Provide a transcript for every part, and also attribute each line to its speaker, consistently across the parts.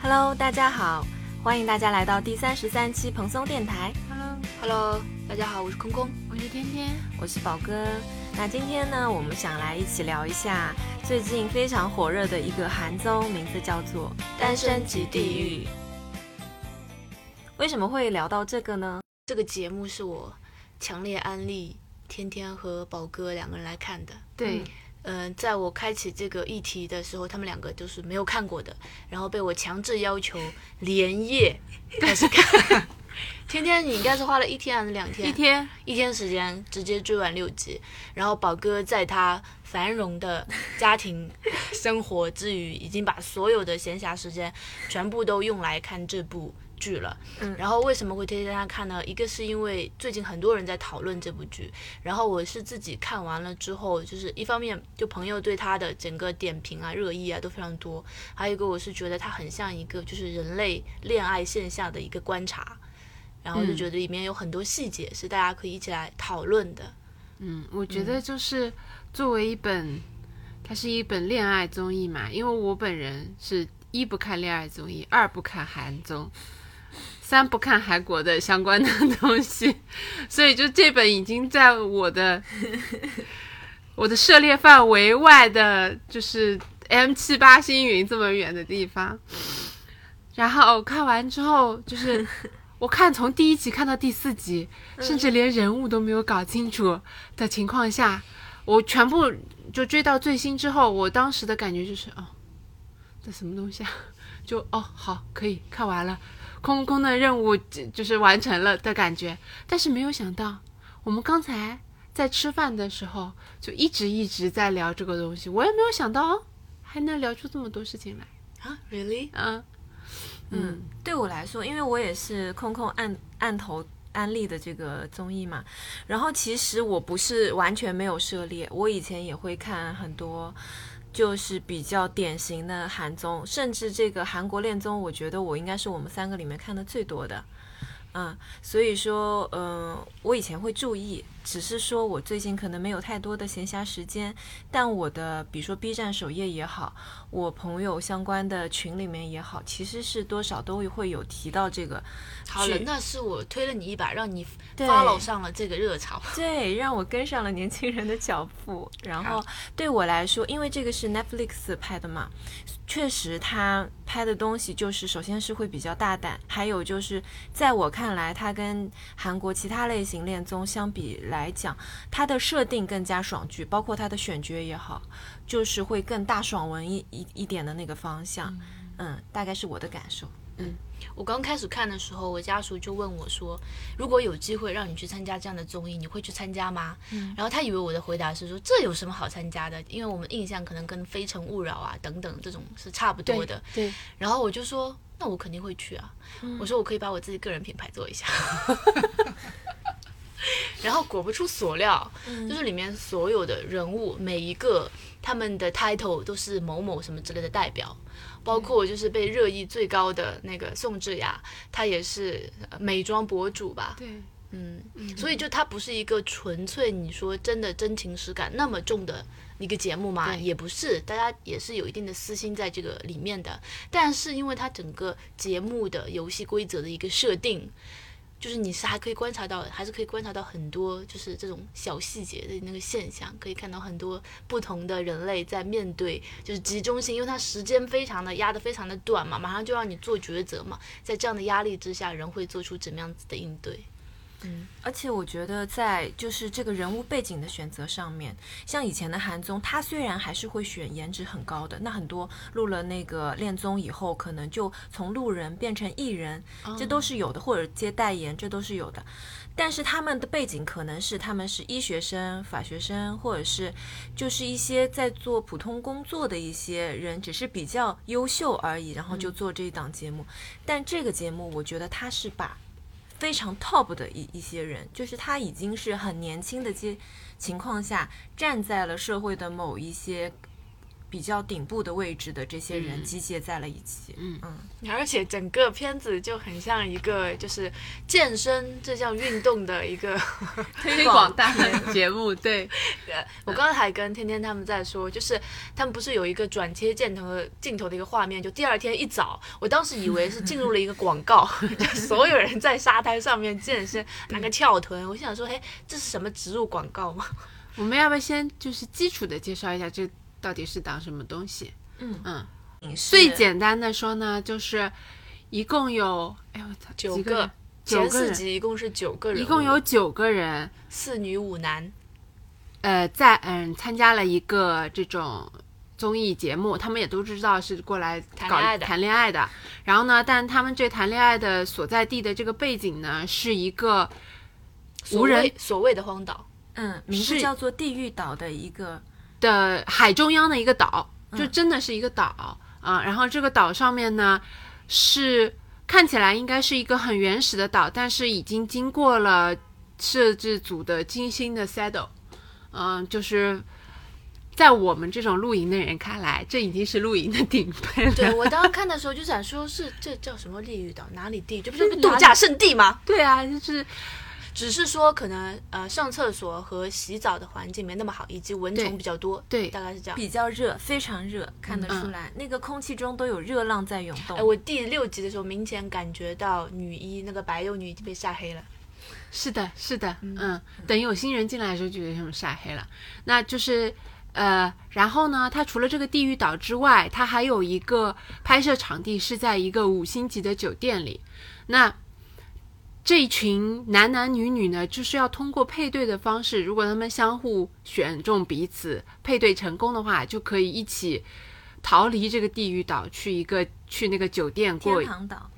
Speaker 1: Hello，大家好，欢迎大家来到第三十三期蓬松电台，
Speaker 2: Hello，
Speaker 3: Hello，大家好，我是空空。
Speaker 2: 我是天天。
Speaker 1: 我是宝哥。那今天呢，我们想来一起聊一下最近非常火热的一个韩综，名字叫做《单身即地狱》。为什么会聊到这个呢？
Speaker 3: 这个节目是我强烈安利天天和宝哥两个人来看的。
Speaker 1: 对，
Speaker 3: 嗯，在我开启这个议题的时候，他们两个都是没有看过的，然后被我强制要求连夜开始看。天天，你应该是花了一天还是两天？啊
Speaker 2: 一天，
Speaker 3: 一天时间直接追完六集，然后宝哥在他繁荣的家庭生活之余，已经把所有的闲暇时间全部都用来看这部剧了。
Speaker 1: 嗯
Speaker 3: 然后为什么会推荐他看呢？一个是因为最近很多人在讨论这部剧，然后我是自己看完了之后，就是一方面就朋友对他的整个点评啊、热议啊都非常多，还有一个我是觉得它很像一个就是人类恋爱现象的一个观察。然后就
Speaker 2: 嗯
Speaker 3: 觉得里面有很多细节是大家可以一起来讨论的。
Speaker 2: 嗯，我觉得就是作为一本，它是一本恋爱综艺嘛，因为我本人是一不看恋爱综艺，二不看韩综，三不看韩国的相关的 东西，所以就这本已经在我 的我的涉猎范围外的，就是 M 七八星云这么远的地方。然后看完之后，就是 我看从第一集看到第四集，甚至连人物都没有搞清楚的情况下，我全部就追到最新之后，我当时的感觉就是，哦，这什么东西啊？ 就哦，好，可以看完了，空空的任务就就是完成了的感觉。但是没有想到，我们刚才在吃饭的时候就一直一直在聊这个东西，我也没有想到哦，还能聊出这么多事情来。
Speaker 3: 啊，really？
Speaker 2: 嗯嗯
Speaker 1: 对我来说，因为我也是空空按按头安利的这个综艺嘛，然后其实我不是完全没有涉猎，我以前也会看很多。就是比较典型的韩综，甚至这个韩国恋综，我觉得我应该是我们三个里面看的最多的，嗯，所以说，嗯、我以前会注意，只是说我最近可能没有太多的闲暇时间，但我的比如说 B 站首页也好，我朋友相关的群里面也好，其实是多少都会有提到这个
Speaker 3: 好了
Speaker 1: 是，
Speaker 3: 那是我推了你一把，让你
Speaker 1: 对
Speaker 3: follow 上了这个热潮。
Speaker 1: 对，让我跟上了年轻人的脚步。然后对我来说，因为这个是 Netflix 拍的嘛，确实他拍的东西就是，首先是会比较大胆，还有就是在我看来，它跟韩国其他类型恋综相比来讲，它的设定更加爽剧，包括它的选角也好，就是会更大爽文一一一点的那个方向。嗯，大概是我的感受。
Speaker 3: 我刚开始看的时候，我家属就问我说：“如果有机会让你去参加这样的综艺，你会去参加吗？”然后他以为我的回答是说：“这有什么好参加的？因为我们印象可能跟《非诚勿扰》啊等等这种是差不多的。
Speaker 2: 对，”
Speaker 3: 然后我就说：“那我肯定会去啊！”我说：“我可以把我自己个人品牌做一下。”然后果不出所料，就是里面所有的人物每一个他们的 title 都是某某什么之类的代表，包括就是被热议最高的那个宋智雅，她也是呃美妆博主吧，
Speaker 2: 对，
Speaker 3: 嗯，所以就它不是一个纯粹你说真的真情实感那么重的一个节目嘛，
Speaker 2: 对
Speaker 3: 也不是，大家也是有一定的私心在这个里面的。但是因为它整个节目的游戏规则的一个设定，就是你是还可以观察到，还是可以观察到很多就是这种小细节的那个现象，可以看到很多不同的人类在面对就是集中性，因为它时间非常的压得非常的短嘛，马上就让你做抉择嘛，在这样的压力之下，人会做出怎么样子的应对？
Speaker 1: 而且我觉得在就是这个人物背景的选择上面，像以前的韩综，他虽然还是会选颜值很高的，那很多录了那个恋综以后，可能就从路人变成艺人，这都是有的，或者接代言，这都是有的。但是他们的背景可能是他们是医学生、法学生，或者是就是一些在做普通工作的一些人，只是比较优秀而已，然后就做这一档节目。但这个节目，我觉得他是把非常 top 的一一些人，就是他已经是很年轻的阶情况下，站在了社会的某一些比较顶部的位置的这些人
Speaker 2: 嗯
Speaker 1: 集结在了一起。
Speaker 2: 嗯
Speaker 3: 而且整个片子就很像一个就是健身这项运动的一个。
Speaker 2: 推广大节目，对，
Speaker 3: 我刚才跟天天他们在说，就是他们不是有一个转切镜头的镜头的一个画面，就第二天一早，我当时以为是进入了一个广告， 就所有人在沙滩上面健身，拿个翘臀，我想说，嘿，这是什么植入广告吗？
Speaker 2: 我们要不要先就是基础的介绍一下这到底是档什么东西？
Speaker 1: 嗯
Speaker 2: 嗯，
Speaker 1: 影视
Speaker 2: 最简单的说呢，就是一共有，哎我操，
Speaker 3: 九
Speaker 2: 几
Speaker 3: 个
Speaker 2: 人，九
Speaker 3: 前
Speaker 2: 个
Speaker 3: 四
Speaker 2: 人，
Speaker 3: 集一共是九个人物，
Speaker 2: 一共有九个人，
Speaker 3: 四女五男，
Speaker 2: 呃，在嗯参加了一个这种综艺节目，他们也都知道是过来
Speaker 3: 谈
Speaker 2: 搞
Speaker 3: 恋爱的
Speaker 2: 谈恋爱的。然后呢，但他们这谈恋爱的所在地的这个背景呢，是一个
Speaker 3: 所
Speaker 2: 无人
Speaker 3: 谓所谓的荒岛，
Speaker 1: 嗯，名字
Speaker 2: 是
Speaker 1: 叫做《地狱岛》的一个
Speaker 2: 的海中央的一个岛，就
Speaker 1: 嗯
Speaker 2: 真的是一个岛、啊。然后这个岛上面呢，是看起来应该是一个很原始的岛，但是已经经过了摄制组的精心的 settle，嗯，就是。在我们这种露营的人看来，这已经是露营的顶配了。
Speaker 3: 对我当时看的时候就想说是，这叫什么地狱岛？哪里 地？这不是
Speaker 2: 这
Speaker 3: 个
Speaker 2: 是
Speaker 3: 度
Speaker 2: 哪里
Speaker 3: 假胜地吗？
Speaker 2: 对啊，就是
Speaker 3: 只是说可能呃上厕所和洗澡的环境没那么好，以及蚊
Speaker 2: 对
Speaker 3: 虫比较多，
Speaker 2: 对
Speaker 3: 大概是这样。
Speaker 1: 比较热，非常热，看得出来，那个空气中都有热浪在涌动。
Speaker 3: 哎，我第六集的时候明显感觉到女一那个白幼女已经被晒黑了，
Speaker 2: 是的，是的，嗯，等有新人进来的时候就有什么晒黑了，那就是。呃，然后呢，它除了这个地狱岛之外，它还有一个拍摄场地是在一个五星级的酒店里。那这一群男男女女呢，就是要通过配对的方式，如果他们相互选中彼此，配对成功的话，就可以一起逃离这个地狱岛，去一个去那个酒店过
Speaker 1: 天，堂岛，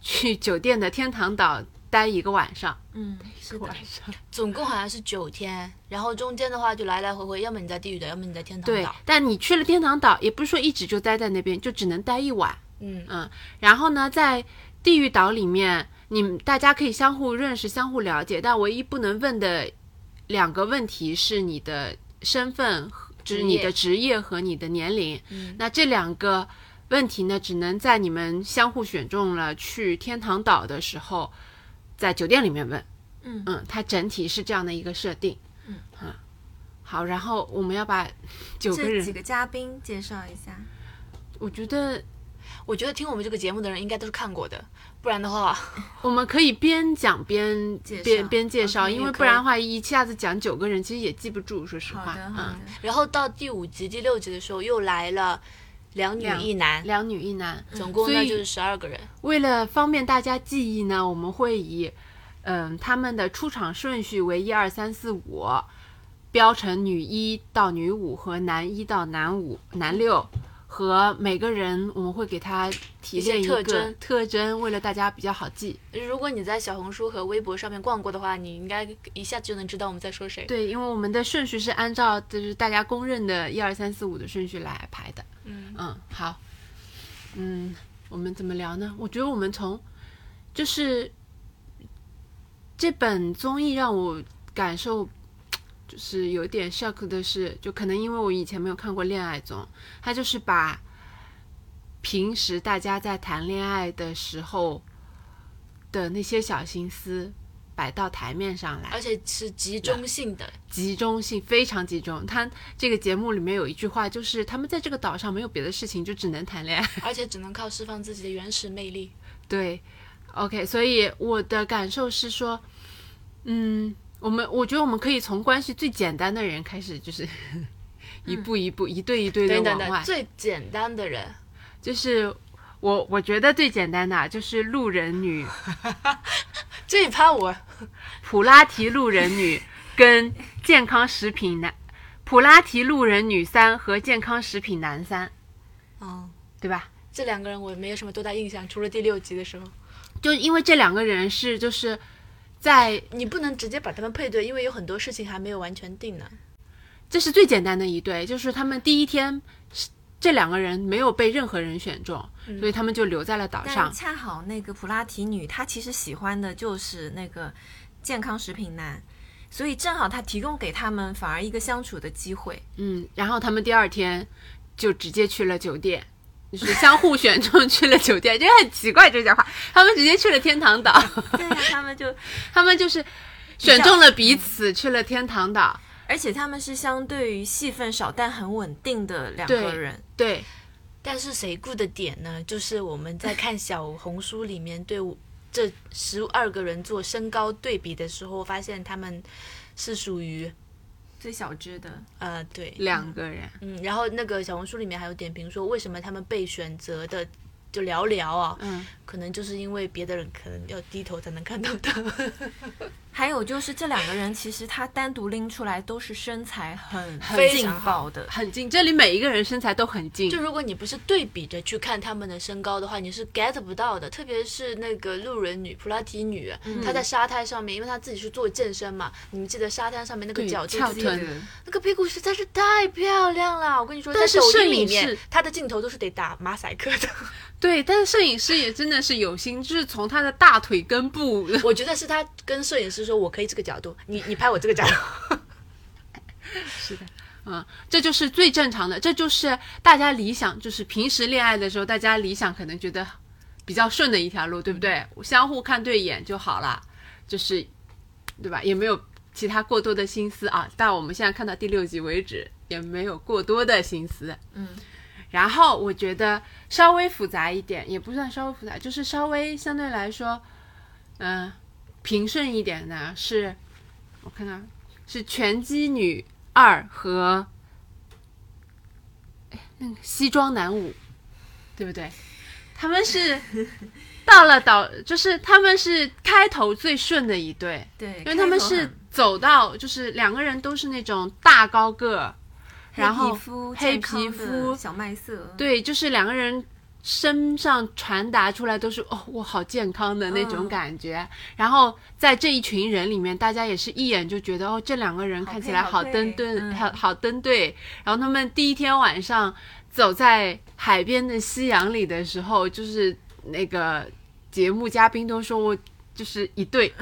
Speaker 2: 去酒店的天堂岛待一个晚上。
Speaker 1: 嗯，是的，
Speaker 2: 上。
Speaker 3: 总共好像是九天，然后中间的话就来来回回，要么你在地狱岛，要么你在天堂
Speaker 2: 对
Speaker 3: 岛。，
Speaker 2: 但你去了天堂岛，也不是说一直就待在那边，就只能待一晚。
Speaker 3: 嗯，
Speaker 2: 嗯，然后呢，在地狱岛里面，你们大家可以相互认识、相互了解，但唯一不能问的两个问题是你的身份和，就是
Speaker 3: 职
Speaker 2: 你
Speaker 3: 业
Speaker 2: 的职业和你的年龄。
Speaker 3: 嗯
Speaker 2: 那这两个问题呢，只能在你们相互选中了去天堂岛的时候，在酒店里面问。
Speaker 1: 嗯
Speaker 2: 嗯，它整体是这样的一个设定。
Speaker 1: 嗯
Speaker 2: 啊好，然后我们要把九个
Speaker 1: 这几
Speaker 2: 人，
Speaker 1: 个嘉宾介绍一下。
Speaker 2: 我觉得
Speaker 3: 我觉得听我们这个节目的人应该都是看过的，不然的话，
Speaker 2: 我们可以边讲边
Speaker 1: 介绍
Speaker 2: 边边介绍，
Speaker 1: OK，
Speaker 2: 因
Speaker 1: 也
Speaker 2: 为
Speaker 1: 可
Speaker 2: 不然的话一下子讲九个人，其实也记不住。说实
Speaker 1: 好
Speaker 2: 话，
Speaker 1: 的，好的
Speaker 2: 嗯，，
Speaker 3: 然后到第五集、第六集的时候又来了两女
Speaker 2: 两
Speaker 3: 一男，
Speaker 2: 两女一男。
Speaker 3: 总共
Speaker 2: 所
Speaker 3: 呢
Speaker 2: 以
Speaker 3: 就是十二个人。
Speaker 2: 为了方便大家记忆呢，我们会以嗯他们的出场顺序为一二三四五，标成女一到女五和男一到男五、男六。和每个人，我们会给他提炼
Speaker 3: 一些特
Speaker 2: 个
Speaker 3: 征
Speaker 2: 特征，为了大家比较好记。
Speaker 3: 如果你在小红书和微博上面逛过的话，你应该一下子就能知道我们在说谁。
Speaker 2: 对，因为我们的顺序是按照就是大家公认的一二三四五的顺序来排的。
Speaker 3: 嗯，
Speaker 2: 嗯，好，嗯，我们怎么聊呢？我觉得我们从就是这本综艺让我感受就是有点 shock 的是，就可能因为我以前没有看过恋爱综，它就是把平时大家在谈恋爱的时候的那些小心思摆到台面上来
Speaker 3: 而。且是集中性的，
Speaker 2: 集中性非常集中。他这个节目里面有一句话，就是他们在这个岛上没有别的事情，就只能谈恋爱。
Speaker 3: 而且只能靠释放自己的原始魅力。
Speaker 2: 对，OK，所以我的感受是说，嗯，我们我觉得我们可以从关系最简单的人开始，就是 一步一步、一对一对的
Speaker 3: 等
Speaker 2: 往
Speaker 3: 等
Speaker 2: 外
Speaker 3: 等，，最简单的人，
Speaker 2: 就是。我我觉得最简单的啊就是路人女、
Speaker 3: 这一趴我
Speaker 2: 普拉提路人 女跟健康食品男，普拉提路人女三和健康食品男三，
Speaker 3: 嗯，
Speaker 2: 对吧？
Speaker 3: 这两个人我没有什么多大印象，除了第六集的时候，
Speaker 2: 就因为这两个人是就是在
Speaker 3: 你不能直接把他们配对，因为有很多事情还没有完全定呢。
Speaker 2: 这是最简单的一对，就是他们第一天是这两个人没有被任何人选中，所以他们就留嗯在了岛
Speaker 1: 但
Speaker 2: 上。
Speaker 1: 恰好那个普拉提女，她其实喜欢的就是那个健康食品男，所以正好她提供给他们反而一个相处的机会。
Speaker 2: 嗯，然后他们第二天就直接去了酒店，就是相互选 中去了酒店，这个很奇怪这讲话，他们直接去了天堂 岛，
Speaker 1: 对呀、他们就，
Speaker 2: 他们就是选中了彼此去了天堂岛，
Speaker 1: 而且他们是相对于戏份少但很稳定的两个
Speaker 2: 对
Speaker 1: 人。
Speaker 2: 对，
Speaker 3: 但是谁顾的点呢？就是我们在看小红书里面对我这十二个人做身高对比的时候，发现他们是属于
Speaker 1: 最小只的，
Speaker 3: 呃，对，
Speaker 2: 两个人，
Speaker 3: 嗯，然后那个小红书里面还有点评说，为什么他们被选择的就寥寥啊？
Speaker 2: 嗯，
Speaker 3: 可能就是因为别的人可能要低头才能看到他们。
Speaker 1: 还有就是这两个人，其实他单独拎出来都是身材很
Speaker 3: 非常
Speaker 1: 劲
Speaker 3: 好
Speaker 1: 爆的，
Speaker 2: 很近，这里每一个人身材都很近
Speaker 3: 就，如果你不是对比着去看他们的身高的话，你是 get 不到的。特别是那个路人女普拉提女，
Speaker 2: 嗯
Speaker 3: 她在沙滩上面，因为她自己去做健身嘛，你们记得沙滩上面那个
Speaker 2: 对
Speaker 3: 脚就
Speaker 2: 翘
Speaker 3: 是自己
Speaker 2: 臀，
Speaker 3: 那个屁股实在是太漂亮了，我跟你说，
Speaker 2: 但
Speaker 3: 在
Speaker 2: 是
Speaker 3: 抖音
Speaker 2: 摄
Speaker 3: 里
Speaker 2: 影
Speaker 3: 面
Speaker 2: 是，
Speaker 3: 他的镜头都是得打马赛克的。
Speaker 2: 对，但是摄影师也真的是有心，就是从他的大腿根部，
Speaker 3: 我觉得是他跟摄影师说，我可以这个角度，你你拍我这个角度。
Speaker 2: 嗯，这就是最正常的，这就是大家理想，就是平时恋爱的时候，大家理想可能觉得比较顺的一条路，对不对？相互看对眼就好了，就是对吧？也没有其他过多的心思啊。到我们现在看到第六集为止，也没有过多的心思。
Speaker 1: 嗯，
Speaker 2: 然后我觉得稍微复杂一点，也不算稍微复杂，就是稍微相对来说，嗯、平顺一点的是，我看看是拳击女二和哎那个西装男五，对不对？他们是到了岛，就是他们是开头最顺的一对，
Speaker 1: 对，
Speaker 2: 因为他们
Speaker 1: 开头
Speaker 2: 是
Speaker 1: 很
Speaker 2: 走到，就是两个人都是那种大高个儿，然
Speaker 1: 黑
Speaker 2: 后
Speaker 1: 皮肤、
Speaker 2: 黑
Speaker 1: 健康
Speaker 2: 皮
Speaker 1: 的
Speaker 2: 肤
Speaker 1: 小麦色，
Speaker 2: 对，就是两个人身上传达出来都是哦，我好健康的那种
Speaker 1: 嗯
Speaker 2: 感觉。然后在这一群人里面，大家也是一眼就觉得哦，这两个人
Speaker 1: 好
Speaker 2: 看起
Speaker 1: 配
Speaker 2: 来
Speaker 1: 好
Speaker 2: 好
Speaker 1: 配
Speaker 2: 登对，
Speaker 1: 嗯
Speaker 2: 好好登对。然后他们第一天晚上走在海边的夕阳里的时候，就是那个节目嘉宾都说我就是一 对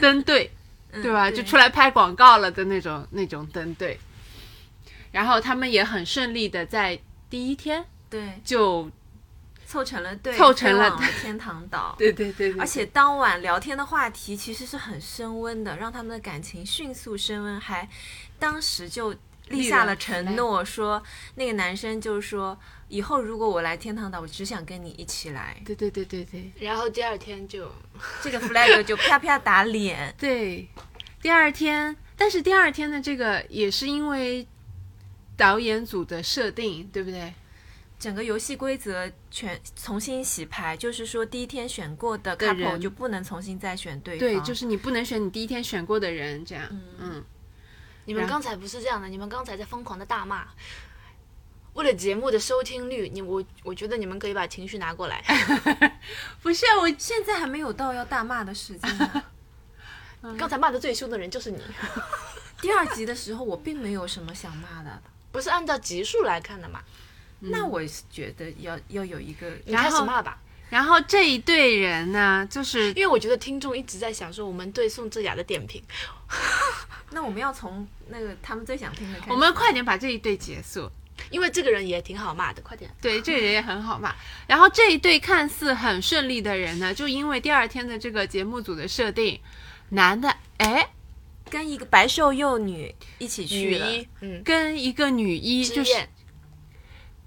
Speaker 2: 登对。
Speaker 1: 嗯
Speaker 2: 对吧？就出来拍广告了的那种那种登对，然后他们也很顺利的在第一天
Speaker 1: 对
Speaker 2: 就
Speaker 1: 凑成了对，
Speaker 2: 凑成
Speaker 1: 飞
Speaker 2: 了
Speaker 1: 往天堂岛。
Speaker 2: 对对对
Speaker 1: 而且当晚聊天的话题其实是很升温的，让他们的感情迅速升温，还当时就立下了承诺，说那个男生就说以后如果我来天堂岛，我只想跟你一起来，
Speaker 2: 对对对对对
Speaker 3: 然后第二天就
Speaker 1: 这个 flag 就啪啪打脸。
Speaker 2: 对，第二天，但是第二天的这个也是因为导演组的设定，对不对？
Speaker 1: 整个游戏规则全重新洗牌，就是说第一天选过的
Speaker 2: 的
Speaker 1: couple
Speaker 2: 人
Speaker 1: 就不能重新再选对方。
Speaker 2: 对，就是你不能选你第一天选过的人，这样，啊嗯，
Speaker 3: 你们
Speaker 2: 然
Speaker 3: 刚才不是这样的，你们刚才在疯狂的大骂。为了节目的收听率，你我我觉得你们可以把情绪拿过来，
Speaker 2: 不是啊我
Speaker 1: 现在还没有到要大骂的时间、 啊。
Speaker 2: 嗯
Speaker 3: 刚才骂的最凶的人就是你，
Speaker 1: 第二集的时候，我并没有什么想骂的。
Speaker 3: 不是按照集数来看的嘛？
Speaker 2: 嗯
Speaker 1: 那我是觉得要要有一个
Speaker 3: 你开
Speaker 2: 然
Speaker 3: 始
Speaker 2: 后
Speaker 3: 骂吧，
Speaker 2: 然后这一队人呢，就是
Speaker 3: 因为我觉得听众一直在想说我们对宋智雅的点评，
Speaker 1: 那我们要从那个他们最想听的开始。
Speaker 2: 我们快点把这一队结束。
Speaker 3: 因为这个人也挺好骂的，快点。
Speaker 2: 对，这个人也很好嘛。然后这一对看似很顺利的人呢，就因为第二天的这个节目组的设定，男的哎
Speaker 1: 跟一个白瘦幼女一起去了，
Speaker 3: 一，嗯，
Speaker 2: 跟一个女一
Speaker 3: 之
Speaker 2: 就是
Speaker 3: 恋，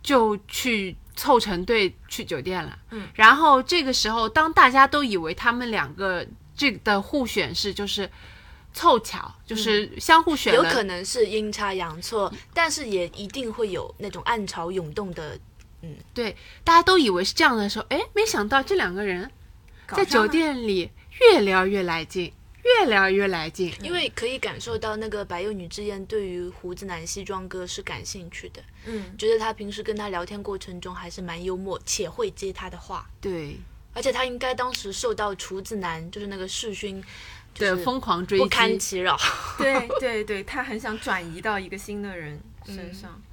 Speaker 2: 就去凑成队去酒店了。
Speaker 1: 嗯，
Speaker 2: 然后这个时候，当大家都以为他们两个这的互选是就是凑巧，就是相互选
Speaker 3: 嗯有
Speaker 2: 了，
Speaker 3: 可能是阴差阳错，但是也一定会有那种暗潮涌动的。
Speaker 2: 嗯对，大家都以为是这样的时候，哎，没想到这两个人
Speaker 1: 搞
Speaker 2: 在
Speaker 1: 上
Speaker 2: 酒
Speaker 1: 了
Speaker 2: 店里越聊越来劲，越聊越来劲。
Speaker 3: 因为可以感受到那个白幼女之烟对于胡子男西装哥是感兴趣的，
Speaker 1: 嗯，
Speaker 3: 觉得他平时跟他聊天过程中还是蛮幽默，且会接他的话，
Speaker 2: 对。
Speaker 3: 而且他应该当时受到厨子男就是那个世勋
Speaker 2: 的
Speaker 3: 就是
Speaker 2: 疯狂追
Speaker 3: 不
Speaker 2: 击，
Speaker 3: 堪其扰，
Speaker 1: 对对对，他很想转移到一个新的人身上。
Speaker 2: 嗯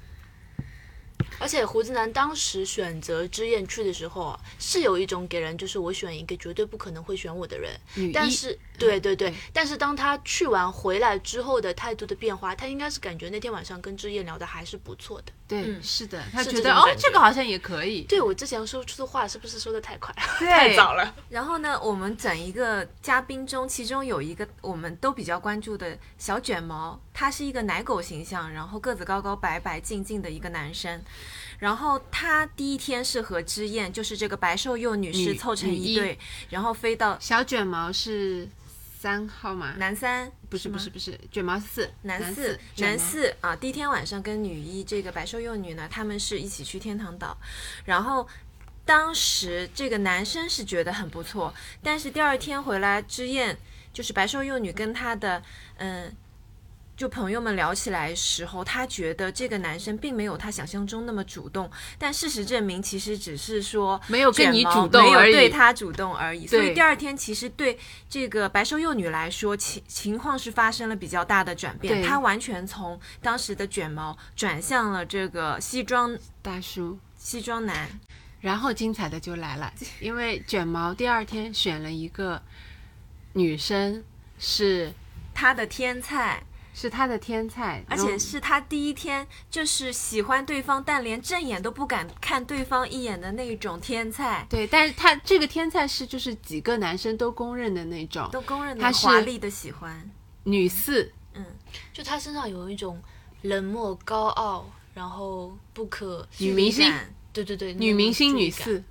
Speaker 3: 而且胡子男当时选择之燕去的时候啊，是有一种给人就是我选一个绝对不可能会选我的人，
Speaker 2: 女一
Speaker 3: 但是对对对，但是当他去完回来之后的态度的变化，他应该是感觉那天晚上跟志燕聊的还是不错的。
Speaker 2: 对，
Speaker 1: 嗯
Speaker 2: 是的，他
Speaker 3: 是
Speaker 2: 觉
Speaker 3: 这
Speaker 2: 得
Speaker 3: 种
Speaker 2: 哦
Speaker 3: 感，
Speaker 2: 这
Speaker 3: 觉
Speaker 2: 个好像也可以，
Speaker 3: 对我之前说出的话是不是说的太快了？
Speaker 2: 太
Speaker 3: 早了。
Speaker 1: 然后呢，我们整一个嘉宾中，其中有一个我们都比较关注的小卷毛，他是一个奶狗形象，然后个子高高、白白净净的一个男生。然后他第一天是和知燕，就是这个白瘦幼女士
Speaker 2: 女
Speaker 1: 凑成
Speaker 2: 女
Speaker 1: 一
Speaker 2: 一
Speaker 1: 对，然后飞到
Speaker 2: 小卷毛是三号吗？
Speaker 1: 南三，
Speaker 2: 不是
Speaker 1: 吗
Speaker 2: 不是不是，卷毛是四，
Speaker 1: 男
Speaker 2: 四
Speaker 1: 四，
Speaker 2: 卷
Speaker 1: 男
Speaker 2: 毛
Speaker 1: 四啊，第一天晚上跟女一这个白瘦幼女呢，他们是一起去天堂岛，然后当时这个男生是觉得很不错，但是第二天回来之燕，就是白瘦幼女跟她的嗯。就朋友们聊起来时候，她觉得这个男生并没有她想象中那么主动，但事实证明，其实只是说
Speaker 2: 没有跟你
Speaker 1: 卷毛
Speaker 2: 主动
Speaker 1: 没有
Speaker 2: 而已
Speaker 1: 对他主动而已。所以
Speaker 2: 对
Speaker 1: 第二天，其实对这个白瘦幼女来说，情情况是发生了比较大的转变。
Speaker 2: 对
Speaker 1: 她完全从当时的卷毛转向了这个西装
Speaker 2: 大叔。
Speaker 1: 西装男，
Speaker 2: 然后精彩的就来了，因为卷毛第二天选了一个女生，是
Speaker 1: 他的天菜，
Speaker 2: 是他的天菜，
Speaker 1: 而
Speaker 2: 然后
Speaker 1: 且是他第一天就是喜欢对方，但连正眼都不敢看对方一眼的那种天菜，
Speaker 2: 对，但是他这个天菜是就是几个男生都公认的那种
Speaker 1: 都公认的
Speaker 2: 他是
Speaker 1: 华丽的喜欢。
Speaker 2: 女四，
Speaker 3: 就他身上有一种冷漠、高傲，然后不可
Speaker 2: 女明星
Speaker 1: 距离感
Speaker 3: 对对对，
Speaker 2: 女明星女
Speaker 3: 士
Speaker 2: 四，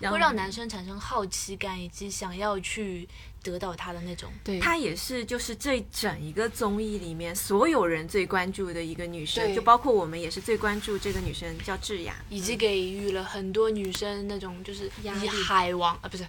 Speaker 1: 然后
Speaker 3: 嗯会让男生产生好奇感以及想要去得到他的那种。
Speaker 2: 对，
Speaker 1: 她也是，就是这整一个综艺里面所有人最关注的一个女生，
Speaker 2: 对
Speaker 1: 就包括我们也是最关注这个女生叫智雅。
Speaker 3: 以及给予了很多女生那种就是
Speaker 2: 压
Speaker 3: 以
Speaker 2: 力嗯
Speaker 3: 海王啊，不是，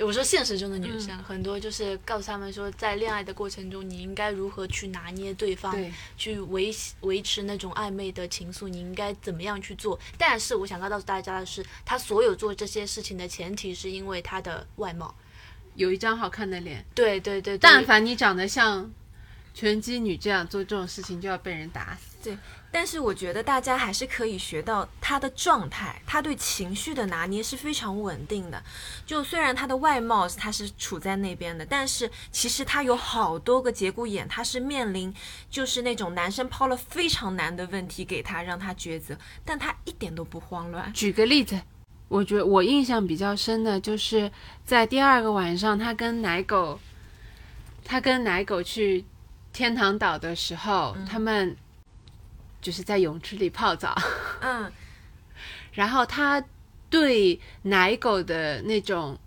Speaker 3: 我说现实中的女生、很多就是告诉她们说，在恋爱的过程中，你应该如何去拿捏对方，
Speaker 2: 对
Speaker 3: 去维维持那种暧昧的情愫，你应该怎么样去做。但是我想告诉大家的是，她所有做这些事情的前提是因为她的外貌。
Speaker 2: 有一张好看的脸，
Speaker 3: 对对对，对
Speaker 2: 但凡你长得像拳击女这样做这种事情，就要被人打死。
Speaker 1: 但是我觉得大家还是可以学到她的状态，她对情绪的拿捏是非常稳定的。就虽然她的外貌她是处在那边的，但是其实她有好多个节骨眼，她是面临就是那种男生抛了非常难的问题给她，让她抉择，但她一点都不慌乱。
Speaker 2: 举个例子，我觉得我印象比较深的就是在第二个晚上，他跟奶狗，他跟奶狗去天堂岛的时候，他们就是在泳池里泡澡，
Speaker 1: 嗯，
Speaker 2: 然后他对奶狗的那种，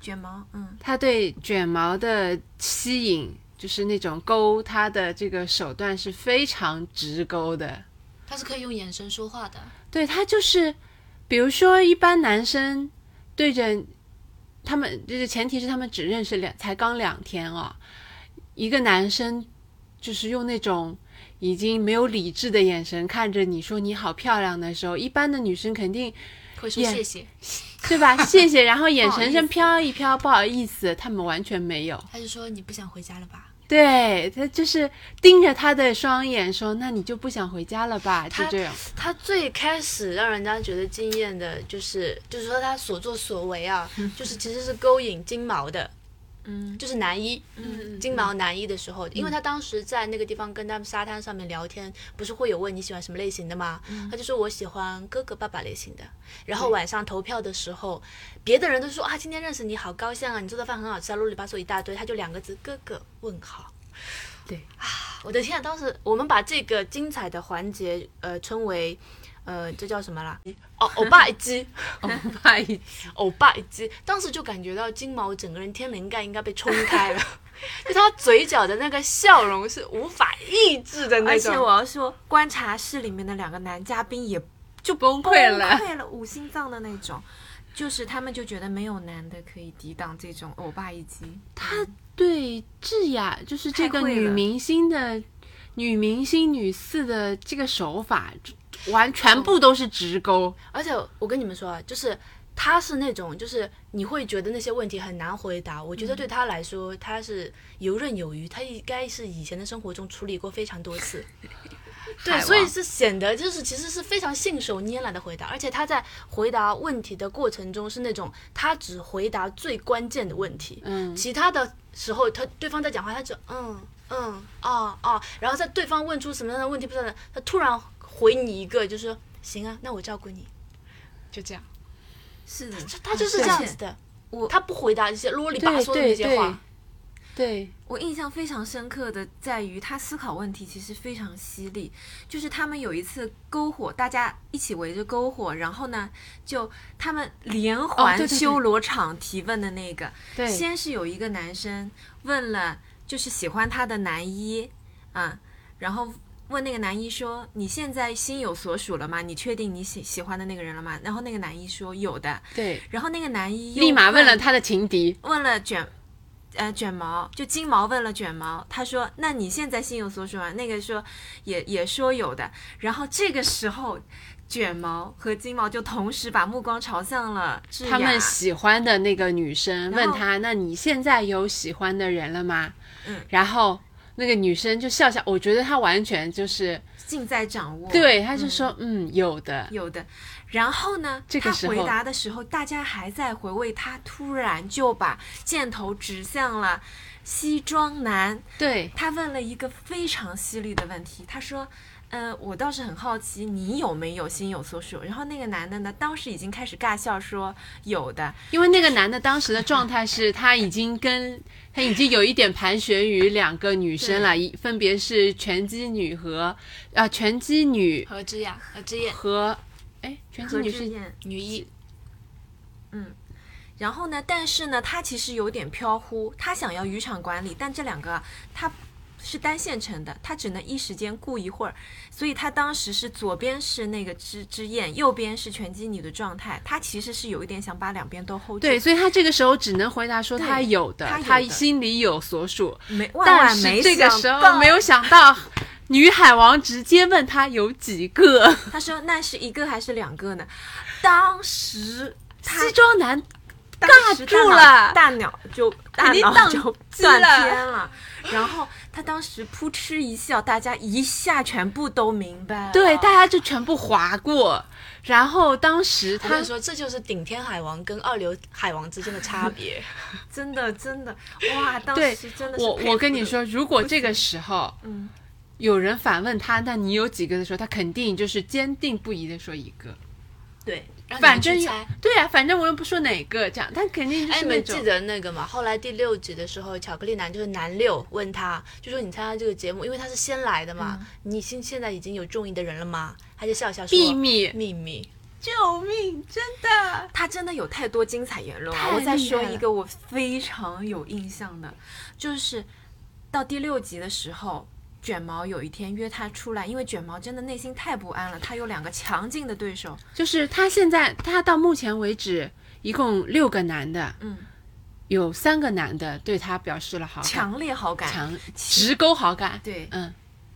Speaker 1: 卷毛，嗯，
Speaker 2: 他对卷毛的吸引。就是那种勾他的这个手段是非常直勾的，
Speaker 3: 她是可以用眼神说话的，
Speaker 2: 对他就是，比如说一般男生对着他们，就是前提是他们只认识两才刚两天哦，一个男生就是用那种已经没有理智的眼神看着你说你好漂亮的时候，一般的女生肯定
Speaker 3: 会说
Speaker 2: 眼
Speaker 3: 谢谢，
Speaker 2: 对吧？谢谢，然后眼
Speaker 1: 不好
Speaker 2: 神
Speaker 1: 意
Speaker 2: 上
Speaker 1: 思
Speaker 2: 飘一飘，不好意思，他们完全没有。
Speaker 3: 她就说你不想回家了吧？
Speaker 2: 对他就是盯着他的双眼说，那你就不想回家了吧？就
Speaker 3: 他
Speaker 2: 这样，
Speaker 3: 他最开始让人家觉得惊艳的，就是就是说他所作所为啊，就是其实是勾引金毛的，嗯，就是男一，嗯，金毛男一的时候，因为他当时在那个地方跟他们沙滩上面聊天，不是会有问你喜欢什么类型的吗？他就说我喜欢哥哥爸爸类型的。然后晚上投票的时候，别的人都说啊，今天认识你好高兴啊，你做的饭很好吃啊，啰里吧嗦一大堆，他就两个字哥哥问号。我的天啊！当时我们把这个精彩的环节，呃，称为，呃，这叫什么啦？哦，欧巴一击，
Speaker 2: 怕一
Speaker 3: 欧巴一击。当时就感觉到金毛整个人天灵盖应该被冲开了， 就他嘴角的那个笑容是无法抑制的那
Speaker 1: 而
Speaker 3: 种。
Speaker 1: 且我要说，观察室里面的两个男嘉宾也
Speaker 2: 就崩
Speaker 1: 崩
Speaker 2: 溃了。
Speaker 1: 溃了五心脏的那种，就是他们就觉得没有男的可以抵挡这种欧巴一击。
Speaker 2: 对智雅，就是这
Speaker 1: 太
Speaker 2: 个
Speaker 1: 会
Speaker 2: 女
Speaker 1: 了
Speaker 2: 明星的女明星女四的这个手法，完全部都是直勾。
Speaker 3: 而且我跟你们说啊，就是他是那种，就是你会觉得那些问题很难回答。我觉得对他来说，他是游刃有余，他应该是以前的生活中处理过非常多次。对，
Speaker 2: 海
Speaker 3: 所以
Speaker 2: 王
Speaker 3: 是显得就是其实是非常信手拈来的回答，而且他在回答问题的过程中是那种他只回答最关键的问题，
Speaker 2: 嗯
Speaker 3: 其他的时候他对方在讲话，他就嗯嗯啊啊，然后在对方问出什么样的问题不知道的，他突然回你一个就是说行啊，那我照顾你，就这样，
Speaker 1: 是的，
Speaker 3: 他就是这样子的，
Speaker 1: 我
Speaker 3: 他不回答一些啰里吧嗦的那些话，
Speaker 2: 对，
Speaker 1: 我印象非常深刻的在于他思考问题其实非常犀利，就是他们有一次篝火，大家一起围着篝火，然后呢，就他们连
Speaker 2: 哦对
Speaker 1: 环
Speaker 2: 对对
Speaker 1: 修罗场提问的那个，
Speaker 2: 对
Speaker 1: 先是有一个男生问了，就是喜欢他的男一啊，然后问那个男一说：“你现在心有所属了吗？你确定你喜喜欢的那个人了吗？”然后那个男一说：“有的。
Speaker 2: 对，”
Speaker 1: 然后那个男一又
Speaker 2: 立马问了他的情敌，
Speaker 1: 问了卷，呃，卷毛就金毛问了卷毛，他说：“那你现在心有所属吗？”那个说也也说有的。然后这个时候，卷毛和金毛就同时把目光朝向了智雅
Speaker 2: 他们喜欢的那个女生
Speaker 1: 然
Speaker 2: 问
Speaker 1: 后
Speaker 2: 他：“那你现在有喜欢的人了吗？”
Speaker 1: 嗯
Speaker 2: 然后那个女生就笑笑，我觉得她完全就是
Speaker 1: 尽在掌握。
Speaker 2: 对，她就说：“嗯有的。
Speaker 1: 哦有的。然后呢，
Speaker 2: 这个时候
Speaker 1: 他回答的时候，大家还在回味，他突然就把箭头指向了西装男。
Speaker 2: 对
Speaker 1: 他问了一个非常犀利的问题，他说：“呃，我倒是很好奇你有没有心有所属。”然后那个男的呢，当时已经开始尬笑说：“有的。”
Speaker 2: 因为那个男的当时的状态是，他已经跟他已经有一点盘旋于两个女生了，一分别是拳击女和啊拳击女
Speaker 3: 何之雅，何之燕，
Speaker 2: 和哎拳击
Speaker 1: 何
Speaker 2: 女
Speaker 1: 志
Speaker 2: 是
Speaker 1: 燕。
Speaker 3: 女一，
Speaker 1: 然后呢，但是呢，他其实有点飘忽，他想要渔场管理，但这两个啊他是单线程的，他只能一时间顾一会儿，所以他当时是左边是那个之之燕，右边是拳击女的状态，他其实是有一点想把两边都 hold 住，
Speaker 2: 对，所以他这个时候只能回答说
Speaker 1: 对
Speaker 2: 他有的，
Speaker 1: 他有
Speaker 2: 他
Speaker 1: 的
Speaker 2: 心里有所属。
Speaker 1: 没万
Speaker 2: 但
Speaker 1: 万
Speaker 2: 是
Speaker 1: 没
Speaker 2: 这个
Speaker 1: 想
Speaker 2: 时候
Speaker 1: 到
Speaker 2: 没有想到，女海王直接问他有几个。
Speaker 1: 他说那是一个还是两个呢？当时他
Speaker 2: 西装男
Speaker 1: 尬
Speaker 2: 尬住了
Speaker 1: 大脑就大
Speaker 2: 肯定
Speaker 1: 脑
Speaker 2: 宕
Speaker 1: 就
Speaker 2: 机
Speaker 1: 断
Speaker 2: 了
Speaker 1: 片了。然后他当时扑哧一笑，大家一下全部都明白了。
Speaker 2: 对大家就全部划过，然后当时
Speaker 3: 我跟
Speaker 2: 他
Speaker 3: 你说这就是顶天海王跟二流海王之间的差别，
Speaker 1: 真的真的，哇！当
Speaker 2: 对
Speaker 1: 时真的是
Speaker 2: 我
Speaker 1: 佩服
Speaker 2: 我跟你
Speaker 1: 的，
Speaker 2: 说，如果这个时候
Speaker 1: 嗯，
Speaker 2: 有人反问他，那你有几个的时候，他肯定就是坚定不移的说一个。
Speaker 1: 对，
Speaker 3: 让你们
Speaker 2: 反
Speaker 3: 去
Speaker 2: 正有
Speaker 3: 猜。
Speaker 2: 对啊，反正我又不说哪个这样，但肯定就
Speaker 3: 哎，
Speaker 2: 是
Speaker 3: 你
Speaker 2: 那
Speaker 3: 们
Speaker 2: 种
Speaker 3: 记。得那个吗？后来第六集的时候，巧克力男就是男六问他，就说你参加这个节目，因为他是先来的嘛，你现现在已经有中意的人了吗？他就笑笑说
Speaker 2: 秘密，
Speaker 3: 嗯秘密，
Speaker 2: 救命！真的，
Speaker 1: 他真的有太多精彩言论了。
Speaker 2: 太
Speaker 1: 我再
Speaker 2: 厉
Speaker 1: 说
Speaker 2: 害
Speaker 1: 一
Speaker 2: 了
Speaker 1: 个我非常有印象的，就是到第六集的时候。卷毛有一天约他出来，因为卷毛真的内心太不安了。他有两个强劲的对手，
Speaker 2: 就是他现在，他到目前为止一共六个男的，
Speaker 1: 嗯，
Speaker 2: 有三个男的对他表示了好感，
Speaker 1: 强烈好感，
Speaker 2: 强
Speaker 1: 其
Speaker 2: 直勾好感。
Speaker 1: 对，
Speaker 2: 嗯，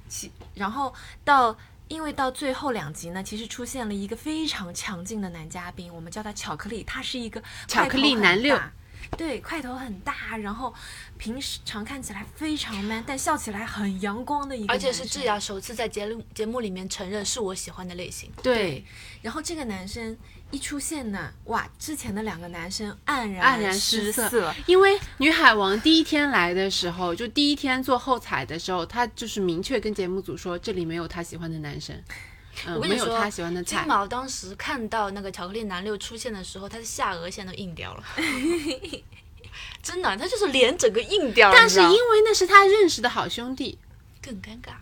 Speaker 1: 其然后到因为到最后两集呢，其实出现了一个非常强劲的男嘉宾，我们叫他巧克力，他是一个
Speaker 2: 巧克
Speaker 1: 块头
Speaker 2: 力
Speaker 1: 很
Speaker 2: 男六
Speaker 1: 大。对，块头很大，然后平时常看起来非常 man，但笑起来很阳光的一个，
Speaker 3: 而且是智。雅首次在节目节目里面承认是我喜欢的类型，
Speaker 2: 对，
Speaker 1: 然后这个男生一出现呢，哇，之前的两个男生黯
Speaker 2: 黯
Speaker 1: 然
Speaker 2: 然
Speaker 1: 失
Speaker 2: 失色。因为女海王第一天来的时候，就第一天做后采的时候，她就是明确跟节目组说，这里没有她喜欢的男生，嗯
Speaker 3: 我，跟
Speaker 2: 没
Speaker 3: 你
Speaker 2: 有
Speaker 3: 说
Speaker 2: 她喜欢的
Speaker 3: 金
Speaker 2: 菜。
Speaker 3: 毛当时看到那个巧克力男六出现的时候，他的下颚线都硬掉 了，真的，他就是脸整个硬掉了，
Speaker 2: 但
Speaker 3: 你
Speaker 2: 是
Speaker 3: 知
Speaker 2: 因
Speaker 3: 道
Speaker 2: 为那是她认识的好兄弟，
Speaker 3: 更尴尬，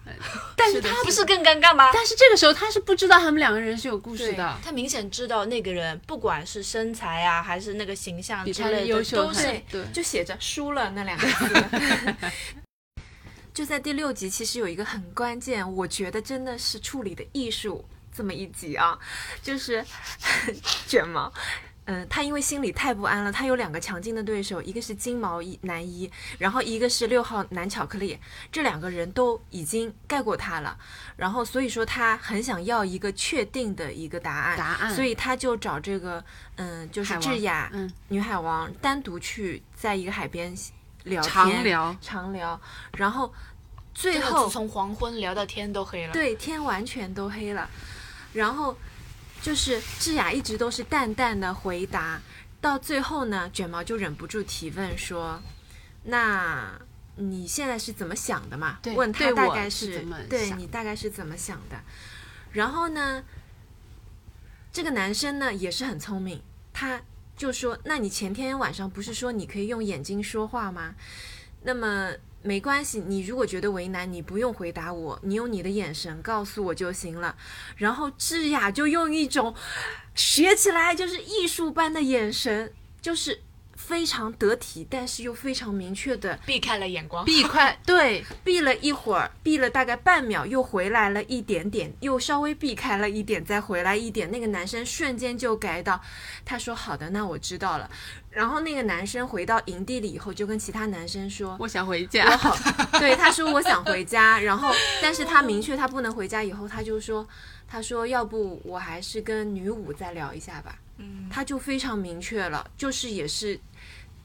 Speaker 2: 但是她
Speaker 3: 不是更尴尬吗？
Speaker 2: 但是这个时候她是不知道他们两个人是有故事
Speaker 1: 对
Speaker 2: 的。
Speaker 3: 他明显知道那个人，不管是身材啊，还是那个形象
Speaker 2: 比
Speaker 3: 之
Speaker 2: 他
Speaker 3: 类
Speaker 2: 优
Speaker 3: 的，
Speaker 2: 秀
Speaker 3: 都
Speaker 2: 很
Speaker 3: 是
Speaker 1: 对，
Speaker 2: 对
Speaker 1: 就写着输了那两个字。 就在第六集，其实有一个很关键，我觉得真的是处理的艺术这么一集啊，就是 卷毛。嗯，他因为心里太不安了，他有两个强劲的对手，一个是金毛一男一，然后一个是六号男巧克力，这两个人都已经盖过他了，然后所以说他很想要一个确定的一个答案，
Speaker 2: 答案
Speaker 1: 所以他就找这个嗯，就是
Speaker 2: 海王
Speaker 1: 智雅，
Speaker 2: 嗯，
Speaker 1: 女海王单独去在一个海边聊天，
Speaker 2: 常聊
Speaker 1: 常聊，然后最
Speaker 3: 真的
Speaker 1: 后
Speaker 3: 自从黄昏聊到天都黑了。
Speaker 1: 对，天完全都黑了。然后就是智雅一直都是淡淡的回答，到最后呢，卷毛就忍不住提问说：“那你现在是怎么想的嘛？”
Speaker 2: 对
Speaker 1: 问
Speaker 2: 对
Speaker 1: 他大
Speaker 2: 我
Speaker 1: 概
Speaker 2: 是怎么
Speaker 1: 对
Speaker 2: 想
Speaker 1: 你大概是怎么想的。然后呢，这个男生呢也是很聪明，他就说：“那你前天晚上不是说你可以用眼睛说话吗？那么没关系，你如果觉得为难，你不用回答我，你用你的眼神告诉我就行了。”然后智雅就用一种学起来就是艺术般的眼神，就是非常得体，但是又非常明确的
Speaker 3: 避开了眼光，
Speaker 2: 避开对
Speaker 1: 避了一会儿，避了大概半秒，又回来了一点点，又稍微避开了一点，再回来一点。那个男生瞬间就改到，他说：“好的，那我知道了。”然后那个男生回到营地里以后，就跟其他男生说：“
Speaker 2: 我想回
Speaker 1: 我
Speaker 2: 家，
Speaker 1: 好，对，他说我想回家，然后但是他明确他不能回家，以后他就说，他说要不我还是跟女武再聊一下吧，嗯，他就非常明确了，就是也是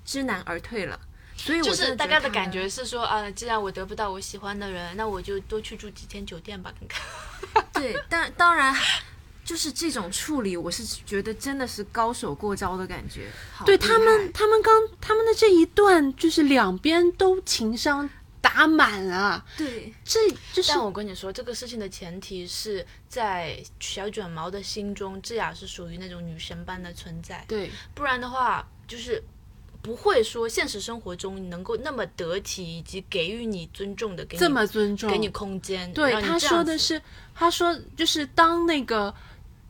Speaker 1: 知难而退了，所以我
Speaker 3: 就
Speaker 1: 真
Speaker 3: 是
Speaker 1: 的
Speaker 3: 大
Speaker 1: 觉得
Speaker 3: 概的
Speaker 1: 他
Speaker 3: 感觉是说啊，既然我得不到我喜欢的人，那我就多去住几天酒店吧，看看。
Speaker 1: 对，但当然。就是这种处理，我是觉得真的是高手过招的感觉。好
Speaker 2: 对
Speaker 1: 厉
Speaker 2: 他们
Speaker 1: 害，
Speaker 2: 他们刚他们的这一段就是两边都情商打满了，
Speaker 1: 对
Speaker 2: 这就是
Speaker 3: 但我跟你说，这个事情的前提是在小卷毛的心中，智雅是属于那种女神般的存在，
Speaker 2: 对
Speaker 3: 不然的话就是不会说现实生活中能够那么得体，以及给予你尊重的，给你
Speaker 2: 这么尊重，
Speaker 3: 给你空间。
Speaker 2: 对
Speaker 3: 让你
Speaker 2: 他
Speaker 3: 这样
Speaker 2: 说的
Speaker 3: 子
Speaker 2: 是，他说就是当那个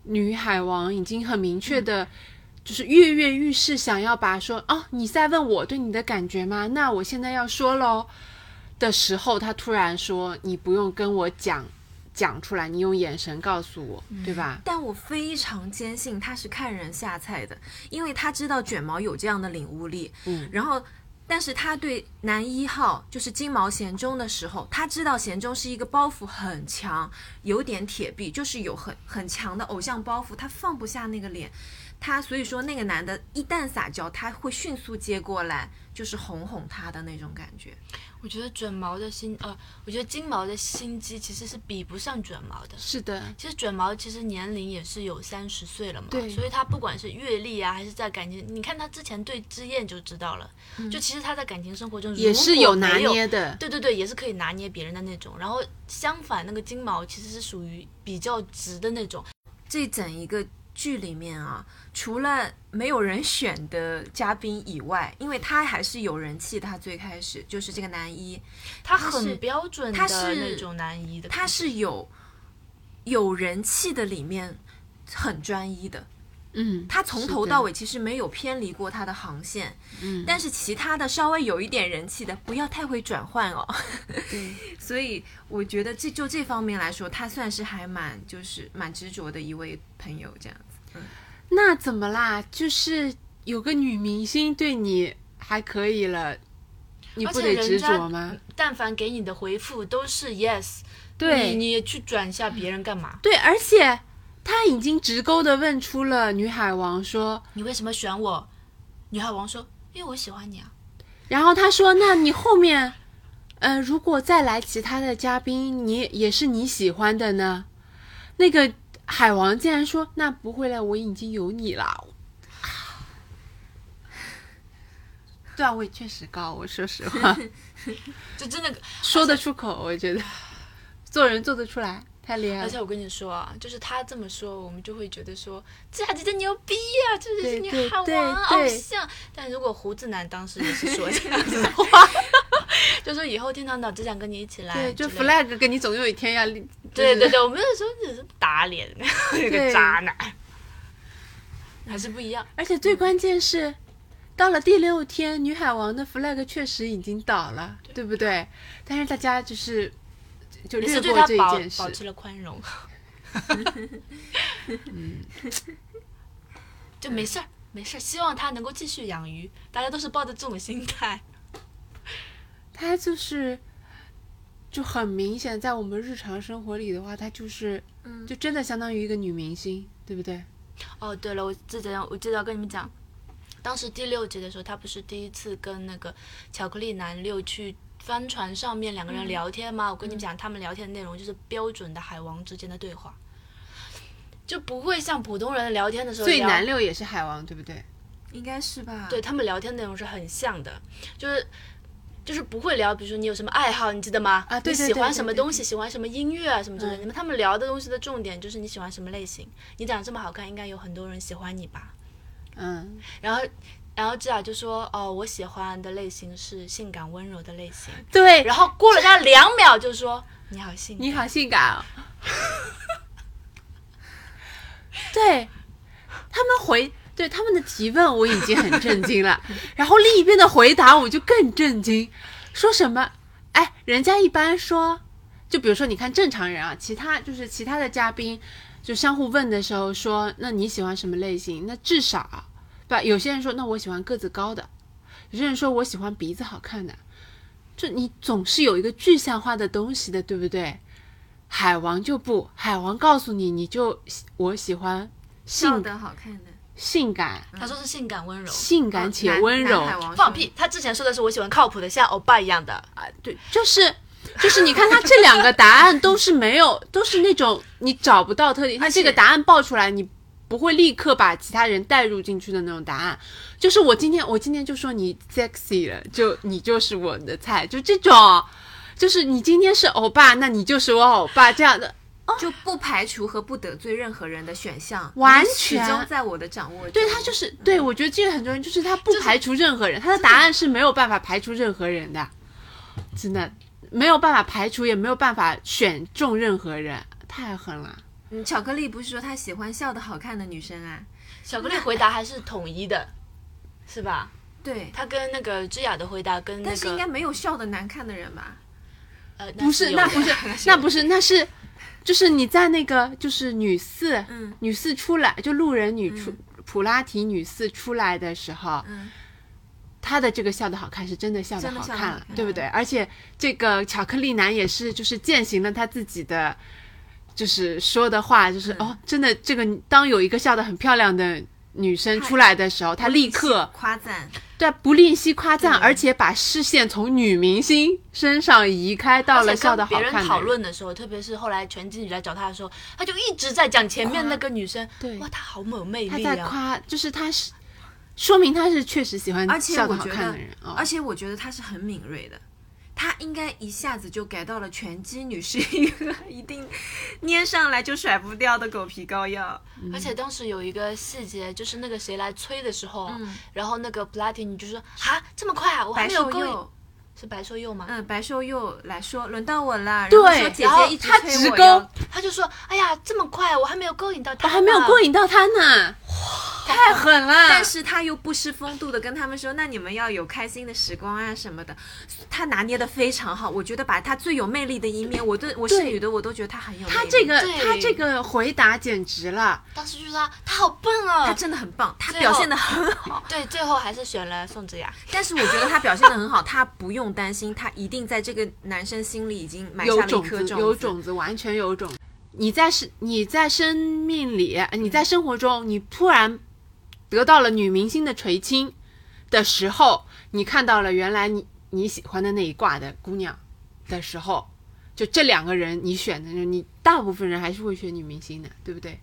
Speaker 2: 女海王已经很明
Speaker 3: 嗯
Speaker 2: 确的，就是跃跃欲试，想要把说哦你在问我对你的感觉吗？那我现在要说喽的时候，他突然说你不用跟我讲讲出来，你用眼神告诉我，
Speaker 3: 嗯
Speaker 2: 对吧？
Speaker 1: 但我非常坚信他是看人下菜的，因为他知道卷毛有这样的领悟力。
Speaker 2: 嗯，
Speaker 1: 然后，但是他对男一号就是金毛贤忠的时候，他知道贤忠是一个包袱很强，有点铁臂，就是有很很强的偶像包袱，他放不下那个脸。他所以说那个男的一旦撒娇，他会迅速接过来，就是哄哄他的那种感觉。
Speaker 3: 我觉得卷毛的心，呃，我觉得金毛的心机其实是比不上卷毛的。
Speaker 2: 是的，
Speaker 3: 其实卷毛其实年龄也是有三十岁了嘛，
Speaker 2: 对
Speaker 3: 所以他不管是阅历啊，还是在感情，你看他之前对知燕就知道了，就其实他在感情生活中
Speaker 2: 嗯也
Speaker 3: 如
Speaker 2: 是
Speaker 3: 果
Speaker 2: 有拿
Speaker 3: 没有
Speaker 2: 捏的，
Speaker 3: 对对对，也是可以拿捏别人的那种。然后相反，那个金毛其实是属于比较直的那种，
Speaker 1: 这整一个剧里面啊，除了没有人选的嘉宾以外，因为他还是有人气的，他最开始就是这个男一，
Speaker 3: 他
Speaker 1: 他是
Speaker 3: 很标准
Speaker 1: 他
Speaker 3: 的
Speaker 1: 是
Speaker 3: 那种男一的感觉。
Speaker 1: 他是有有人气的里面很专一的，
Speaker 2: 嗯，
Speaker 1: 他从
Speaker 2: 是
Speaker 1: 头
Speaker 2: 的
Speaker 1: 到尾其实没有偏离过他的航线，
Speaker 2: 嗯
Speaker 1: 但是其他的稍微有一点人气的，不要太会转换哦。
Speaker 2: 对
Speaker 1: 所以我觉得这就这方面来说，他算是还蛮就是蛮执着的一位朋友这样子。
Speaker 2: 那怎么啦？就是有个女明星对你还可以了，你
Speaker 3: 而
Speaker 2: 不
Speaker 3: 且
Speaker 2: 得
Speaker 3: 人
Speaker 2: 执
Speaker 3: 家嗯
Speaker 2: 着吗？
Speaker 3: 但凡给你的回复都是 yes，
Speaker 2: 对
Speaker 3: 你你去转一下别人干嘛？
Speaker 2: 对，而且他已经直勾的问出了女海王说，
Speaker 3: 你为什么选我？女海王说：“因为我喜欢你啊。
Speaker 2: 然后他说，那你后面，呃，如果再来其他的嘉宾，你也是你喜欢的呢？那个海王竟然说，那不会了，我已经有你了。段位确实高，我说实 话。”
Speaker 3: 就真的，
Speaker 2: 说得出口，我觉得做人做得出来，太厉害
Speaker 3: 而
Speaker 2: 了。
Speaker 3: 且我跟你说啊，就是他这么说，我们就会觉得说，这姐姐牛逼呀、这
Speaker 2: 对
Speaker 3: 是女海
Speaker 2: 对
Speaker 3: 王
Speaker 2: 对
Speaker 3: 偶
Speaker 2: 对
Speaker 3: 像。但如果胡子男当时也是说这样子的话， 就说以后天堂岛只想跟你一起来之类
Speaker 2: 对，
Speaker 3: 的，
Speaker 2: 就 flag 跟你总有一天要立，
Speaker 3: 对
Speaker 2: 就是
Speaker 3: 对对，我们那时候只是打脸， 那
Speaker 2: 对
Speaker 3: 个渣男，还是不一样。
Speaker 2: 而且最关键是，到了第六天，女海王的 flag 确实已经倒了，对不对？但是大家就是就
Speaker 3: 也
Speaker 2: 略
Speaker 3: 是对
Speaker 2: 过
Speaker 3: 他
Speaker 2: 这一
Speaker 3: 保
Speaker 2: 件事
Speaker 3: 保，持了宽 容。
Speaker 2: 嗯
Speaker 3: 就没事儿，没事儿，希望他能够继续养鱼。大家都是抱着这种心态，
Speaker 2: 他就是。就很明显，在我们日常生活里的话，她就是，
Speaker 1: 嗯
Speaker 2: 就真的相当于一个女明星，对不对？
Speaker 3: 哦，对了，我记得我记得要跟你们讲，当时第六集的时候，他不是第一次跟那个巧克力男六去帆船上面两个
Speaker 2: 嗯
Speaker 3: 人聊天嘛，我跟你讲，他们聊天的内容就是标准的海王之间的对话，就不会像普通人聊天的时候
Speaker 2: 所以
Speaker 3: 聊
Speaker 2: 南六也是海王，对不对？
Speaker 1: 应该是吧？
Speaker 3: 对，他们聊天内容是很像的，就是就是不会聊，比如说你有什么爱好，你记得吗？
Speaker 2: 啊对对
Speaker 3: 你
Speaker 2: 对
Speaker 3: 喜欢
Speaker 2: 对
Speaker 3: 什么
Speaker 2: 对
Speaker 3: 东西，喜欢什么音乐啊，什么之类的。
Speaker 2: 嗯
Speaker 3: 那么他们聊的东西的重点就是你喜欢什么类型。你长得这么好看，应该有很多人喜欢你吧？
Speaker 2: 嗯，
Speaker 3: 然后。然后智雅就说：“哦，我喜欢的类型是性感温柔的类型。
Speaker 2: 对”
Speaker 3: 然后过了他两秒就说：“你好性感。”
Speaker 2: 你好性感哦！ 对，他们回对他们的提问，我已经很震惊了，然后另一边的回答我就更震惊，说什么？哎，人家一般说，就比如说你看正常人啊，其他就是其他的嘉宾就相互问的时候说，那你喜欢什么类型？那至少啊对吧？有些人说，那我喜欢个子高的，有些人说我喜欢鼻子好看的。就你总是有一个具象化的东西的，对不对？海王就不，海王告诉你，你就喜我喜欢
Speaker 1: 笑
Speaker 2: 性
Speaker 1: 得好看的，
Speaker 2: 性感、
Speaker 3: 他说是性感温柔，
Speaker 2: 性感且哦南温柔
Speaker 1: 南海王
Speaker 3: 放
Speaker 1: 是
Speaker 3: 屁！他之前说的是我喜欢靠谱的，像欧巴一样的。
Speaker 2: 啊，对，就是就是，你看他这两个答案都是没有，都是那种你找不到特点，他这个答案报出来，你不会立刻把其他人带入进去的那种答案。就是我今天，我今天就说你 sexy 了，就你就是我的菜，就这种，就是你今天是欧巴，那你就是我欧巴这样的。
Speaker 1: 就不排除和不得罪任何人的选项，
Speaker 2: 完
Speaker 1: 你始
Speaker 2: 全
Speaker 1: 终在我的掌握中。
Speaker 2: 对他就是对我觉得这个很重要，就是他不排除任何人，他的答案是没有办法排除任何人的，真的没有办法排除，也没有办法选中任何人，太狠了。
Speaker 1: 嗯，巧克力不是说他喜欢笑得好看的女生啊？
Speaker 3: 巧克力回答还是统一的，是吧？
Speaker 1: 对，
Speaker 3: 他跟那个智雅的回答跟那
Speaker 1: 但是应该
Speaker 3: 个
Speaker 1: 没有笑得难看的人吧？
Speaker 3: 呃
Speaker 2: 不是，
Speaker 3: 有
Speaker 2: 那
Speaker 3: 的
Speaker 2: 不是，那不是，那是，就是你在那个就是女四，
Speaker 1: 嗯
Speaker 2: 女四出来就路人女出、
Speaker 1: 嗯
Speaker 2: 普拉提女四出来的时候，
Speaker 1: 嗯，
Speaker 2: 她的这个笑的好看是真的笑的好
Speaker 1: 真的笑得
Speaker 2: 看
Speaker 1: 好
Speaker 2: 了，
Speaker 1: 看
Speaker 2: 对不对？而且这个巧克力男也是就是践行了他自己的。就是说的话，就是、哦，真的，这个当有一个笑得很漂亮的女生出来的时候，她立刻
Speaker 1: 夸赞，
Speaker 2: 对，不吝惜夸赞，
Speaker 1: 嗯
Speaker 2: 而且把视线从女明星身上移开，到
Speaker 3: 而
Speaker 2: 了
Speaker 3: 且
Speaker 2: 笑
Speaker 3: 跟
Speaker 2: 得好
Speaker 3: 别
Speaker 2: 看的
Speaker 3: 人讨论的时候，特别是后来全经理来找他的时候，他就一直在讲前面那个女生，
Speaker 2: 啊对
Speaker 3: 哇，她好有魅
Speaker 2: 他
Speaker 3: 力
Speaker 2: 在
Speaker 3: 啊！
Speaker 2: 夸，就是他是说明他是确实喜欢
Speaker 1: 而且
Speaker 2: 笑得
Speaker 1: 我
Speaker 2: 好
Speaker 1: 觉
Speaker 2: 看
Speaker 1: 得
Speaker 2: 的人，哦
Speaker 1: 而且我觉得他是很敏锐的。他应该一下子就改到了拳击女是一个 一定粘上来就甩不掉的狗皮膏药。
Speaker 3: 而
Speaker 2: 嗯
Speaker 3: 且当时有一个细节，就是那个谁来催的时候，
Speaker 2: 嗯
Speaker 3: 然后那个普拉提你就说啊，这么快啊，我还
Speaker 1: 白
Speaker 3: 没有
Speaker 1: 瘦
Speaker 3: 勾引，
Speaker 1: 幼，
Speaker 3: 是白瘦幼吗？
Speaker 1: 嗯，白瘦幼来说，轮到我啦。然后
Speaker 2: 对
Speaker 1: 说姐
Speaker 2: 然后
Speaker 1: 姐一直
Speaker 2: 他
Speaker 1: 催
Speaker 2: 直
Speaker 1: 我
Speaker 2: 勾
Speaker 1: 要
Speaker 3: 他就说，哎呀，这么快，我还没有勾引到他，
Speaker 2: 我哦还没有勾。引到他呢，太狠了！
Speaker 1: 但是他又不失风度的跟他们说，那你们要有开心的时光啊什么的，他拿捏的非常好，我觉得把他最有魅力的一面，我对我是
Speaker 2: 对
Speaker 1: 女的，我都觉得他很有魅力。
Speaker 2: 他这个
Speaker 3: 对
Speaker 2: 他这个回答简直了，
Speaker 3: 当时就是他，他好笨啊！
Speaker 1: 他真的很棒，他
Speaker 3: 最
Speaker 1: 表
Speaker 3: 后
Speaker 1: 现的很好，
Speaker 3: 对，最后还是选了宋智雅。
Speaker 1: 但是我觉得他表现的很好，他不用担心，他一定在这个男生心里已经埋下
Speaker 2: 有
Speaker 1: 了一
Speaker 2: 种
Speaker 1: 颗
Speaker 2: 子，
Speaker 1: 种
Speaker 2: 有种子，完全有种子。你在生你在生命里，呃你在生活中，你突然得到了女明星的垂青的时候，你看到了原来你你喜欢的那一挂的姑娘的时候，就这两个人你选的人，你大部分人还是会选女明星的，对不对？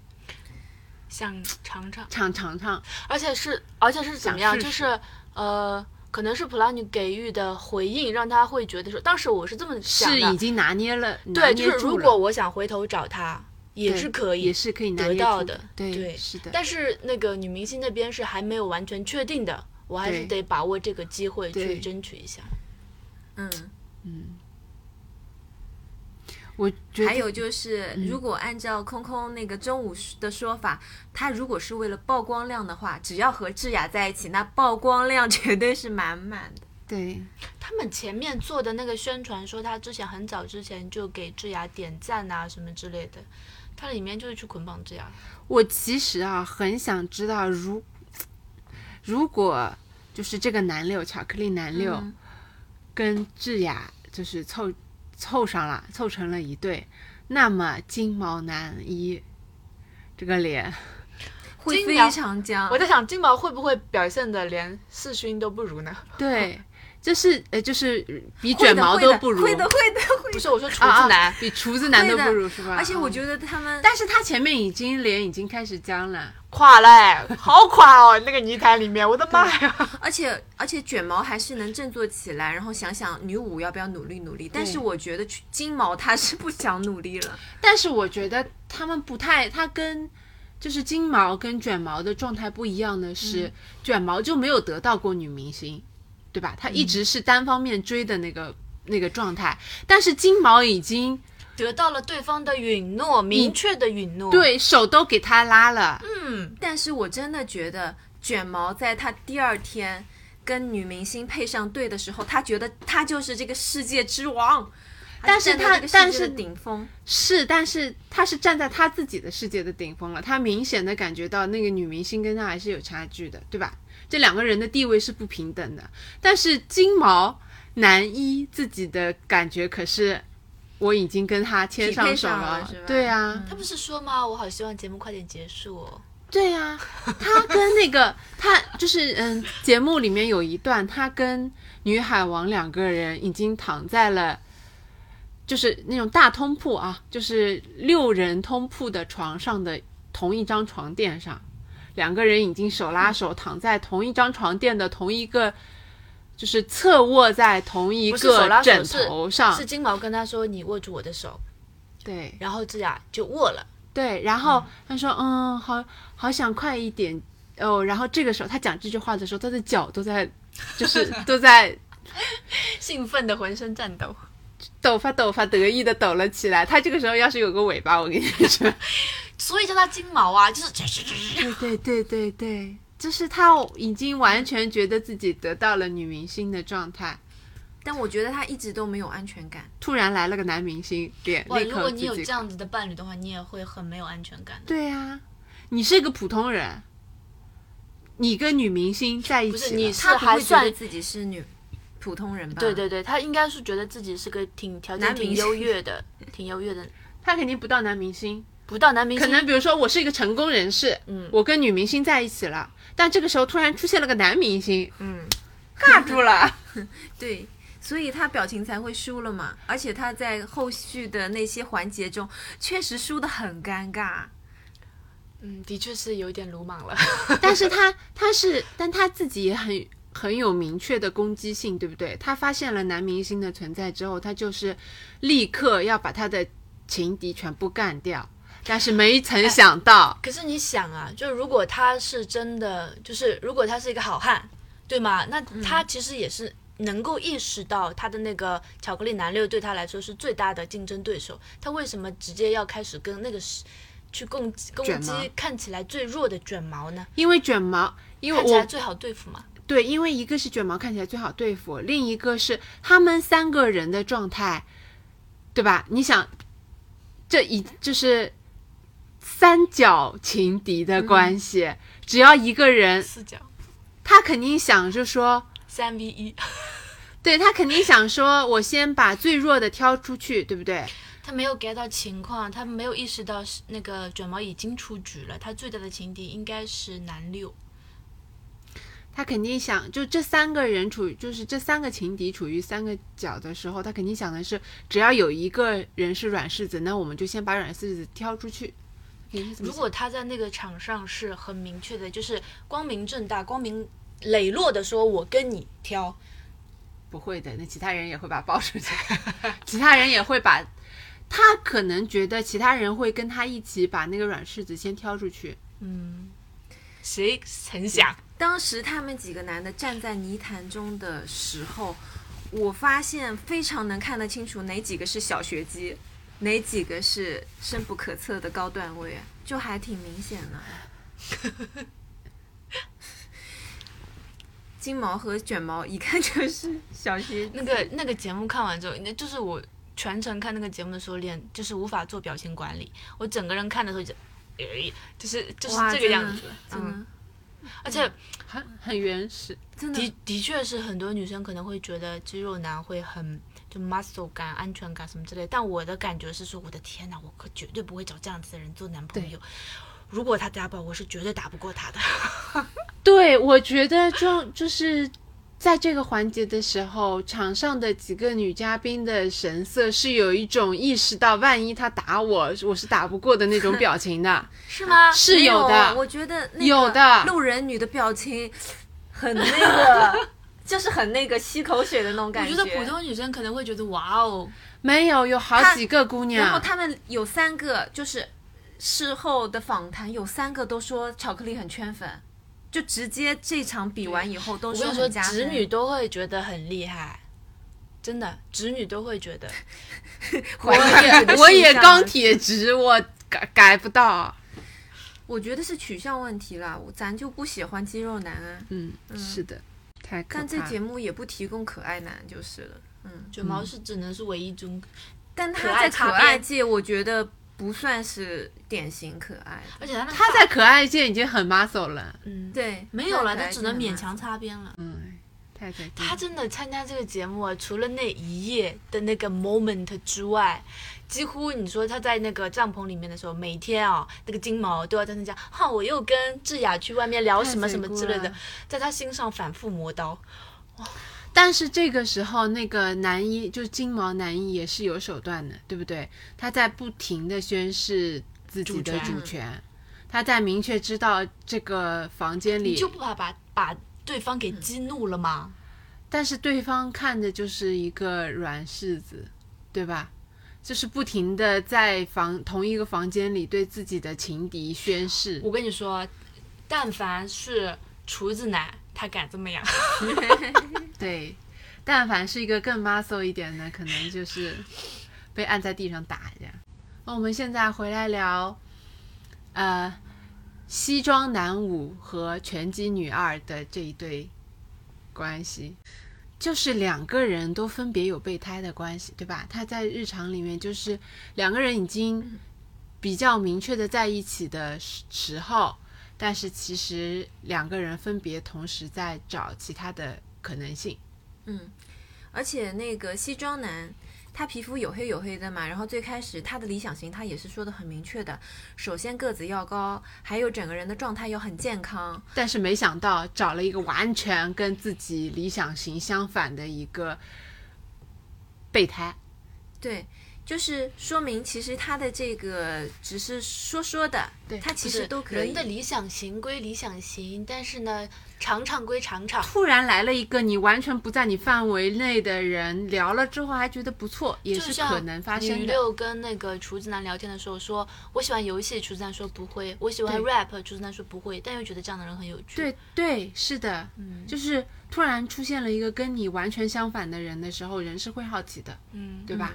Speaker 3: 想尝尝，
Speaker 2: 尝尝尝，
Speaker 3: 而且是而且是怎么样？
Speaker 2: 想试
Speaker 3: 就
Speaker 2: 试
Speaker 3: 是呃，可能是普拉尼给予的回应，让他会觉得说，当时我是这么想
Speaker 2: 是
Speaker 3: 的，
Speaker 2: 已经拿捏了，拿
Speaker 3: 对，
Speaker 2: 捏
Speaker 3: 就是
Speaker 2: 住
Speaker 3: 如
Speaker 2: 了
Speaker 3: 果我想回头找他，也
Speaker 2: 对
Speaker 3: 是可以，
Speaker 2: 也是可以拿
Speaker 3: 得
Speaker 2: 捏住
Speaker 3: 到
Speaker 2: 的
Speaker 3: 的，
Speaker 2: 对，
Speaker 3: 对
Speaker 2: 是的。
Speaker 3: 但是那个女明星那边是还没有完全确定的，我还是得
Speaker 2: 对
Speaker 3: 把握这个机会去
Speaker 2: 对
Speaker 3: 争取一下。
Speaker 1: 嗯，
Speaker 2: 我觉得
Speaker 1: 还有就是，
Speaker 2: 嗯
Speaker 1: 如果按照空空那个中午的说法，他如果是为了曝光量的话，只要和智雅在一起，那曝光量 绝对是满满的。
Speaker 2: 对，
Speaker 3: 他们前面做的那个宣传说，他之前很早之前就给智雅点赞啊什么之类的，他里面就是去捆绑智雅。
Speaker 2: 我其实啊，很想知道如，如果就是这个男六巧克力男六、
Speaker 1: 嗯
Speaker 2: 跟智雅就是凑凑上了，凑成了一对，那么金毛男一这个 脸，
Speaker 1: 会
Speaker 3: 金
Speaker 1: 非
Speaker 3: 鸟
Speaker 1: 常僵，
Speaker 4: 我在想金毛会不会表现的连世勋都不如呢？
Speaker 2: 对，这是呃，就是比卷毛都不如，
Speaker 1: 会的会的会
Speaker 4: 不
Speaker 1: 的。
Speaker 4: 是我说厨
Speaker 2: 啊
Speaker 4: 子
Speaker 2: 啊
Speaker 4: 男，
Speaker 2: 比厨子男都
Speaker 1: 会的
Speaker 2: 不如是吧？
Speaker 1: 而且我
Speaker 2: 得，
Speaker 1: 觉得他们，
Speaker 2: 但是他前面已经脸已经开始僵了，
Speaker 4: 垮嘞，好垮哦，那个泥潭里面，我的妈呀！
Speaker 1: 而且而且卷毛还是能振作起来，然后想想女五要不要努力努力。但是我觉得金毛他是不想努力了，
Speaker 2: 但是我觉得他们不太，他跟就是金毛跟卷毛的状态不一样的是，卷毛就没有得到过女明星，对吧？他一直是单方面追的那个。那个状态，但是金毛已经
Speaker 4: 得到了对方的允
Speaker 3: 嗯
Speaker 4: 诺，明确的允诺。，
Speaker 3: 哦
Speaker 2: 对手都给他拉了，
Speaker 1: 但是我真的觉得卷毛在他第二天跟女明星配上对的时候，他觉得他就是这个世界之王，
Speaker 2: 但是
Speaker 1: 站在这
Speaker 2: 他
Speaker 1: 个世
Speaker 2: 但
Speaker 1: 界
Speaker 2: 是
Speaker 1: 的顶峰，
Speaker 2: 是，但是他是站在他自己的世界的顶峰了，他明显的感觉到那个女明星跟他还是有差距的，对吧？这两个人的地位是不平等的，但是金毛男一自己的感觉可是，我已经跟他牵
Speaker 1: 匹配
Speaker 2: 手
Speaker 1: 上
Speaker 2: 了，
Speaker 1: 了是吧嗯
Speaker 2: 对啊，
Speaker 3: 他不是说吗？我好希望节目快点结束哦。
Speaker 2: 对呀、他跟那个 他就是嗯，节目里面有一段，他跟女海王两个人已经躺在了，就是那种大通铺啊，就是六人通铺的床上的同一张床垫上，两个人已经手拉手躺在同一张床垫的同一个，就是侧卧在同一
Speaker 3: 不是手
Speaker 2: 个
Speaker 3: 拉手
Speaker 2: 枕
Speaker 3: 是
Speaker 2: 头上
Speaker 3: 是，金毛跟他说你握住我的手，
Speaker 2: 对。
Speaker 3: 然后这俩就握了。
Speaker 2: 对，然后他说，嗯，好好想快一点哦。然后这个时候他讲这句话的时候，他的脚都在，就是 都在
Speaker 4: 兴奋的浑身颤抖。
Speaker 2: 抖发抖发，得意的抖了起来。他这个时候要是有个尾巴，我跟你说，
Speaker 3: 所以叫他金毛啊，就是
Speaker 2: 对对对对对，就是他已经完全觉得自己得到了女明星的状态。
Speaker 1: 但我觉得他一直都没有安全感。
Speaker 2: 突然来了个男明星，脸
Speaker 3: 哇！
Speaker 2: 立
Speaker 3: 如
Speaker 2: 刻
Speaker 3: 果
Speaker 2: 自
Speaker 3: 你有
Speaker 2: 己
Speaker 3: 这，样子的伴侣的话，你也会很没有安全感的。
Speaker 2: 对啊，你是个普通人，你跟女明星在一起
Speaker 3: 不
Speaker 2: 了，
Speaker 3: 是你是
Speaker 1: 他不
Speaker 3: 还
Speaker 1: 会觉
Speaker 3: 算
Speaker 1: 得自己是女普通人吧？
Speaker 3: 对对对，他应该是觉得自己是个挺条件
Speaker 1: 男明
Speaker 3: 挺
Speaker 1: 星
Speaker 3: 优越的，挺优越的，
Speaker 2: 他肯定不到男明星。
Speaker 3: 不到男明
Speaker 2: 可
Speaker 3: 星
Speaker 2: 能比如说我是一个成功人士，嗯，我跟女明星在一起了，但这个时候突然出现了个男明 星，嗯，尬住了。
Speaker 1: 对，所以他表情才会输了嘛。而且他在后续的那些环节中，确实输得很尴尬。
Speaker 4: 嗯，的确是有点鲁莽了。
Speaker 2: 但是他他是，但他自己也很很有明确的攻击性，对不对？他发现了男明星的存在之后，他就是立刻要把他的情敌全部干掉，但是没 曾想到，
Speaker 3: 可是你想啊，就如果他是真的，就是如果他是一个好汉，对吗？那他
Speaker 2: 嗯
Speaker 3: 其实也是能够意识到他的那个巧克力男六对他来说是最大的竞争对手，他为什么直接要开始跟那个是去攻击攻
Speaker 2: 卷
Speaker 3: 击
Speaker 2: 毛
Speaker 3: 看起来最弱的卷毛呢？
Speaker 2: 因为卷毛，因为
Speaker 3: 看起来
Speaker 2: 我
Speaker 3: 最好对付嘛。
Speaker 2: 对，因为一个是卷毛看起来最好对付，另一个是他们三个人的状态，对吧？你想，这一就是三角情敌的关系，只要一个人，
Speaker 4: 四角
Speaker 2: 他肯定想着说，
Speaker 4: 三 v 一，
Speaker 2: 对他肯定想说，我先把最弱的挑出去，对不对？
Speaker 3: 他没有 get 到情况，他没有意识到是那个卷毛已经出局了，他最大的情敌应该是男六。
Speaker 2: 他肯定想，就这三个人处于，就是这三个情敌处于三个角的时候，他肯定想的是，只要有一个人是软柿子，那我们就先把软柿子挑出去。肯定是这么
Speaker 3: 如
Speaker 2: 想
Speaker 3: 果他在那个场上是很明确的，就是光明正大、光明磊落的说，我跟你挑，
Speaker 2: 不会的，那 其他人也会把抱出去， 其他人也会把，他可能觉得其他人会跟他一起把那个软柿子先挑出去。
Speaker 4: 谁曾想？
Speaker 1: 当时他们几个男的站在泥潭中的时候，我发现非常能看得清楚哪几个是小学鸡，哪几个是深不可测的高段位，就还挺明显的。金毛和卷毛一看就是小学
Speaker 4: 那个那个节目看完之后，那就是我全程看那个节目的时候，脸就是无法做表情管理，我整个人看的时候就，哎，就是就是
Speaker 1: 哇
Speaker 4: 这个
Speaker 1: 真的
Speaker 4: 样子。嗯
Speaker 1: 真的
Speaker 4: 而
Speaker 3: 嗯
Speaker 4: 且
Speaker 2: 很很原始，
Speaker 1: 真的
Speaker 3: 的的确是很多女生可能会觉得肌肉男会很就 muscle 感、安全感什么之类，但我的感觉是说，我的天呐，我可绝对不会找这样子的人做男朋友。如果他家暴，我是绝对打不过他的。
Speaker 2: 对我觉得就就是。在这个环节的时候，场上的几个女嘉宾的神色是有一种意识到万一他打我，我是打不过的那种表情 的。
Speaker 1: 是吗？
Speaker 2: 是
Speaker 1: 没
Speaker 2: 有
Speaker 1: 有
Speaker 2: 的
Speaker 1: 我觉得那个
Speaker 2: 有的
Speaker 1: 路人女的表情很那 个，就是很那个吸口水的那种
Speaker 3: 我
Speaker 1: 感
Speaker 3: 觉得普通女生可能会觉得哇哦，
Speaker 2: 没有，有好
Speaker 1: 他
Speaker 2: 几个姑娘。
Speaker 1: 然后他们有三个，就是事后的访谈，有三个都说巧克力很圈粉，就直接这场比完以后都
Speaker 3: 我跟你说，
Speaker 1: 很加
Speaker 3: 直
Speaker 1: 分。
Speaker 3: 女都会觉得很厉害，真的，直女都会觉得。
Speaker 1: 怀疑自己 的
Speaker 2: 我也
Speaker 1: 形象
Speaker 2: 钢
Speaker 1: 问题
Speaker 2: 铁直，我改改不到。
Speaker 1: 我觉得是取向问题啦，我咱就不喜欢肌肉男啊，
Speaker 2: 嗯，是的，太可怕
Speaker 1: 但这节
Speaker 2: 了
Speaker 1: 目也不提供可爱男就是了。嗯，
Speaker 3: 卷毛是只能是唯一中，
Speaker 1: 但
Speaker 3: 可
Speaker 1: 他
Speaker 3: 爱
Speaker 1: 在
Speaker 3: 擦
Speaker 1: 可
Speaker 3: 边
Speaker 1: 爱界，我觉得不算是典型可爱的。
Speaker 3: 而且他们
Speaker 2: 他在可爱界已经很 muscle 了。
Speaker 3: 嗯
Speaker 1: 对，
Speaker 3: 没有了，
Speaker 1: 他
Speaker 3: 就只能勉强擦边了。
Speaker 2: 嗯，太太
Speaker 3: 他真的参加这个节目啊，除了那一夜的那个 moment 之外，几乎你说他在那个帐篷里面的时候，每天啊、那个金毛都要在那讲，哈，我又跟智雅去外面聊什么什么之类
Speaker 1: 嗯
Speaker 3: 的，。
Speaker 1: 啊
Speaker 3: 在他心上反复磨刀。
Speaker 2: 但是这个时候，那个男一就是金毛男一也是有手段的，对不对？他在不停的宣示自己的
Speaker 3: 主
Speaker 2: 主权，他在明确知道这个房间
Speaker 3: 你
Speaker 2: 里
Speaker 3: 就，不怕把把对方给激怒了吗？
Speaker 2: 但是对方看的就是一个软柿子，对吧？就是不停的在房同一个房间里对自己的情敌宣誓。
Speaker 3: 我跟你说，但凡是厨子男，他敢这么样。
Speaker 2: 对，但凡是一个更 muscle 一点的，可能就是被按在地上打一下。那我们现在回来聊，呃，西装男五和拳击女二的这一对关系，就是两个人都分别有备胎的关系，对吧？他在日常里面就是两个人已经比较明确的在一起的时时候，但是其实两个人分别同时在找其他的可能性。
Speaker 1: 嗯而且那个西装男，他皮肤黝黑黝黑的嘛，然后最开始他的理想型他也是说的很明确的，首先个子要高，还有整个人的状态要很健康，
Speaker 2: 但是没想到找了一个完全跟自己理想型相反的一个备胎，
Speaker 1: 对。就是说明，其实他的这个只是说说的，
Speaker 2: 对
Speaker 1: 他其
Speaker 3: 不
Speaker 1: 实
Speaker 3: 是
Speaker 1: 都可以。
Speaker 3: 人的理想型归理想型，但是呢，场场归场场。
Speaker 2: 突然来了一个你完全不在你范围内的人，聊了之后还觉得不错，也
Speaker 3: 就是像
Speaker 2: 可能发生
Speaker 3: 女
Speaker 2: 的。
Speaker 3: 六跟那个厨子男聊天的时候说，我喜欢游戏，厨子男说不会；我喜欢
Speaker 2: 对
Speaker 3: rap，厨子男说不会，但又觉得这样的人很有趣。
Speaker 2: 对对，是的，
Speaker 3: 嗯
Speaker 2: 就是突然出现了一个跟你完全相反的人的时候，人是会好奇的。
Speaker 3: 嗯，
Speaker 2: 对吧？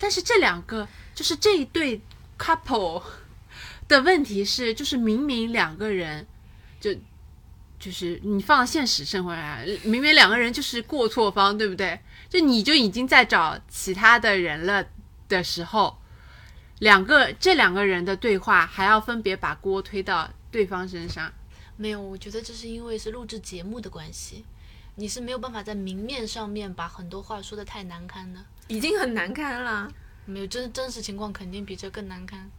Speaker 2: 但是这两个就是这一对 couple 的问题是，就是明明两个人就就是你放到现实生活来，明明两个人就是过错方，对不对？就你就已经在找其他的人了的时候，两个这两个人的对话还要分别把锅推到对方身上，
Speaker 3: 没有，我觉得这是因为是录制节目的关系，你是没有办法在明面上面把很多话说的太难堪的。
Speaker 1: 已经很难堪了。
Speaker 3: 没有，真真实情况肯定比这更难堪。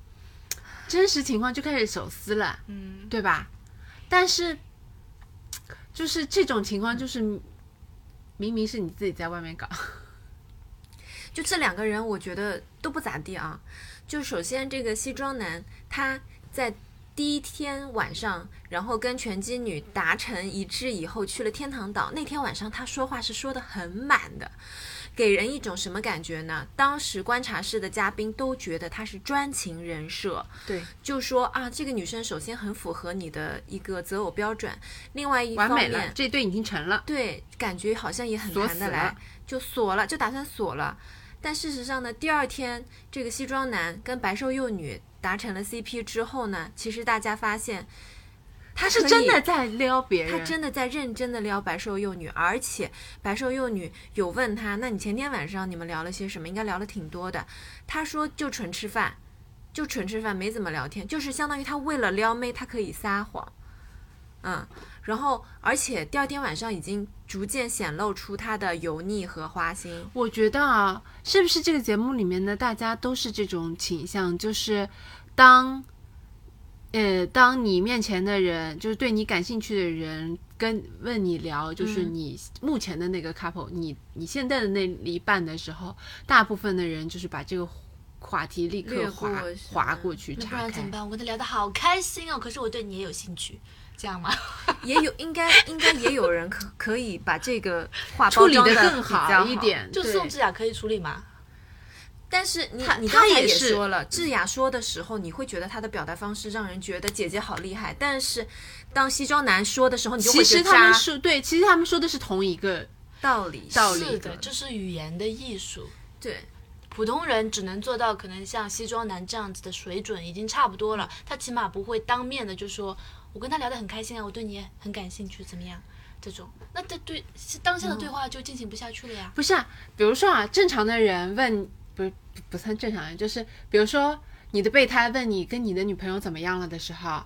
Speaker 2: 真实情况就开始手撕了。
Speaker 3: 嗯，
Speaker 2: 对吧？但是，就是这种情况，就是明明是你自己在外面搞，
Speaker 1: 就这两个人，我觉得都不咋地啊。就首先这个西装男，他在第一天晚上，然后跟拳击女达成一致以后，去了天堂岛。那天晚上他说话是说的很满的，给人一种什么感觉呢？当时观察室的嘉宾都觉得他是专情人设，
Speaker 2: 对，
Speaker 1: 就说啊，这个女生首先很符合你的一个择偶标准，另外一
Speaker 2: 完
Speaker 1: 方
Speaker 2: 美
Speaker 1: 面
Speaker 2: 了，这对已经成了。
Speaker 1: 对，感觉好像也很
Speaker 2: 锁
Speaker 1: 谈得
Speaker 2: 死
Speaker 1: 来
Speaker 2: 了，
Speaker 1: 就锁了，就打算锁了。但事实上呢，第二天这个西装男跟白瘦幼女达成了 CP 之后呢，其实大家发现他
Speaker 2: 他是
Speaker 1: 可
Speaker 2: 真
Speaker 1: 以
Speaker 2: 的在撩别人，
Speaker 1: 他真的在认真的撩白瘦幼女，而且白瘦幼女有问他，那你前天晚上你们聊了些什么？应该聊了挺多的。他说就纯吃饭，就纯吃饭，没怎么聊天，就是相当于他为了撩妹，他可以撒谎，嗯，然后而且第二天晚上已经逐渐显露出他的油腻和花心，
Speaker 2: 我觉得啊，是不是这个节目里面呢，大家都是这种倾向，就是当呃，当你面前的人就是对你感兴趣的人跟问你聊，就是
Speaker 1: 嗯
Speaker 2: 你目前的那个 couple，、你你现在的那一半的时候，大部分的人就是把这个话题立刻
Speaker 1: 略
Speaker 2: 划
Speaker 1: 过是
Speaker 2: 划
Speaker 1: 的
Speaker 2: 过去，
Speaker 3: 那不
Speaker 2: 岔
Speaker 3: 然怎
Speaker 2: 开
Speaker 3: 么。办？我跟他聊得好开心哦，可是我对你也有兴趣，这样 吗？
Speaker 1: 也有应该应该也有人可可以把这个话
Speaker 2: 处
Speaker 1: 包
Speaker 2: 理
Speaker 1: 装
Speaker 2: 得
Speaker 1: 得
Speaker 2: 更
Speaker 1: 比较
Speaker 2: 好一点，
Speaker 3: 就
Speaker 2: 对
Speaker 3: 宋智雅可以处理吗？
Speaker 1: 但是你
Speaker 2: 他
Speaker 1: 你
Speaker 2: 他
Speaker 1: 刚才
Speaker 2: 也
Speaker 1: 也
Speaker 2: 是
Speaker 1: 说了，智雅说的时候，你会觉得她的表达方式让人觉得姐姐好厉害，但是当西装男说的时候，你就
Speaker 2: 其
Speaker 1: 会觉
Speaker 2: 实
Speaker 1: 得
Speaker 2: 他们
Speaker 1: 渣
Speaker 2: 说对，其实他们说的是同一个
Speaker 1: 道理
Speaker 2: 道理
Speaker 1: 是
Speaker 3: 是
Speaker 2: 的
Speaker 3: 的，就是语言的艺术。
Speaker 1: 对，
Speaker 3: 普通人只能做到可能像西装男这样子的水准已经差不多了，他起码不会当面的就说，我跟他聊得很开心啊，我对你也很感兴趣，怎么样？这种，那这对是当下
Speaker 2: 嗯
Speaker 3: 的对话就进行不下去了呀。
Speaker 2: 不是啊，比如说啊，正常的人问，不是不不算正常人，就是比如说你的备胎问你跟你的女朋友怎么样了的时候，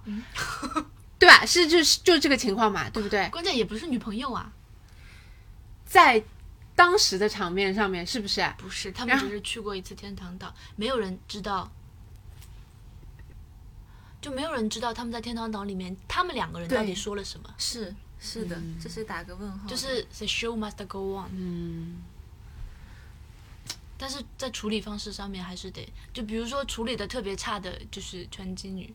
Speaker 2: 对吧？是就是就这个情况嘛，对不对？
Speaker 3: 关键也不是女朋友啊，
Speaker 2: 在当时的场面上面，是不是？
Speaker 3: 不是，他们
Speaker 2: 然
Speaker 3: 只是去过一次天堂岛，没有人知道，就没有人知道他们在天堂岛里面他们两个人到
Speaker 1: 对
Speaker 3: 底说了什么，
Speaker 1: 是是的，这嗯是打个问号的，
Speaker 3: 就是 the show must go on。
Speaker 2: 嗯，
Speaker 3: 但是在处理方式上面还是得，就比如说处理的特别差的就是拳击女，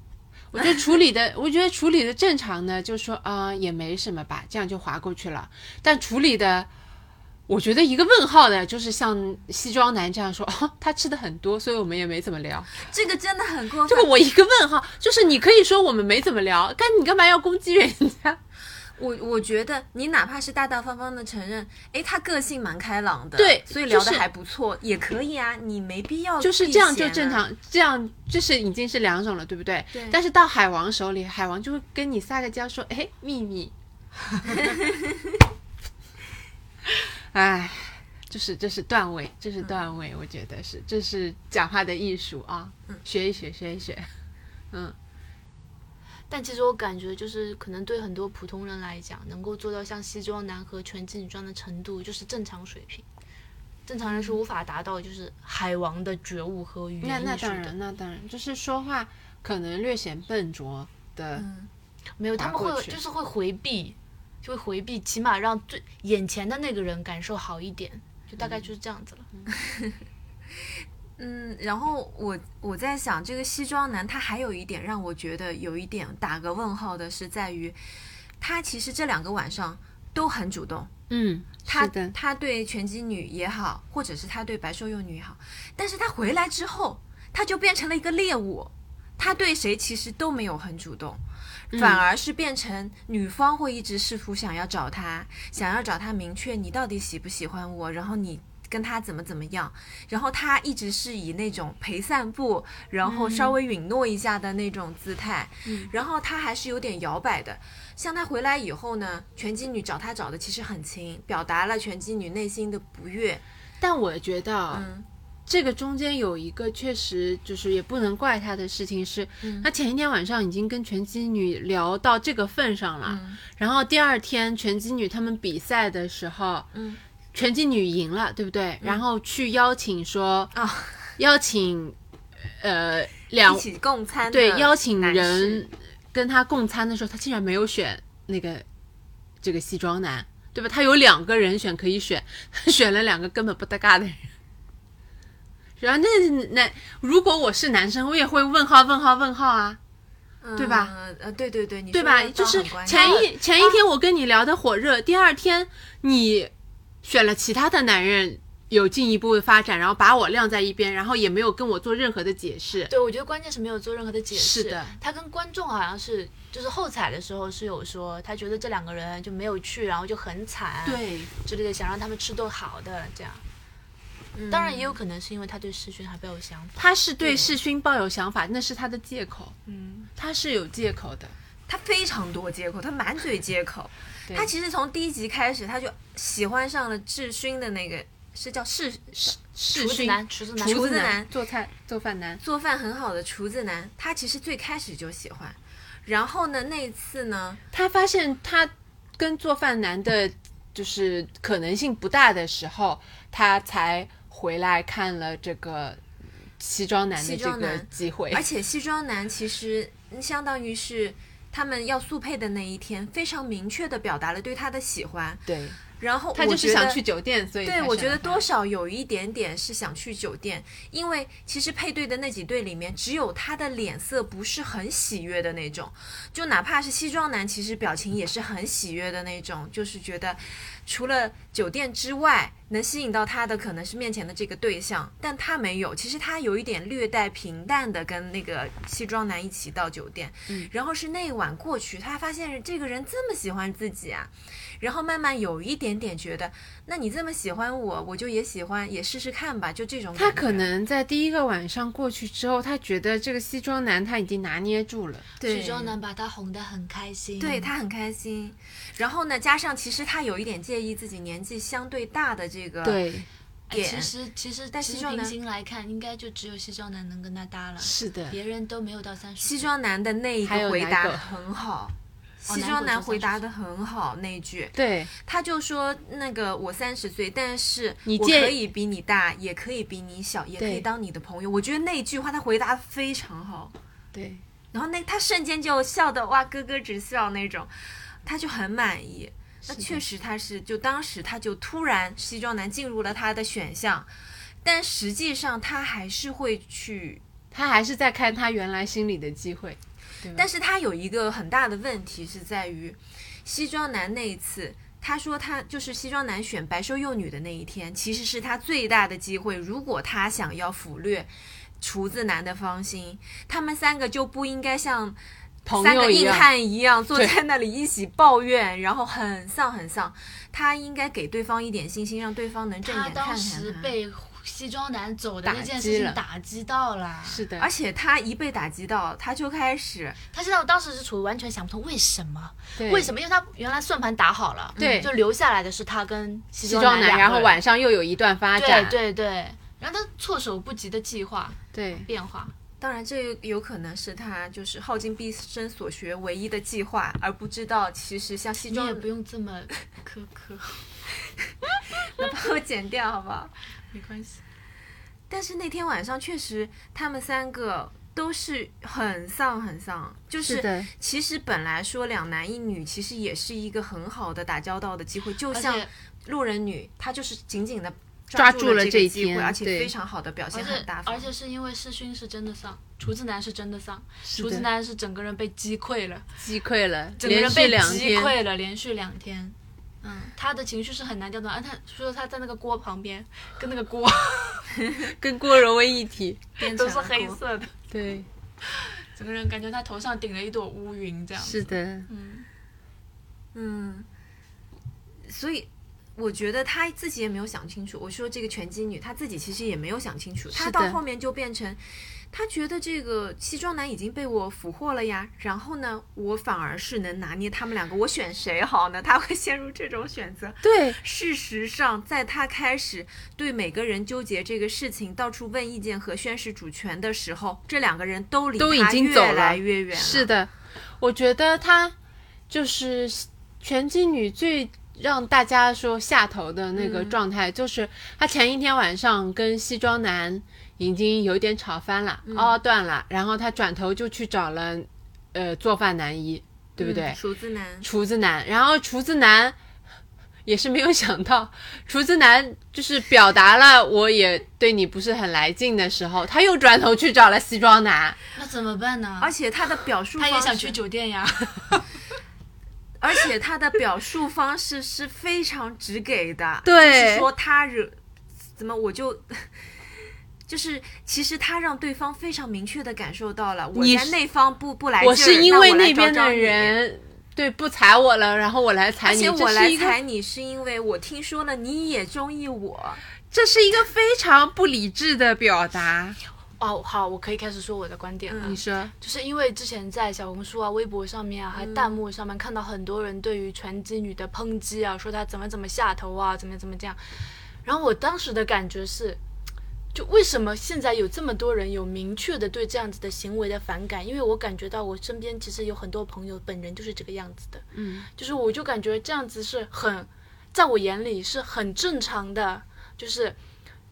Speaker 2: 我觉得处理的，我觉得处理的正常呢，就说啊、呃也没什么吧，这样就划过去了。但处理的，我觉得一个问号的，就是像西装男这样说，哦，他吃的很多，所以我们也没怎么聊。
Speaker 1: 这个真的很过分。
Speaker 2: 这个我一个问号， 就是你可以说我们没怎么聊，但你干嘛要攻击人家？
Speaker 1: 我我觉得你哪怕是大大方方的承认，哎，他个性蛮开朗的，
Speaker 2: 对
Speaker 1: 所以
Speaker 2: 就
Speaker 1: 聊得
Speaker 2: 是
Speaker 1: 还不错，也可以啊，你没必要
Speaker 2: 就是
Speaker 1: 避
Speaker 2: 这样就
Speaker 1: 嫌啊
Speaker 2: 正。常，这样就是已经是两种了，对不对？
Speaker 1: 对
Speaker 2: 但是到海王手里，海王就会跟你撒个娇说：“哎，秘密。” 哎，就是这是段位，这是段位，我觉得是这是讲话的艺术啊，学一学，学一学。
Speaker 3: 但其实我感觉就是可能对很多普通人来讲，能够做到像西装男和拳击女装的程度，就是正常水平。正常人是无法达到就是海王的觉悟和语
Speaker 2: 嗯那
Speaker 3: 言
Speaker 2: 那
Speaker 3: 嗯艺术
Speaker 2: 当
Speaker 3: 的
Speaker 2: 然，，那当然，就是说话可能略显笨拙的，
Speaker 3: 没有他
Speaker 2: 划
Speaker 3: 们会
Speaker 2: 过去
Speaker 3: 就是会回避，就会回避，起码让最眼前的那个人感受好一点，就大概就是这样子了。
Speaker 2: 嗯
Speaker 1: 嗯，然后我我在想，这个西装男他还有一点让我觉得有一点打个问号的是在于，他其实这两个晚上都很主动，
Speaker 2: 嗯，
Speaker 1: 他
Speaker 2: 是的，
Speaker 1: 他对拳击女也好，或者是他对白瘦幼女也好，但是他回来之后，他就变成了一个猎物，他对谁其实都没有很主动，
Speaker 2: 嗯
Speaker 1: 反而是变成女方会一直试图想要找他，想要找他明确你到底喜不喜欢我，然后你。跟他怎么怎么样，然后他一直是以那种陪散步，然后稍微允诺一下的那种姿态，然后他还是有点摇摆的。像他回来以后呢，拳击女找他找的其实很勤，表达了拳击女内心的不悦。
Speaker 2: 但我觉得啊
Speaker 1: 嗯
Speaker 2: 这个中间有一个确实就是也不能怪他的事情是，
Speaker 1: 嗯
Speaker 2: 他前一天晚上已经跟拳击女聊到这个份上了，
Speaker 1: 嗯
Speaker 2: 然后第二天拳击女他们比赛的时候，
Speaker 1: 嗯
Speaker 2: 拳击女赢了，对不对？然后去邀请说
Speaker 1: 啊、
Speaker 2: 邀请，呃，两
Speaker 1: 一起啊共餐
Speaker 2: 对啊
Speaker 1: 的
Speaker 2: 邀请
Speaker 1: 男士
Speaker 2: 人跟他共餐的时候，他竟然没有选那个这个西装男，对吧？他有两个人选可以选，他选了两个根本不搭嘎的人。然后那男，如果我是男生，我也会问号问号问号啊，对吧
Speaker 1: 嗯呃，对对对，你
Speaker 2: 对
Speaker 1: 说
Speaker 2: 吧？
Speaker 1: 的
Speaker 2: 就
Speaker 1: 倒
Speaker 2: 是
Speaker 1: 很关
Speaker 2: 前
Speaker 1: 键
Speaker 2: 一前一天我跟你聊的火热，第二天你选了其他的男人有进一步的发展，然后把我晾在一边，然后也没有跟我做任何的解释。
Speaker 3: 对，我觉得关键是没有做任何的解释。
Speaker 2: 是的
Speaker 3: 他跟观众好像是就是后采的时候是有说，他觉得这两个人就没有去，然后就很惨，
Speaker 2: 对，
Speaker 3: 之类的，想让他们吃顿好的这样。
Speaker 1: 嗯
Speaker 3: 当然也有可能是因为他对世勋还比较有想法。
Speaker 2: 他是对世勋抱有想法，那是他的借口，
Speaker 3: 嗯，
Speaker 2: 他是有借口的。
Speaker 1: 他非常多借口，他满嘴借口。他其实从第一集开始，他就喜欢上了智勋的那个，是叫世
Speaker 2: 世
Speaker 3: 厨子
Speaker 2: 勋
Speaker 3: 男，厨子男，
Speaker 2: 厨
Speaker 1: 子
Speaker 2: 男
Speaker 1: 男
Speaker 2: 做菜做饭男，
Speaker 1: 做饭很好的厨子男。他其实最开始就喜欢，然后呢，那一次呢，
Speaker 2: 他发现他跟做饭男的，就是可能性不大的时候，他才回来看了这个西装男的
Speaker 1: 西
Speaker 2: 这
Speaker 1: 装
Speaker 2: 个
Speaker 1: 男
Speaker 2: 机会
Speaker 1: 而。且西装男其实嗯相当于是他们要速配的那一天，非常明确的表达了对他的喜欢。
Speaker 5: 对，
Speaker 1: 然后
Speaker 2: 他
Speaker 1: 我
Speaker 2: 就是
Speaker 1: 觉
Speaker 2: 想
Speaker 1: 得
Speaker 2: 去酒店，所以
Speaker 1: 对，
Speaker 2: 才
Speaker 1: 我
Speaker 2: 选
Speaker 1: 觉得
Speaker 2: 了他
Speaker 1: 多少有一点点是想去酒店，因为其实配对的那几对里面，只有他的脸色不是很喜悦的那种，就哪怕是西装男，其实表情也是很喜悦的那种，就是觉得除了酒店之外，能吸引到他的可能是面前的这个对象，但他没有，其实他有一点略带平淡的跟那个西装男一起到酒店，
Speaker 2: 嗯
Speaker 1: 然后是那一晚过去，他发现这个人这么喜欢自己啊，然后慢慢有一点点觉得，那你这么喜欢我，我就也喜欢，也试试看吧，就这种感觉。
Speaker 2: 他可能在第一个晚上过去之后，他觉得这个西装男他已经拿捏住了，
Speaker 1: 对
Speaker 3: 许庄男把他哄得很开心，
Speaker 1: 对他很开心，然后呢，加上其实他有一点介意自己年纪相对大的这个，
Speaker 2: 对，
Speaker 3: 哎
Speaker 1: 点
Speaker 3: 其实其实
Speaker 1: 但
Speaker 3: 其
Speaker 1: 西
Speaker 3: 实
Speaker 1: 装
Speaker 3: 平
Speaker 1: 男
Speaker 3: 心来看，应该就只有西装男能跟他搭了，
Speaker 2: 是的
Speaker 3: 别人都没有到三十。
Speaker 1: 西装男的那一
Speaker 2: 还有
Speaker 1: 个回
Speaker 2: 奶
Speaker 1: 答
Speaker 2: 狗
Speaker 1: 很好，
Speaker 3: 哦
Speaker 1: 西
Speaker 3: 奶
Speaker 1: 装
Speaker 3: 狗
Speaker 1: 男
Speaker 3: 就
Speaker 1: 回
Speaker 3: 30
Speaker 1: 答
Speaker 3: 岁
Speaker 1: 的很好那一句，
Speaker 2: 对，
Speaker 1: 他就说那个我三十岁，但是
Speaker 2: 你
Speaker 1: 我
Speaker 2: 介
Speaker 1: 可以比你大，也可以比你小，也可以
Speaker 2: 对
Speaker 1: 当你的朋友。我觉得那一句话他回答得非常好，
Speaker 2: 对，
Speaker 1: 然后那他瞬间就笑得哇咯咯直笑那种，他就很满意。那确实他是，就当时他就突然西装男进入了他的选项，但实际上他还是会去，
Speaker 2: 他还是在看他原来心里的机会，对吧
Speaker 1: 但是他有一个很大的问题是在于，西装男那一次。他说他就是西装男选白瘦幼女的那一天，其实是他最大的机会。如果他想要腐略厨子男的芳心，他们三个就不应该像
Speaker 2: 朋
Speaker 1: 三
Speaker 2: 友
Speaker 1: 个
Speaker 2: 一
Speaker 1: 硬
Speaker 2: 样，
Speaker 1: 汉一 样坐在那里一起抱怨，然后很丧很丧。他应该给对方一点信心，让对方能正
Speaker 3: 他
Speaker 1: 眼看看
Speaker 3: 当时
Speaker 1: 他。
Speaker 3: 被西装男走的
Speaker 2: 打
Speaker 3: 那件
Speaker 2: 击
Speaker 3: 事
Speaker 2: 了
Speaker 3: 情打击到了，
Speaker 2: 是的，
Speaker 1: 而且他一被打击到，他就开始
Speaker 3: 他现在我当时是处于完全想不通为什么，
Speaker 2: 对
Speaker 3: 为什么？因为他原来算盘打好了，
Speaker 2: 对
Speaker 3: 嗯就留下来的是他跟西
Speaker 2: 西装
Speaker 3: 男两个
Speaker 2: 男，然后
Speaker 3: 人
Speaker 2: 晚上又有一段发
Speaker 3: 对
Speaker 2: 展，
Speaker 3: 对对，然后他措手不及的计划
Speaker 2: 对
Speaker 3: 变化，
Speaker 1: 当然，这有可能是他就是耗尽毕生所学唯一的计划，而不知道其实像西
Speaker 3: 你
Speaker 1: 装
Speaker 3: 也不用这么苛刻，
Speaker 1: 能帮我 剪掉好不好？
Speaker 3: 没关系。
Speaker 1: 但是那天晚上确实，他们三个都是很丧很丧，就是
Speaker 2: 是的
Speaker 1: 其实本来说两男一女，其实也是一个很好的打交道的机会，就
Speaker 3: 而
Speaker 1: 像
Speaker 3: 且
Speaker 1: 路人女，她就是紧紧的
Speaker 2: 抓
Speaker 1: 住
Speaker 2: 住了这
Speaker 1: 这
Speaker 2: 一
Speaker 1: 个机会，
Speaker 2: 天
Speaker 1: 而且
Speaker 2: 对
Speaker 1: 非常好的表现，
Speaker 3: 而
Speaker 1: 很
Speaker 3: 且
Speaker 1: 大方。
Speaker 3: 而且是因为世勋是真的丧，厨子男是真的丧，厨
Speaker 2: 的
Speaker 3: 子男是整个人被击溃了，
Speaker 2: 击溃了，
Speaker 3: 整个
Speaker 2: 连
Speaker 3: 人
Speaker 2: 续
Speaker 3: 被
Speaker 2: 两
Speaker 3: 击
Speaker 2: 天，
Speaker 3: 溃了，连续两天。嗯，他的情绪是很难调动，而他说他在那个锅旁边，跟那个 锅
Speaker 2: 跟郭荣为一体，
Speaker 1: 变
Speaker 3: 都
Speaker 1: 成
Speaker 3: 是黑
Speaker 1: 了
Speaker 3: 色的，
Speaker 2: 对，
Speaker 3: 整个人感觉他头上顶了一朵乌云这样。
Speaker 2: 是的，
Speaker 3: 嗯，
Speaker 1: 嗯，所以我觉得她自己也没有想清楚。我说这个拳击女，她自己其实也没有想清楚，
Speaker 2: 是
Speaker 1: 她
Speaker 2: 的
Speaker 1: 到后面就变成，她觉得这个西装男已经被我俘获了呀，然后呢，我反而是能拿捏他们两个，我选谁好呢？ 她会陷入这种选择。
Speaker 2: 对，
Speaker 1: 事实上，在她开始对每个人纠结这个事情，到处问意见和宣示主权的时候，这两个人都离
Speaker 2: 都已
Speaker 1: 她
Speaker 2: 经
Speaker 1: 越
Speaker 2: 走了
Speaker 1: 来越远了。
Speaker 2: 是的，我觉得她就是拳击女最让大家说下头的那个状态，就是她前一天晚上跟西装男已经有点吵翻了，嗷嗷断了，然后她转头就去找了呃做饭男一，对不对？
Speaker 1: 嗯厨子男，
Speaker 2: 厨子男，然后厨子男也是没有想到，厨子男就是表达了我也对你不是很来劲的时候，他又转头去找了西装男，
Speaker 3: 那怎么办呢？
Speaker 1: 而且他的表述
Speaker 3: 他也
Speaker 1: 方
Speaker 3: 想
Speaker 1: 式
Speaker 3: 去酒店呀。
Speaker 1: 而且他的表述方式是非常直给的，
Speaker 2: 对
Speaker 1: 就是说他惹怎么我就。 就是，其实他让对方非常明确的感受到了，我
Speaker 2: 你
Speaker 1: 在
Speaker 2: 是
Speaker 1: 那方不不来劲儿，
Speaker 2: 我是因为
Speaker 1: 那我来
Speaker 2: 那边
Speaker 1: 找找
Speaker 2: 的
Speaker 1: 你，
Speaker 2: 人对不踩我了，然后我来踩
Speaker 1: 而
Speaker 2: 你，
Speaker 1: 且
Speaker 2: 这
Speaker 1: 我
Speaker 2: 是
Speaker 1: 来
Speaker 2: 一个
Speaker 1: 踩你是因为我听说了你也中意我，
Speaker 2: 这是一个非常不理智的表达。啊
Speaker 3: 哦，好，我可以开始嗯说我的观点了。
Speaker 2: 你说
Speaker 3: 就是因为之前在小红书啊、微博上面啊，还弹幕上面看到很多人对于拳击女的抨击啊，说她怎么怎么下头啊，怎么怎么这样。然后我当时的感觉是，就为什么现在有这么多人有明确的对这样子的行为的反感？因为我感觉到我身边其实有很多朋友本人就是这个样子的，嗯，就是我就感觉这样子是很，在我眼里是很正常的，就是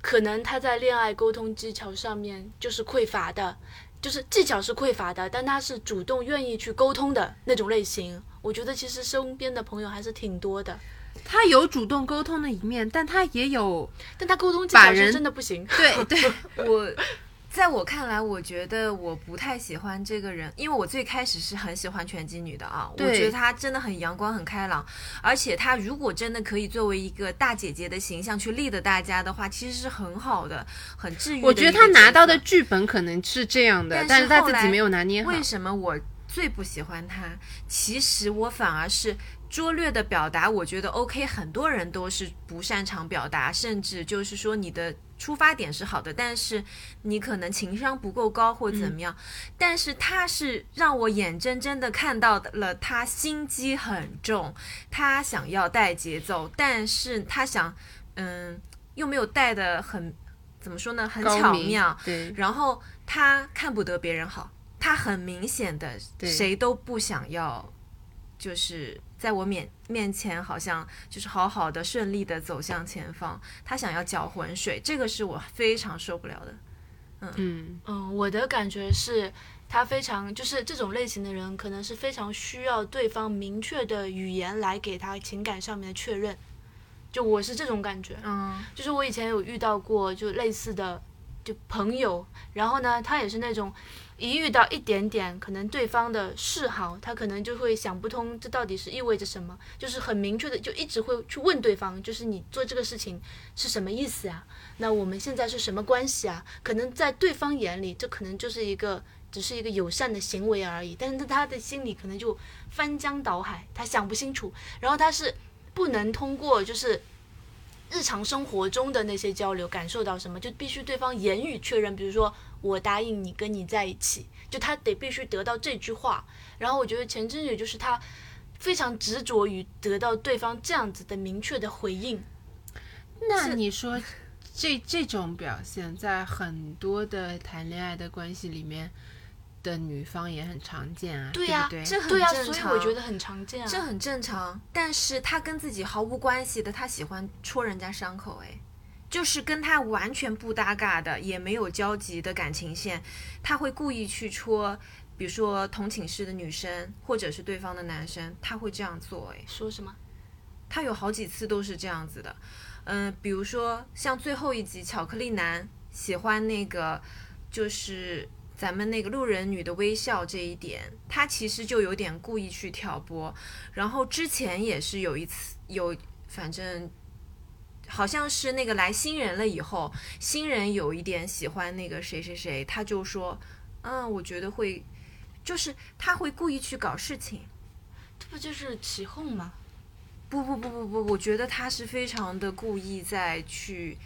Speaker 3: 可能他在恋爱沟通技巧上面就是匮乏的，就是技巧是匮乏的，但他是主动愿意去沟通的那种类型。我觉得其实身边的朋友还是挺多的，
Speaker 2: 他有主动沟通的一面，但他也有
Speaker 3: 但他沟通技
Speaker 2: 把
Speaker 3: 巧是
Speaker 2: 人
Speaker 3: 真的不行。
Speaker 2: 对对，
Speaker 1: 我在我看来，我觉得我不太喜欢这个人，因为我最开始是很喜欢拳击女的啊，我
Speaker 2: 对
Speaker 1: 觉得她真的很阳光、很开朗，而且她如果真的可以作为一个大姐姐的形象去 lead 大家的话，其实是很好的，很治愈的
Speaker 2: 我
Speaker 1: 一个角色。
Speaker 2: 觉得他拿到的剧本可能是这样的，
Speaker 1: 但
Speaker 2: 但
Speaker 1: 是
Speaker 2: 是他
Speaker 1: 后
Speaker 2: 自
Speaker 1: 来
Speaker 2: 己没有拿捏好。
Speaker 1: 为什么我最不喜欢他？其实我反而是拙劣的表达，我觉得 OK，很多人都是不擅长表达，甚至就是说你的出发点是好的，但是你可能情商不够高或
Speaker 2: 嗯
Speaker 1: 怎么样。但是他是让我眼睁睁的看到了他心机很重，他想要带节奏，但是他想，嗯，又没有带的很。怎么说呢？很
Speaker 2: 高
Speaker 1: 巧
Speaker 2: 明
Speaker 1: 妙，
Speaker 2: 对，
Speaker 1: 然后他看不得别人好，他很明显的
Speaker 2: 对
Speaker 1: 谁都不想要，就是在我面面前好像就是好好的顺利的走向前方，他想要搅浑水，这个是我非常受不了的。
Speaker 2: 嗯，
Speaker 3: 嗯，我的感觉是，他非常就是这种类型的人，可能是非常需要对方明确的语言来给他情感上面的确认。就我是这种感觉，
Speaker 1: 嗯，
Speaker 3: 就是我以前有遇到过就类似的就朋友，然后呢，他也是那种一遇到一点点可能对方的示好，他可能就会想不通这到底是意味着什么，就是很明确的就一直会去问对方，就是你做这个事情是什么意思啊？那我们现在是什么关系啊？可能在对方眼里，这可能就是一个。只是一个友善的行为而已，但是他的心里可能就翻江倒海，他想不清楚，然后他是不能通过就是日常生活中的那些交流感受到什么，就必须对方言语确认，比如说我答应你跟你在一起，就他得必须得到这句话。然后我觉得前阵子就是他非常执着于得到对方这样子的明确的回应，
Speaker 2: 那你说这这种表现在很多的谈恋爱的关系里面的女方也很常见啊，对
Speaker 3: 呀、
Speaker 2: 不对？
Speaker 1: 这很
Speaker 3: 对呀、
Speaker 1: 正
Speaker 3: 所以
Speaker 1: 常
Speaker 3: 我觉得很常见啊。
Speaker 1: 这很正常，但是他跟自己毫无关系的，他喜欢戳人家伤口，哎，就是跟他完全不搭嘎的，也没有交集的感情线，他会故意去戳，比如说同寝室的女生，或者是对方的男生，他会这样做，哎，
Speaker 3: 说什么？
Speaker 1: 他有好几次都是这样子的，嗯、比如说像最后一集巧克力男喜欢那个，就是咱们那个路人女的微笑这一点，他其实就有点故意去挑拨。然后之前也是有一次有，反正好像是那个来新人了以后，新人有一点喜欢那个谁谁谁，他就说，嗯，我觉得会，就是他会故意去搞事情。
Speaker 3: 这不就是起哄吗？
Speaker 1: 不不不不不，我觉得他是非常的故意在去，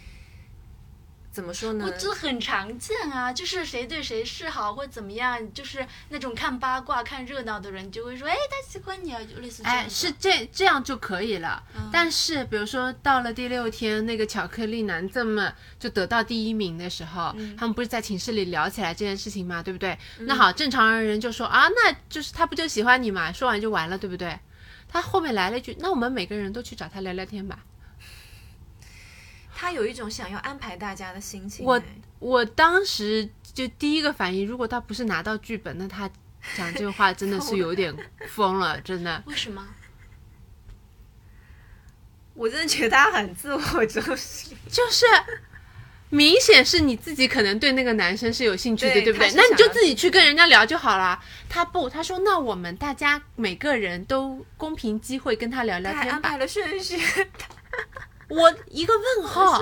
Speaker 1: 怎么说呢
Speaker 3: 我？这很常见啊，就是谁对谁示好或怎么样，就是那种看八卦、看热闹的人就会说，哎，他喜欢你啊，就类似这样
Speaker 2: 哎，
Speaker 3: 子嗯
Speaker 2: 是这这样就可以了。但是，比如说到了第六天，那个巧克力男这么就得到第一名的时候，
Speaker 3: 嗯
Speaker 2: 他们不是在寝室里聊起来这件事情嘛，对不对？那好，正常人就说啊，那就是他不就喜欢你嘛，说完就完了，对不对？他后面来了一句，那我们每个人都去找他聊聊天吧。
Speaker 1: 他有一种想要安排大家的心情哎。
Speaker 2: 我我当时就第一个反应，如果他不是拿到剧本，那他讲这个话真的是有点疯了，真的。
Speaker 3: 为什么？
Speaker 1: 我真的觉得他很自我中心。
Speaker 2: 就是明显是你自己可能对那个男生是有兴趣的，
Speaker 1: 对
Speaker 2: 对不对
Speaker 1: 他？是
Speaker 2: 那你就
Speaker 1: 想要
Speaker 2: 自己去跟人家聊就好啦。他不，他说那我们大家每个人都公平机会跟他聊聊
Speaker 1: 他还
Speaker 2: 天
Speaker 1: 安
Speaker 2: 吧
Speaker 1: 排。了顺序，
Speaker 2: 我一个问号，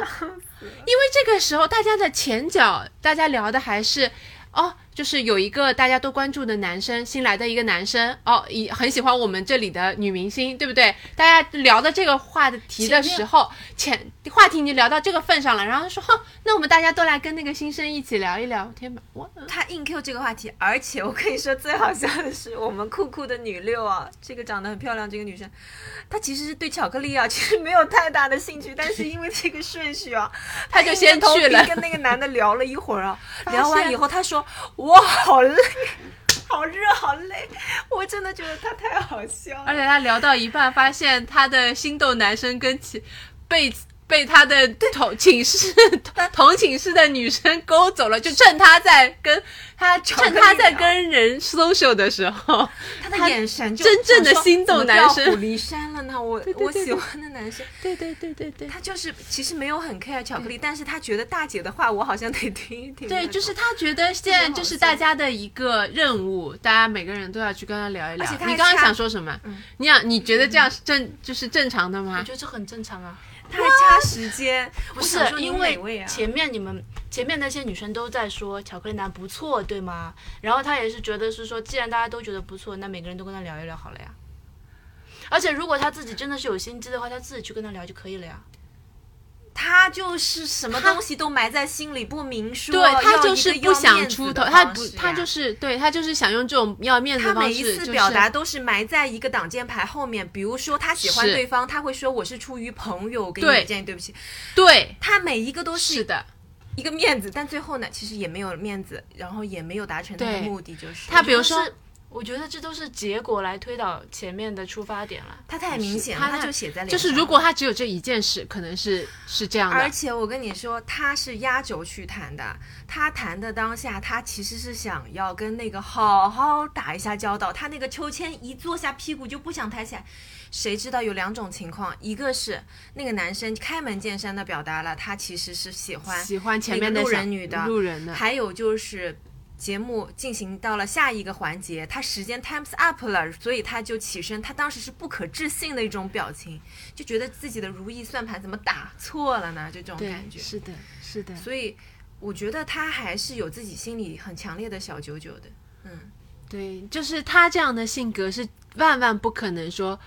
Speaker 2: 因为这个时候大家的前脚，大家聊的还是。哦，就是有一个大家都关注的男生，新来的一个男生，哦，也很喜欢我们这里的女明星，对不对？大家聊的这个话题的时候，前话题已经聊到这个份上了，然后说，哼，那我们大家都来跟那个新生一起聊一聊天吧。我
Speaker 1: 他硬 Q 这个话题，而且我跟你说最好笑的是，我们酷酷的女六啊，这个长得很漂亮这个女生，她其实是对巧克力啊 其实没有太大的兴趣，但是因为这个顺序 啊，
Speaker 2: 他就先去
Speaker 1: 硬着头
Speaker 2: 了
Speaker 1: 皮，跟那个男的聊了一会儿啊，
Speaker 2: 现
Speaker 1: 聊完以后他说我好累， 好热，好累，我真的觉得他太好笑
Speaker 2: 而
Speaker 1: 了。
Speaker 2: 且他聊到一半，发现他的心动男生跟其被被他的同寝室同同寝室的女生勾走了，就趁他在跟他趁他在跟人 social 的时候，
Speaker 1: 他的眼神就
Speaker 2: 真正的心动男生
Speaker 1: 想说怎么调虎离山了呢。我
Speaker 2: 对
Speaker 1: 我
Speaker 2: 对
Speaker 1: 喜
Speaker 2: 对
Speaker 1: 欢的男生，
Speaker 2: 对对对对对，
Speaker 1: 他就是其实没有很 care 巧克力，但是他觉得大姐的话我好像得听一听那种。
Speaker 2: 对，就是他觉得现在就是大家的一个任务，大家每个人都要去跟他聊一聊。
Speaker 1: 而且他还嗯
Speaker 2: 你刚刚
Speaker 1: 插
Speaker 2: 想说什么？你想你觉得这样是正就是正常的
Speaker 3: 我
Speaker 2: 吗
Speaker 1: 嗯
Speaker 3: 觉？得这很正常啊。
Speaker 1: 他还掐时间，
Speaker 3: 不是
Speaker 1: 我想说
Speaker 3: 因
Speaker 1: 你哪位
Speaker 3: 为
Speaker 1: 啊？
Speaker 3: 前面你们前面那些女生都在说巧克力男不错，对吗？然后他也是觉得是说，既然大家都觉得不错，那每个人都跟他聊一聊好了呀。而且如果他自己真的是有心机的话，他自己去跟他聊就可以了呀。
Speaker 1: 他就是什么东西都埋在心里不明说，
Speaker 2: 对他就是不想出头，他不他
Speaker 1: 他
Speaker 2: 就是对他就是想用这种要面子
Speaker 1: 啊他
Speaker 2: 的
Speaker 1: 每
Speaker 2: 方
Speaker 1: 一
Speaker 2: 式，
Speaker 1: 次
Speaker 2: 就是
Speaker 1: 表达都是埋在一个挡箭牌后面，比如说他喜欢
Speaker 2: 是
Speaker 1: 对方，他会说我是出于朋友，我给你
Speaker 2: 对
Speaker 1: 的建议，对不起。
Speaker 2: 对，
Speaker 1: 他每一个都
Speaker 2: 是
Speaker 1: 是
Speaker 2: 的，
Speaker 1: 一个面子，但最后呢，其实也没有面子，然后也没有达成他的
Speaker 2: 对
Speaker 1: 目的，就是
Speaker 2: 他比如说
Speaker 3: 但是我觉得这都是结果来推导前面的出发点了。
Speaker 1: 他太明显了，
Speaker 2: 他
Speaker 1: 他就写在脸
Speaker 2: 就
Speaker 1: 上。
Speaker 2: 是如果他只有这一件事，可能是是这样
Speaker 1: 而
Speaker 2: 的。
Speaker 1: 且我跟你说，他是压轴去谈的。他谈的当下，他其实是想要跟那个好好打一下交道。他那个秋千一坐下，屁股就不想抬起来。谁知道有两种情况，一个是那个男生开门见山的表达了他其实是喜 欢
Speaker 2: 喜欢前面
Speaker 1: 那
Speaker 2: 的
Speaker 1: 个路
Speaker 2: 小
Speaker 1: 人女的
Speaker 2: 路人的，
Speaker 1: 还有就是节目进行到了下一个环节，他时间 times up 了，所以他就起身，他当时是不可置信的一种表情，就觉得自己的如意算盘怎么打错了呢？就这种
Speaker 2: 对
Speaker 1: 感，觉。
Speaker 2: 是的，是的。
Speaker 1: 所以我觉得他还是有自己心里很强烈的小九九的。
Speaker 2: 对，就是他这样的性格是万万不可能说，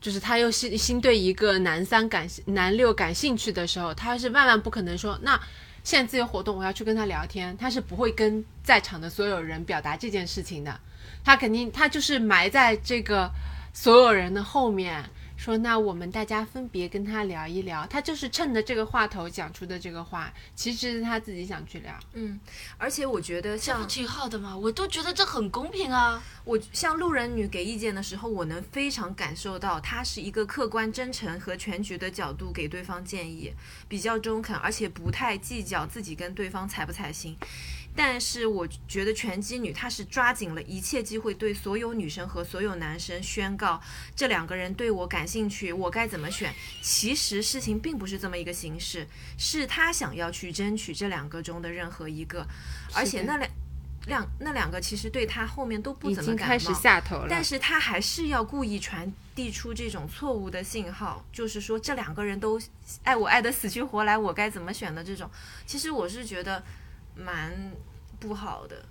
Speaker 2: 就是他又心心对一个男三感男六感兴趣的时候，他是万万不可能说那。现在自由活动，我要去跟他聊天，他是不会跟在场的所有人表达这件事情的，他肯定他就是埋在这个所有人的后面，说那我们大家分别跟他聊一聊，他就是趁着这个话头讲出的这个话，其实是他自己想去聊，
Speaker 1: 嗯，而且我觉得
Speaker 3: 这不
Speaker 1: 像
Speaker 3: 挺好的吗？我都觉得这很公平啊。
Speaker 1: 我像路人女给意见的时候，我能非常感受到她是一个客观、真诚和全局的角度给对方建议，比较中肯，而且不太计较自己跟对方踩不踩心。但是我觉得拳击女她是抓紧了一切机会，对所有女生和所有男生宣告这两个人对我感兴趣，我该怎么选。其实事情并不是这么一个形式，是她想要去争取这两个中的任何一个，而且那两两那两个其实对她后面都不
Speaker 2: 已
Speaker 1: 怎么
Speaker 2: 经
Speaker 1: 感
Speaker 2: 开始
Speaker 1: 冒。
Speaker 2: 下头了。
Speaker 1: 但是他还是要故意传递出这种错误的信号，就是说这两个人都爱我爱得死去活来，我该怎么选的这种，其实我是觉得蛮不好的。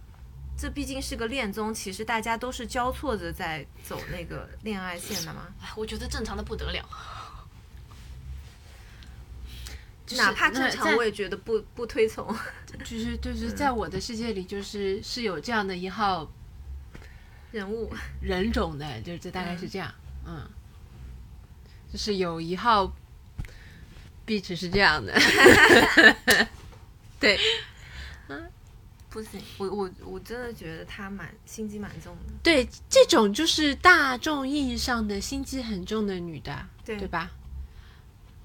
Speaker 1: 这毕竟是个恋综，其实大家都是交错着在走那个恋爱线的嘛。
Speaker 3: 哎我觉得正常的不得了。
Speaker 2: 就是
Speaker 1: 哪怕
Speaker 2: 那
Speaker 1: 正常，
Speaker 2: 在
Speaker 1: 我也觉得不不推崇。
Speaker 2: 就是就是在我的世界里，就是是有这样的一号
Speaker 1: 人物
Speaker 2: 人种的，就是这大概是这样，嗯，就是有一号 bitch 是这样的，对
Speaker 1: 不行，我我我真的觉得他蛮心机蛮重的。
Speaker 2: 对，这种就是大众意义上的心机很重的女的，
Speaker 1: 对
Speaker 2: 对吧？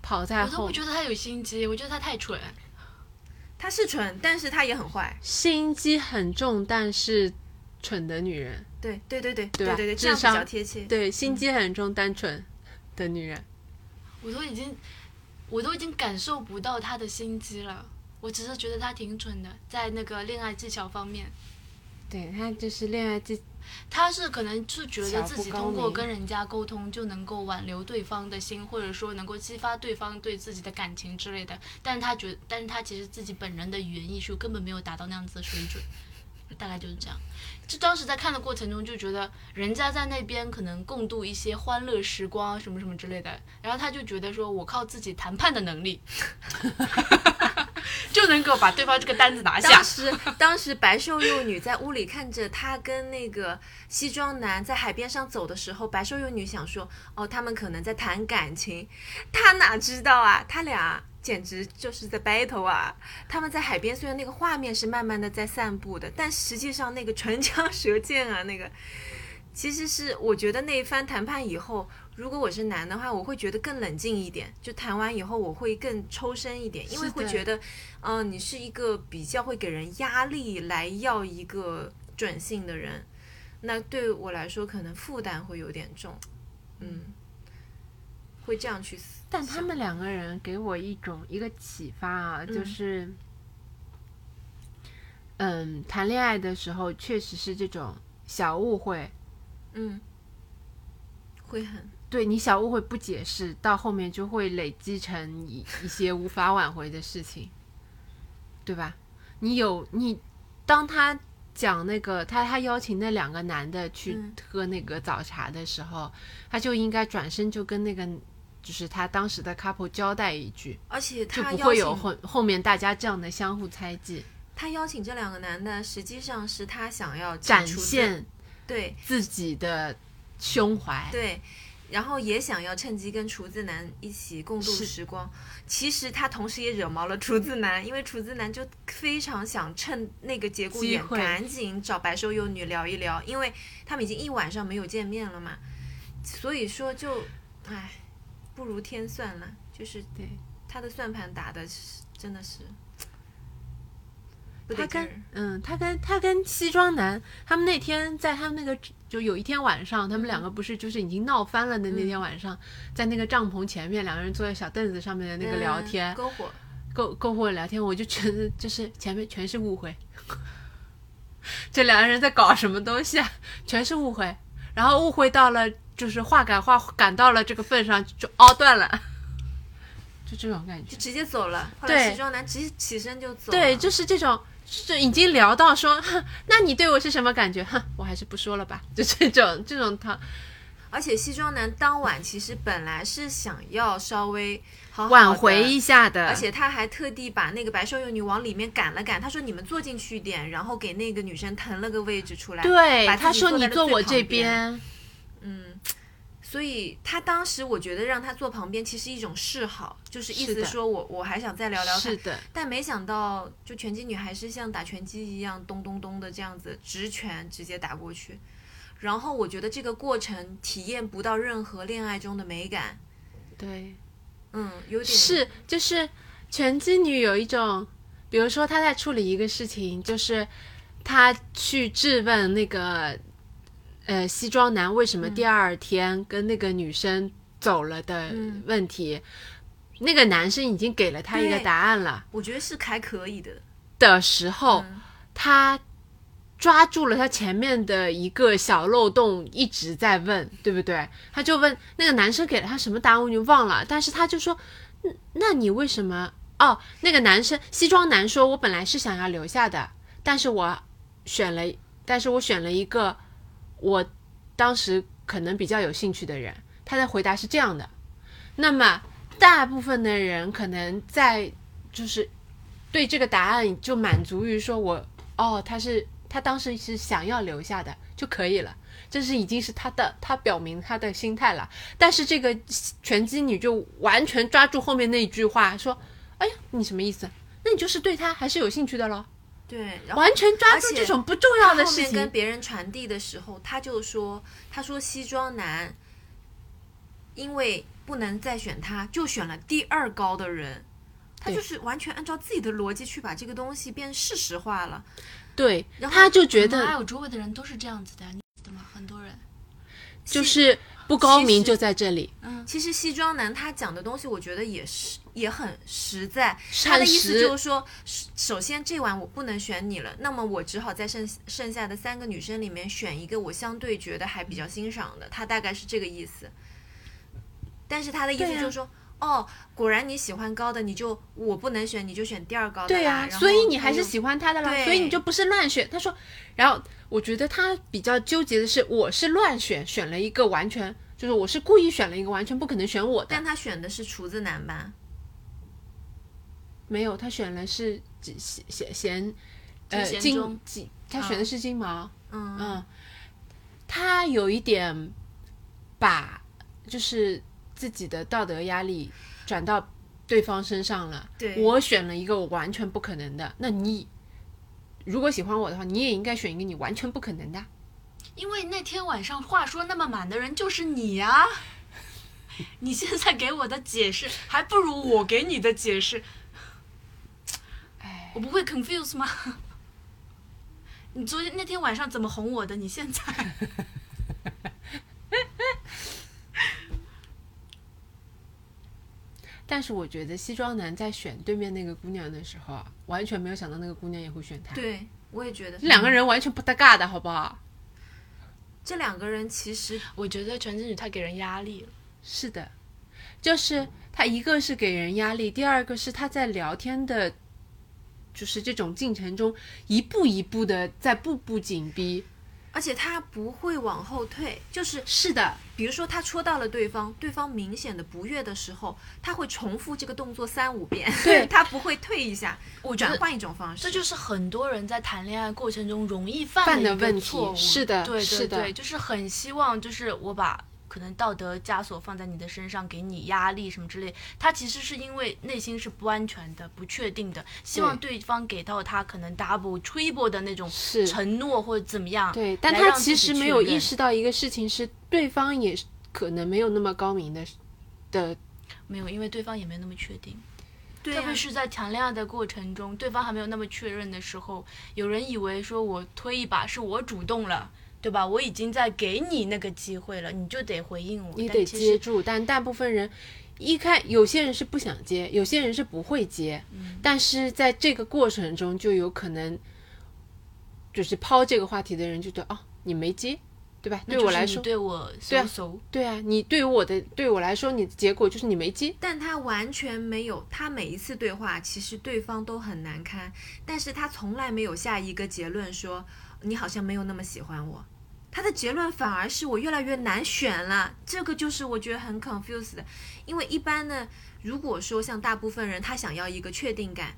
Speaker 2: 跑在
Speaker 3: 我都
Speaker 2: 后
Speaker 3: 不，觉得他有心机，我觉得他太蠢。
Speaker 1: 他是蠢，但是他也很坏。
Speaker 2: 心机很重，但是蠢的女人，
Speaker 1: 对对对对
Speaker 2: 对
Speaker 1: 对
Speaker 2: 吧
Speaker 1: 对对，这
Speaker 2: 智
Speaker 1: 样比
Speaker 2: 商
Speaker 1: 较贴切。
Speaker 2: 对，心机很重，单纯的女人，
Speaker 3: 我都已经，我都已经感受不到他的心机了。我只是觉得他挺蠢的，在那个恋爱技巧方面，
Speaker 2: 对她就是恋爱技
Speaker 3: 他是可能是觉
Speaker 2: 小
Speaker 3: 得
Speaker 2: 不
Speaker 3: 自己
Speaker 2: 高
Speaker 3: 通过
Speaker 2: 明
Speaker 3: 跟人家沟通就能够挽留对方的心，或者说能够激发对方对自己的感情之类的。但是他觉，但是他其实自己本人的语言艺术根本没有达到那样子的水准，大概就是这样。就当时在看的过程中就觉得人家在那边可能共度一些欢乐时光什么什么之类的，然后他就觉得说我靠自己谈判的能力， 就能够把对方这个单子拿下
Speaker 1: 当。时，当时白瘦幼女在屋里看着他跟那个西装男在海边上走的时候，白瘦幼女想说：“哦，他们可能在谈感情。”他哪知道啊，他俩简直就是在 battle 啊！他们在海边，虽然那个画面是慢慢的在散步的，但实际上那个唇枪舌剑啊，那个其实是我觉得那一番谈判以后，如果我是男的话，我会觉得更冷静一点。就谈完以后，我会更抽身一点，因为
Speaker 2: 是的
Speaker 1: 会觉得，嗯、你是一个比较会给人压力来要一个准信的人，那对我来说可能负担会有点重，嗯，会这样去思。
Speaker 2: 但他们两个人给我一种一个启发啊，就是，嗯，谈恋爱的时候确实是这种小误会，
Speaker 1: 嗯，会很
Speaker 2: 对你小误会不解释，到后面就会累积成一一些无法挽回的事情，对吧？你有你，当他讲那个他他邀请那两个男的去
Speaker 1: 嗯
Speaker 2: 喝那个早茶的时候，他就应该转身就跟那个就是他当时的 couple 交代一句，
Speaker 1: 而且
Speaker 2: 就
Speaker 1: 他
Speaker 2: 不
Speaker 1: 邀
Speaker 2: 会有
Speaker 1: 请
Speaker 2: 后后面大家这样的相互猜忌，
Speaker 1: 他邀请这两个男的，实际上是他想要指
Speaker 2: 展
Speaker 1: 出自
Speaker 2: 现
Speaker 1: 对
Speaker 2: 自己的胸怀。
Speaker 1: 对，然后也想要趁机跟厨子男一起共度
Speaker 2: 是
Speaker 1: 时光。其实他同时也惹毛了厨子男，因为厨子男就非常想趁那个节骨
Speaker 2: 机
Speaker 1: 眼
Speaker 2: 会
Speaker 1: 赶紧找白瘦幼女聊一聊，因为他们已经一晚上没有见面了嘛，所以说就唉，不如天算了，就是
Speaker 2: 对
Speaker 1: 他的算盘打的是真的是。不
Speaker 2: 他
Speaker 1: 得劲
Speaker 2: 跟
Speaker 1: 儿
Speaker 2: 嗯，他跟他跟西装男，他们那天在他们那个就有一天晚上，他
Speaker 1: 嗯
Speaker 2: 们两个不是就是已经闹翻了的那天晚上，在那个帐篷前面，两个人坐在小凳子上面的那个聊
Speaker 1: 嗯
Speaker 2: 天，
Speaker 1: 篝火，
Speaker 2: 篝篝火聊天，我就觉得 就是前面全是误会，这两个人在搞什么东西啊？全是误会，然后误会到了就是话赶话赶到了这个份上就凹断了，就这种感觉
Speaker 1: 就。直接走了。后
Speaker 2: 对
Speaker 1: 来西装男直接起身就走了。
Speaker 2: 对，就是这种，就已经聊到说，哼，那你对我是什么感觉？哼，我还是不说了吧。就这种这种他
Speaker 1: 而且西装男当晚其实本来是想要稍微好好地
Speaker 2: 挽回一，下的，
Speaker 1: 而且他还特地把那个白瘦幼女往里面赶了赶，他说你们坐进去一点，然后给那个女生腾了个位置出来。
Speaker 2: 对
Speaker 1: 把
Speaker 2: 他
Speaker 1: 自己
Speaker 2: 说
Speaker 1: 在
Speaker 2: 你
Speaker 1: 了
Speaker 2: 坐
Speaker 1: 最
Speaker 2: 我
Speaker 1: 旁
Speaker 2: 这
Speaker 1: 边，
Speaker 2: 边，
Speaker 1: 嗯。所以他当时我觉得让他坐旁边，其实一种示好，就是意
Speaker 2: 是
Speaker 1: 思
Speaker 2: 的
Speaker 1: 说我我还想再聊聊看
Speaker 2: 是。的，
Speaker 1: 但没想到，就拳击女还是像打拳击一样咚咚咚的这样子直拳直接打过去。然后我觉得这个过程体验不到任何恋爱中的美感，
Speaker 2: 对，
Speaker 1: 嗯，有点
Speaker 2: 是就是拳击女有一种，比如说她在处理一个事情，就是她去质问那个呃西装男为什么第二天跟那个女生走了的
Speaker 1: 嗯
Speaker 2: 问题，那个男生已经给了她一个
Speaker 1: 对
Speaker 2: 答案了
Speaker 1: 我觉得是还可以的。
Speaker 2: 的时候，
Speaker 1: 嗯
Speaker 2: 她抓住了她前面的一个小漏洞，一直在问，对不对？她就问那个男生给了她什么答案，我已经忘了，但是她就说，嗯那你为什么？哦，那个男生西装男说，我本来是想要留下的，但是我选了，但是我选了一个我当时可能比较有兴趣的人。他的回答是这样的，那么大部分的人可能在就是对这个答案就满足于说我哦，他是他当时是想要留下的就可以了，这是已经是他的他表明他的心态了。但是这个拳击女就完全抓住后面那一句话说：“哎呀，你什么意思？那你就是对他还是有兴趣的咯。
Speaker 1: 对，然后
Speaker 2: 完全抓住
Speaker 1: 哦而且
Speaker 2: 这种不重要的
Speaker 1: 后
Speaker 2: 事
Speaker 1: 面跟
Speaker 2: 情。
Speaker 1: 别人传递的时候，他就说，他说西装男，因为不能再选他，就选了第二高的人。他
Speaker 2: 对
Speaker 1: 就是完全按照自己的逻辑去把这个东西变事实化了，
Speaker 2: 对，
Speaker 1: 然后嗯
Speaker 2: 他就觉
Speaker 3: 妈呀，
Speaker 2: 得
Speaker 3: 我周围的人都是这样子的，你知道吗？很多人，
Speaker 2: 就是不高
Speaker 1: 其
Speaker 2: 明
Speaker 1: 实
Speaker 2: 就在这里，
Speaker 3: 嗯，
Speaker 1: 其实西装男他讲的东西，我觉得也是也很实在。
Speaker 2: 是
Speaker 1: 他的
Speaker 2: 很
Speaker 1: 意思
Speaker 2: 实
Speaker 1: 就是说，首首先这晚我不能选你了，那么我只好在剩剩下的三个女生里面选一个我相对觉得还比较欣赏的。他大概是这个意思。但是他的意思
Speaker 2: 对呀
Speaker 1: 就是说，哦，果然你喜欢高的，你就我不能选，你就选第二高的啦。
Speaker 2: 对呀、
Speaker 1: 啊然后哎
Speaker 2: 所以你还
Speaker 1: 他
Speaker 2: 是
Speaker 1: 又
Speaker 2: 喜欢他的啦，
Speaker 1: 对
Speaker 2: 所以你就不是乱选。他说，然后我觉得他比较纠结的是，我是乱选，选了一个完全就是我是故意选了一个完全不可能选我的
Speaker 1: 但，他选的是厨子男吧？
Speaker 2: 没有，他选了是几贤贤贤，呃，
Speaker 3: 金贤
Speaker 2: 金
Speaker 3: 中
Speaker 2: 金，他选的是金毛，
Speaker 1: 嗯
Speaker 2: 嗯，他有一点把就是自己的道德压力转到对方身上了。
Speaker 1: 对
Speaker 2: 我选了一个我完全不可能的，那你如果喜欢我的话，你也应该选一个你完全不可能的。
Speaker 3: 因为那天晚上话说那么满的人就是你啊。 你现在给我的解释，还不如我给你的解释。
Speaker 2: 哎，
Speaker 3: 我不会 confuse 吗？ 你昨天那天晚上怎么哄我的？你现在
Speaker 2: 但是我觉得西装男在选对面那个姑娘的时候啊，完全没有想到那个姑娘也会选他。
Speaker 1: 对，我也觉得
Speaker 2: 这两个人完全不搭嘎的，好不好？
Speaker 1: 这两个人其实
Speaker 3: 我觉得全智宇太给人压力了。
Speaker 2: 是的，就是他一个是给人压力，第二个是他在聊天的，就是这种进程中一步一步的在步步紧逼。
Speaker 1: 而且他不会往后退，就是
Speaker 2: 是的，
Speaker 1: 比如说他戳到了对方，对方明显的不悦的时候，他会重复这个动作三五遍，
Speaker 2: 对
Speaker 1: 他不会退一下，我
Speaker 3: 觉得
Speaker 1: 转换一种方式，
Speaker 3: 这就是很多人在谈恋爱过程中容易犯
Speaker 2: 犯
Speaker 3: 的
Speaker 2: 的
Speaker 3: 一
Speaker 2: 问
Speaker 3: 个
Speaker 2: 题
Speaker 3: 错误。
Speaker 2: 是的
Speaker 3: 对
Speaker 2: 是
Speaker 3: 对
Speaker 2: 的
Speaker 3: 对，就是很希望就是我把可能道德枷锁放在你的身上，给你压力什么之类。他其实是因为内心是不安全的、不确定的，希望对方给到他可能 double、triple 的那种
Speaker 2: 是
Speaker 3: 承诺或者怎么样。
Speaker 2: 对，但
Speaker 3: 来
Speaker 2: 他
Speaker 3: 让
Speaker 2: 其
Speaker 3: 自己
Speaker 2: 实没
Speaker 3: 确
Speaker 2: 有
Speaker 3: 认
Speaker 2: 意识到一个事情是，对方也是可能没有那么高明的的，
Speaker 3: 没有，因为对方也没有那么确定。
Speaker 1: 对啊
Speaker 3: 特
Speaker 1: 呀、
Speaker 3: 别是在谈恋爱的过程中，对方还没有那么确认的时候，有人以为说我推一把是我主动了，对吧？我已经在给你那个机会了，你就得回应我。
Speaker 2: 你
Speaker 3: 但
Speaker 2: 得
Speaker 3: 其
Speaker 2: 接
Speaker 3: 实
Speaker 2: 住。但大部分人一看，有些人是不想接，有些人是不会接，但是在这个过程中就有可能，就是抛这个话题的人就觉得哦，你没接，对吧？
Speaker 3: 那
Speaker 2: 对
Speaker 3: 就
Speaker 2: 我
Speaker 3: 是
Speaker 2: 来
Speaker 3: 你
Speaker 2: 说，
Speaker 3: 对我
Speaker 2: 对啊
Speaker 3: 搜搜，
Speaker 2: 对啊，你对于我的，对我来说，你的结果就是你没接。
Speaker 1: 但他完全没有，他每一次对话其实对方都很难堪，但是他从来没有下一个结论说你好像没有那么喜欢我，他的结论反而是我越来越难选了，这个就是我觉得很 confused 的，因为一般呢，如果说像大部分人他想要一个确定感，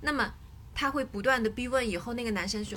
Speaker 1: 那么他会不断的逼问，以后那个男生说。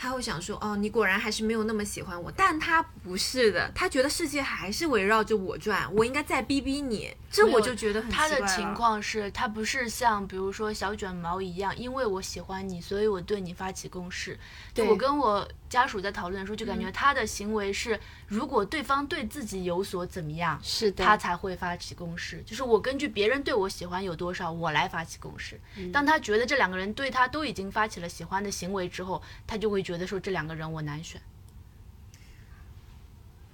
Speaker 1: 他会想说，哦，你果然还是没有那么喜欢我，但他不是的，他觉得世界还是围绕着我转，我应该再逼逼你，这
Speaker 3: 没有
Speaker 1: 我就觉得很奇怪
Speaker 3: 他
Speaker 1: 了
Speaker 3: 的情，况是，他不是像比如说小卷毛一样，因为我喜欢你，所以我对你发起攻势。就
Speaker 2: 对
Speaker 3: 我跟我家属在讨论的时候，就感
Speaker 1: 嗯
Speaker 3: 觉他的行为是，如果对方对自己有所怎么样，
Speaker 2: 是的，
Speaker 3: 他才会发起攻势。就是我根据别人对我喜欢有多少，我来发起攻势。
Speaker 1: 嗯
Speaker 3: 当他觉得这两个人对他都已经发起了喜欢的行为之后，他就会觉得说这两个人我难选。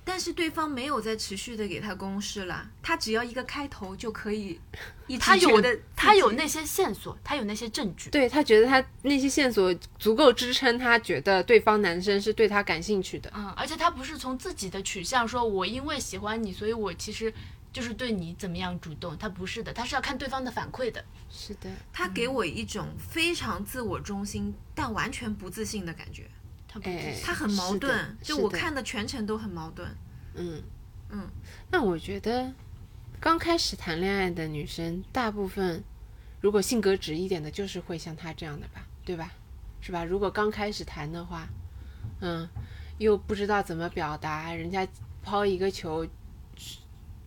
Speaker 1: 但是对方没有再持续的给他公示了，他只要一个开头就可 以一直
Speaker 3: 他有
Speaker 1: 觉得
Speaker 3: 他有
Speaker 1: 自己
Speaker 3: 那些线索，他有那些证据。
Speaker 2: 对他觉得他那些线索足够支撑他觉得对方男生是对他感兴趣的。
Speaker 3: 嗯，而且他不是从自己的取向说，我因为喜欢你，所以我其实就是对你怎么样主动。他不是的，他是要看对方的反馈的。
Speaker 2: 是的，
Speaker 1: 他给我一种非常自我中心但完全不自信的感觉，
Speaker 3: 他不
Speaker 2: 哎，
Speaker 1: 他很矛盾，
Speaker 2: 是的
Speaker 1: 就我
Speaker 2: 是的
Speaker 1: 看的全程都很矛盾。
Speaker 2: 嗯，
Speaker 1: 嗯，
Speaker 2: 那我觉得刚开始谈恋爱的女生，大部分如果性格直一点的，就是会像她这样的吧，对吧？是吧？如果刚开始谈的话，嗯，又不知道怎么表达，人家抛一个球，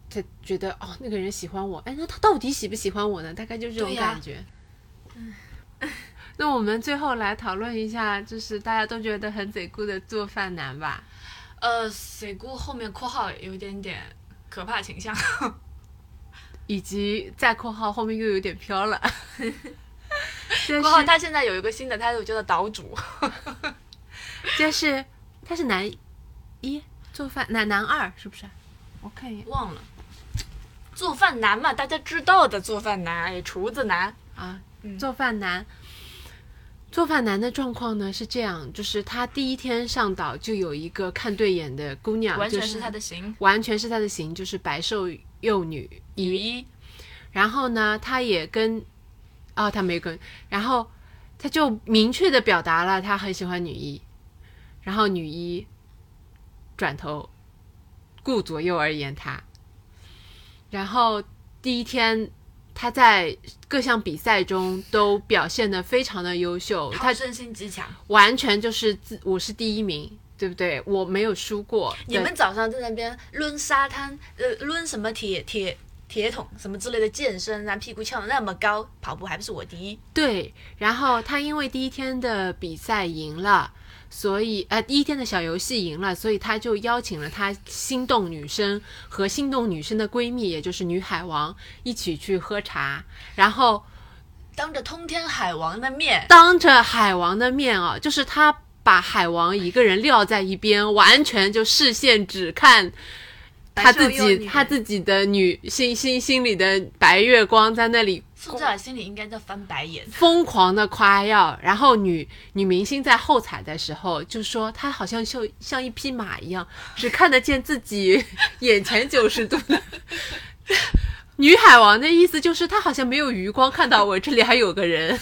Speaker 2: 他觉得哦，那个人喜欢我，哎，那他到底喜不喜欢我呢？大概就是这种
Speaker 3: 对呀
Speaker 2: 感觉。 那我们最后来讨论一下，就是大家都觉得很贼酷的做饭男吧。
Speaker 4: 呃，水姑后面括号有一点点可怕倾向。
Speaker 2: 以及在括号后面又有点飘 了。就
Speaker 4: 括号
Speaker 2: 是
Speaker 4: 他现在有一个新的 title 叫做岛 主，
Speaker 2: 就是他是男一做饭，男男二是不是？我看一眼
Speaker 4: 忘了。 做饭男嘛，大家知道的做饭男，哎，厨子男。
Speaker 2: 啊，
Speaker 4: 嗯
Speaker 2: 做饭男。做饭男的状况呢是这样，就是他第一天上岛就有一个看对眼的姑娘，
Speaker 4: 完全
Speaker 2: 就是
Speaker 4: 他的型。
Speaker 2: 完全是他的型，就是白瘦幼女
Speaker 4: 女一
Speaker 2: 然后呢，他也跟，哦，他没跟，然后他就明确的表达了他很喜欢女一，然后女一转头顾左右而言他，然后第一天他在各项比赛中都表现的非常的优秀，他
Speaker 4: 好胜心极强。
Speaker 2: 完全就是自我是第一名，对不对？我没有输过，
Speaker 3: 你们早上在那边抡沙滩，呃，抡什么铁铁铁桶什么之类的健身啊，屁股翘得那么高，跑步还不是我第一。
Speaker 2: 对，然后他因为第一天的比赛赢了，所以呃第一天的小游戏赢了，所以他就邀请了他心动女生和心动女生的闺蜜，也就是女海王一起去喝茶，然后
Speaker 3: 当着通天海王的面，
Speaker 2: 当着海王的面啊，就是他把海王一个人撂在一边，完全就视线只看他自
Speaker 4: 白瘦幼
Speaker 2: 己，
Speaker 4: 女
Speaker 2: 他自己的女心心心里的白月光在那里
Speaker 3: 宋佳尔心里应该在翻白眼。
Speaker 2: 疯狂的夸耀，然后女女明星在后采的时候就说她好像就像一匹马一样，只看得见自己眼前九十度的。 女海王的意思就是她好像没有余光看到我这里还有个人，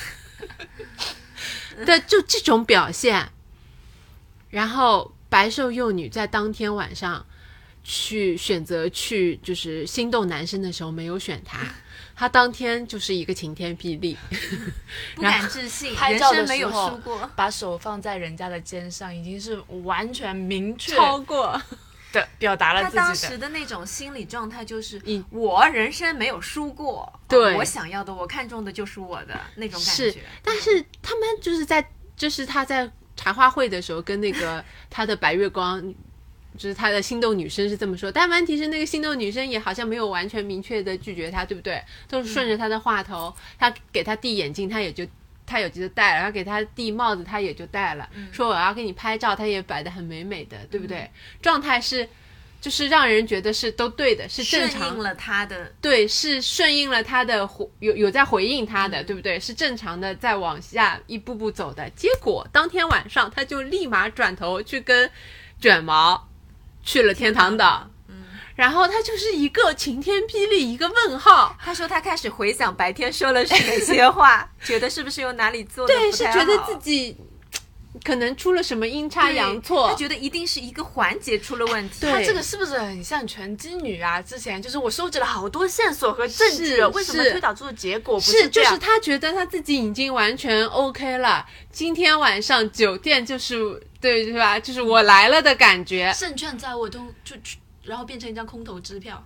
Speaker 2: 对，就这种表现。然后白瘦幼女在当天晚上去选择去就是心动男生的时候没有选他，他当天就是一个晴天霹雳。
Speaker 4: 不敢置信，
Speaker 3: 拍
Speaker 4: 人
Speaker 3: 照的
Speaker 4: 生没
Speaker 3: 时
Speaker 4: 有
Speaker 3: 候
Speaker 4: 输过，
Speaker 3: 把手放在人家的肩上，已经是完全明确
Speaker 2: 过。
Speaker 3: 的表达了
Speaker 4: 他
Speaker 3: 自己的。
Speaker 4: 当时的那种心理状态就是
Speaker 2: 嗯，
Speaker 4: 我人生没有输过，
Speaker 2: 对
Speaker 4: 我想要的，我看中的就是我的那种感
Speaker 2: 是
Speaker 4: 觉。
Speaker 2: 但是他们就是在，就是他在茶话会的时候跟那个他的白月光，就是他的心动女生是这么说，但问题是那个心动女生也好像没有完全明确的拒绝他，对不对？都是顺着他的话头，他给他递眼镜，他也就。他有就戴了，然后给他递帽子，他也就戴了。说我要给你拍照，他也摆得很美美的，对不对？状态是，就是让人觉得是都对的，是正
Speaker 4: 顺
Speaker 2: 常
Speaker 4: 应了他的
Speaker 2: 对，是顺应了他的回有有在回应他的，对不对？是正常的在往下一步步走的。结果当天晚上他就立马转头去跟卷毛去了天堂岛，然后他就是一个晴天霹雳，一个问号，
Speaker 4: 他说他开始回想白天说了哪些 话，觉得是不是有哪里做的
Speaker 2: 对，是觉得自己可能出了什么阴差阳
Speaker 4: 他
Speaker 2: 错，哎
Speaker 4: 觉得一定是一个环节出了问题。
Speaker 2: 对
Speaker 4: 他
Speaker 3: 她这个是不是很像拳击女啊？之前就是我收集了好多线索和证据
Speaker 4: 啊
Speaker 2: 是，
Speaker 3: 为什么
Speaker 2: 是
Speaker 3: 推导出的结果不
Speaker 2: 是
Speaker 3: 这
Speaker 2: 就
Speaker 3: 样？
Speaker 2: 是他觉得他自己已经完全 OK 了，今天晚上酒店就是对是吧？就是我来了的感觉，
Speaker 3: 胜券在握都就就，然后变成一张空头支票。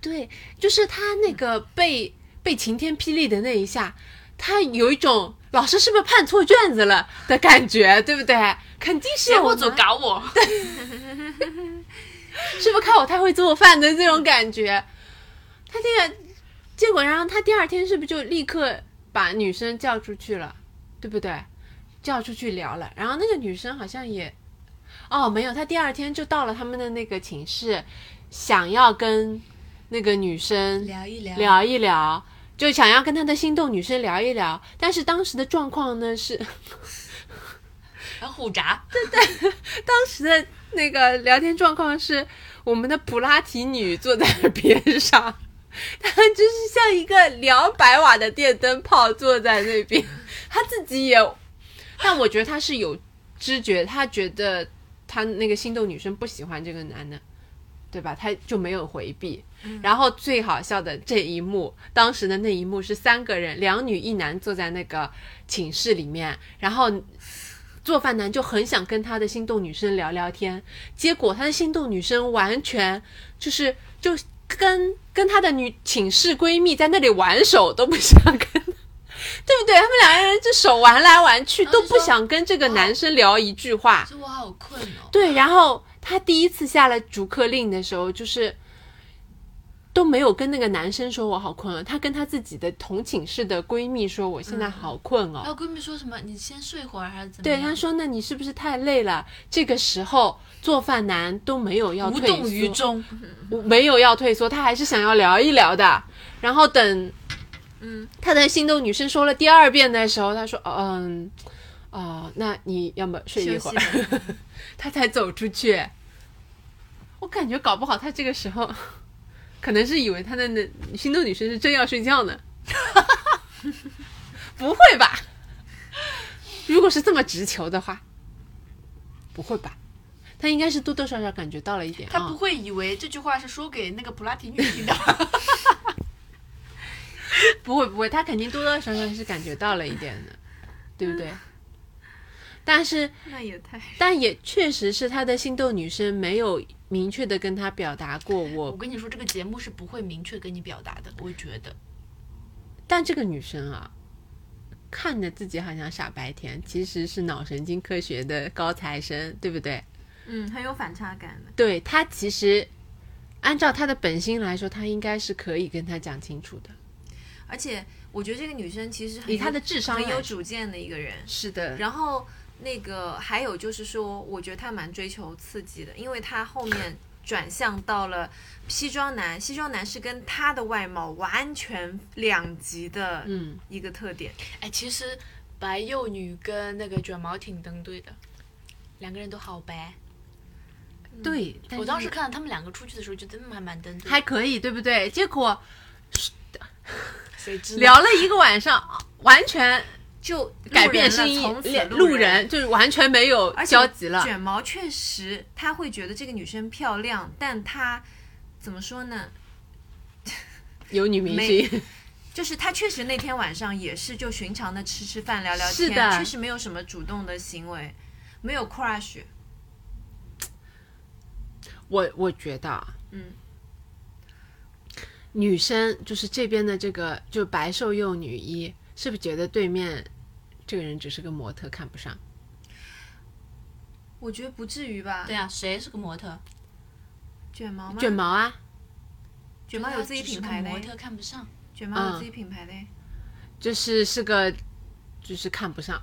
Speaker 2: 对，就是他那个被被晴天霹雳的那一下，他有一种老师是不是判错卷子了的感觉，对不对？肯定是
Speaker 3: 结
Speaker 2: 我
Speaker 3: 果组
Speaker 2: 们
Speaker 3: 搞我，
Speaker 2: 是不是看我太会做饭的这种感觉？他这个结果，然后他第二天是不是就立刻把女生叫出去了，对不对？叫出去聊了，然后那个女生好像也，哦，没有，他第二天就到了他们的那个寝室，想要跟那个女生
Speaker 3: 聊一聊
Speaker 2: 聊一聊，就想要跟他的心动女生聊一聊，但是当时的状况呢是，
Speaker 3: 然后互砸。
Speaker 2: 当时的那个聊天状况是，我们的普拉提女坐在边上， 她就是像一个两百瓦的电灯泡坐在那边，她自己也，但我觉得她是有知觉，她觉得她那个心动女生不喜欢这个男的，对吧？她就没有回避。然后最好笑的这一幕，当时的那一幕是三个人，两女一男坐在那个寝室里面，然后做饭男就很想跟他的心动女生聊聊天，结果他的心动女生完全就是就跟跟他的女寝室闺蜜在那里玩手都不想跟，对不对？他们两个人就手玩来玩去
Speaker 3: 后
Speaker 2: 都
Speaker 3: 就
Speaker 2: 不
Speaker 3: 说
Speaker 2: 想跟这个男生聊一句话。
Speaker 3: 说我好困哦，
Speaker 2: 对，然后他第一次下了逐客令的时候，就是都没有跟那个男生说我好困啊，他跟他自己的同寝室的闺蜜说我现在好困哦。
Speaker 3: 然后闺蜜说什么？你先睡会儿还是怎么
Speaker 2: 对，
Speaker 3: 样？
Speaker 2: 他说：“那你是不是太累了？这个时候做饭男都没有要
Speaker 3: 无
Speaker 2: 退
Speaker 3: 动于
Speaker 2: 缩
Speaker 3: 衷。
Speaker 2: 没有要退缩，他还是想要聊一聊的。然后等，嗯，他的心动女生说了第二遍的时候，他说，嗯，哦、那你要么睡一会 儿，他才走出去。我感觉搞不好他这个时候，可能是以为他的那心动女生是真要睡觉呢。 不会吧？如果是这么直球的话，不会吧？他应该是多多少少感觉到了一点啊。
Speaker 3: 她不会以为这句话是说给那个普拉提女听的。
Speaker 2: 不会不会，他肯定多多少少是感觉到了一点的，对不对？嗯但是
Speaker 4: 那也太……
Speaker 2: 但也确实是他的心动女生没有明确的跟他表达过
Speaker 3: 我
Speaker 2: 我，
Speaker 3: 跟你说，这个节目是不会明确跟你表达的，我觉得。
Speaker 2: 但这个女生啊，看着自己好像傻白甜，其实是脑神经科学的高材生，对不对？
Speaker 1: 嗯，很有反差感的。
Speaker 2: 对她其实按照她的本心来说，她应该是可以跟他讲清楚的。
Speaker 1: 而且我觉得这个女生其实很
Speaker 2: 以
Speaker 1: 有
Speaker 2: 她的智商
Speaker 1: 很
Speaker 2: 来
Speaker 1: 有
Speaker 2: 说
Speaker 1: 主见的一个人，
Speaker 2: 是的，
Speaker 1: 然后那个还有就是说，我觉得他蛮追求刺激的，因为他后面转向到了西装男，西装男是跟他的外貌完全两极的
Speaker 2: 嗯，
Speaker 1: 一个特点。
Speaker 3: 哎，其实白幼女跟那个卷毛挺登对的，两个人都好白。
Speaker 2: 对，但
Speaker 3: 我
Speaker 2: 是
Speaker 3: 当时看到他们两个出去的时候，觉得嗯还蛮登对的。
Speaker 2: 还可以，对不对？结果
Speaker 3: 谁知道？
Speaker 2: 聊了一个晚上，完全
Speaker 1: 就
Speaker 2: 改变
Speaker 1: 是
Speaker 2: 心意，
Speaker 1: 从此
Speaker 2: 连
Speaker 1: 路
Speaker 2: 路人就是完全没有
Speaker 1: 而且
Speaker 2: 交集了。
Speaker 1: 卷毛确实他会觉得这个女生漂亮，但他怎么说呢？
Speaker 2: 有女明星，
Speaker 1: 就是他确实那天晚上也是就寻常的吃吃饭聊聊
Speaker 2: 是
Speaker 1: 天，
Speaker 2: 的
Speaker 1: 确实没有什么主动的行为，没有 crush。
Speaker 2: 我我觉得啊，
Speaker 1: 嗯，
Speaker 2: 女生就是这边的这个就白瘦幼女一，是不是觉得对面这个人只是个模特看不上？
Speaker 1: 我觉得不至于吧？
Speaker 3: 对啊，谁是个模特？
Speaker 1: 卷毛啊吗？
Speaker 2: 卷毛啊，
Speaker 1: 卷毛有自己品牌
Speaker 3: 模
Speaker 1: 的，
Speaker 3: 特看不上。
Speaker 1: 卷毛
Speaker 2: 嗯
Speaker 1: 有自己品牌的。
Speaker 2: 就是是个就是看不上。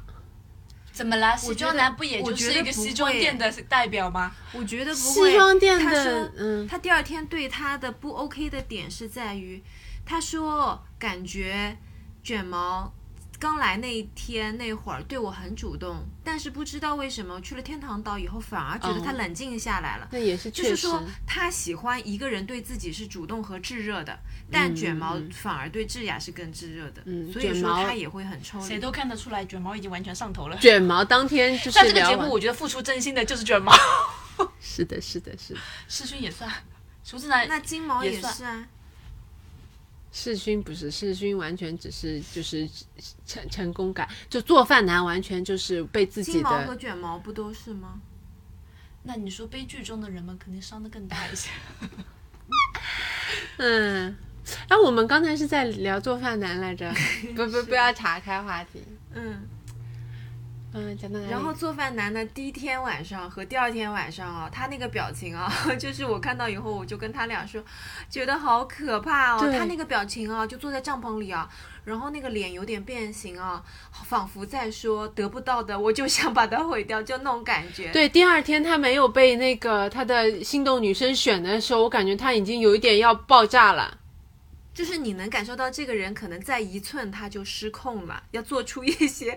Speaker 3: 怎么啦？
Speaker 1: 我
Speaker 3: 西
Speaker 1: 觉
Speaker 3: 装
Speaker 1: 得
Speaker 3: 男不啊也
Speaker 1: 我
Speaker 3: 就
Speaker 1: 觉
Speaker 3: 是
Speaker 1: 得
Speaker 3: 一
Speaker 1: 不
Speaker 3: 个西装
Speaker 1: 会
Speaker 3: 店的代表吗？
Speaker 1: 我觉得不会。
Speaker 2: 西装店
Speaker 1: 他说
Speaker 2: 的，嗯，
Speaker 1: 他第二天对他的不 OK 的点是在于，他说感觉卷毛刚来那一天那会儿对我很主动，但是不知道为什么去了天堂岛以后，反而觉得他
Speaker 2: 哦
Speaker 1: 冷静下来了。
Speaker 2: 那也是
Speaker 1: 就
Speaker 2: 确
Speaker 1: 是
Speaker 2: 实。
Speaker 1: 说，他喜欢一个人对自己是主动和炙热的，但卷毛
Speaker 2: 嗯
Speaker 1: 反而对智雅是更炙热的，
Speaker 2: 嗯
Speaker 1: 所以
Speaker 2: 卷
Speaker 1: 说
Speaker 2: 毛
Speaker 1: 他也会很抽
Speaker 3: 谁
Speaker 1: 离。
Speaker 3: 都看得出来，卷毛已经完全上头了。
Speaker 2: 卷毛当天就是
Speaker 3: 上这个
Speaker 2: 聊
Speaker 3: 节
Speaker 2: 完
Speaker 3: 目，我觉得付出真心的就是卷 毛，
Speaker 2: 是的，是的，是的。
Speaker 3: 世勋也算，厨子男
Speaker 1: 那金毛
Speaker 3: 也
Speaker 1: 也
Speaker 3: 算
Speaker 1: 是啊，
Speaker 2: 世勋不是世勋，完全只是就是成成功感，就做饭男完全就是被自己
Speaker 1: 金毛和
Speaker 2: 的
Speaker 1: 卷毛不都是吗？
Speaker 3: 那你说悲剧中的人们肯定伤得更大一 些。
Speaker 2: 嗯。哎、我们刚才是在聊做饭男来着， 不不不要岔开话题。
Speaker 1: 嗯。
Speaker 2: 嗯，讲到哪里
Speaker 1: 然后做饭男的第一天晚上和第二天晚上啊，他那个表情啊， 就是我看到以后，我就跟他俩说，觉得好可怕哦。
Speaker 2: 对
Speaker 1: 他那个表情啊，就坐在帐篷里啊，然后那个脸有点变形啊，仿佛在说得不到的我就想把它毁掉，就那种感觉。，
Speaker 2: 对第二天他没有被那个他的心动女生选的时候，我感觉他已经有一点要爆炸了。
Speaker 1: 就是你能感受到这个人可能在一寸他就失控了，要做出一些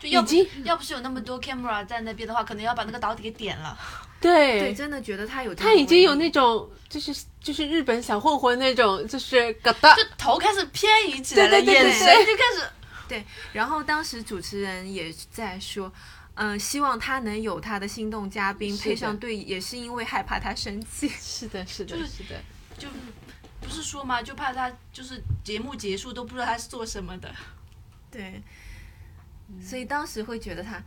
Speaker 3: 就要
Speaker 2: 已
Speaker 3: 不
Speaker 2: 经
Speaker 3: 要不是有那么多 camera 在那边的话，可能要把那个岛底给点了。
Speaker 2: 对，
Speaker 1: 对，真的觉得他有这
Speaker 2: 他
Speaker 1: 种
Speaker 2: 已经有
Speaker 1: 威
Speaker 2: 那
Speaker 1: 力
Speaker 2: 种就是就是日本小混混那种，就是疙瘩
Speaker 3: 就头开始偏移起来了，
Speaker 2: 对对对对
Speaker 3: 眼神就开始。
Speaker 1: 对，然后当时主持人也在说，嗯、希望他能有他的心动嘉宾
Speaker 2: 是
Speaker 1: 配
Speaker 2: 的
Speaker 1: 上对，也是因为害怕他生气。
Speaker 2: 是的，是的，
Speaker 3: 就是
Speaker 2: 的。
Speaker 3: 就不是说嘛，就怕他就是节目结束都不知道他是做什么的。
Speaker 1: 对，所以当时会觉得他，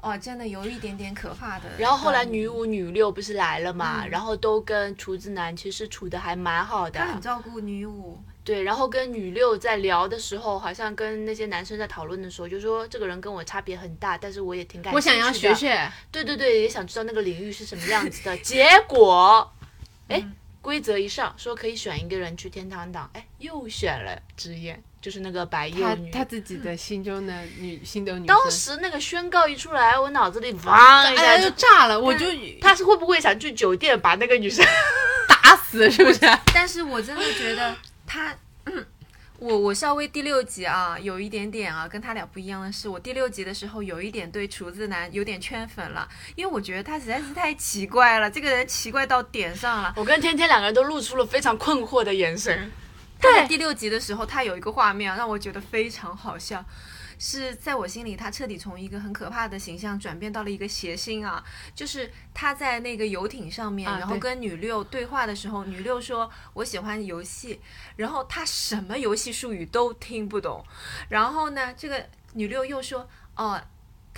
Speaker 1: 哦，真的有一点点可怕的。
Speaker 3: 然后后来
Speaker 2: 嗯
Speaker 3: 女五、女六不是来了嘛，然后都跟厨子男其实处的还蛮好的
Speaker 1: 他，很照顾女五，
Speaker 3: 对。然后跟女六在聊的时候，好像跟那些男生在讨论的时候，就说这个人跟我差别很大，但是我也挺感
Speaker 2: 我
Speaker 3: 兴
Speaker 2: 想
Speaker 3: 趣的
Speaker 2: 要学。学，
Speaker 3: 对对对，也想知道那个领域是什么样子 的。结果，哎，
Speaker 2: 嗯
Speaker 3: 规则一上说可以选一个人去天堂岛，哎，又选了职业，就是那个白幼
Speaker 2: 他
Speaker 3: 女。
Speaker 2: 他自己的嗯心中的女心动女生，
Speaker 3: 当时那个宣告一出来，我脑子里哇一下
Speaker 2: 哎呀
Speaker 3: 就
Speaker 2: 就炸了，我就
Speaker 3: 他是会不会想去酒店把那个女生？。
Speaker 2: 打死是不是？
Speaker 1: 但是我真的觉得他。嗯我我稍微第六集啊，有一点点啊，跟他俩不一样的是，我第六集的时候有一点对厨子男有点圈粉了，因为我觉得他实在是太奇怪了，这个人奇怪到点上了
Speaker 3: 我跟天天两个人都露出了非常困惑的眼神。
Speaker 1: 他在第六集的时候，他有一个画面啊让我觉得非常好笑，是在我心里，他彻底从一个很可怕的形象转变到了一个谐星啊，就是他在那个游艇上面，
Speaker 2: 啊
Speaker 1: 然后
Speaker 2: 对
Speaker 1: 跟女六对话的时候，女六说我喜欢游戏，然后他什么游戏术语都听不懂，然后呢，这个女六又说哦。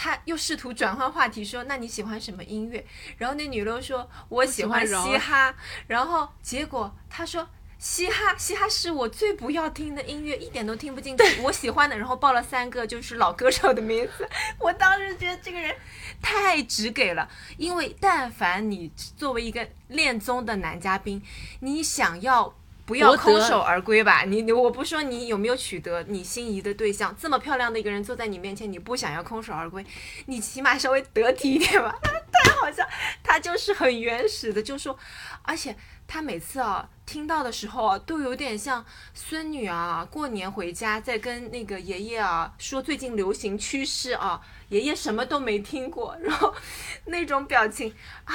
Speaker 1: 他又试图转换话题说：“那你喜欢什么音乐？”然后那女的又说：“我喜
Speaker 2: 欢
Speaker 1: 欢
Speaker 2: 饶
Speaker 1: 嘻哈。”然后结果他说。嘻哈，嘻哈是我最不要听的音乐，一点都听不进去。我喜欢的，然后报了三个就是老歌手的名字。 我当时觉得这个人太直给了，因为但凡你作为一个恋综的男嘉宾，你想要不要
Speaker 2: 博得
Speaker 1: 空手而归吧？你你我不说你有没有取得你心仪的对象，这么漂亮的一个人坐在你面前，你不想要空手而归，你起码稍微得体一点吧。 他好像他就是很原始的，就说，而且他每次啊听到的时候啊，都有点像孙女啊过年回家在跟那个爷爷啊说最近流行趋势啊，爷爷什么都没听过， 然后那种表情啊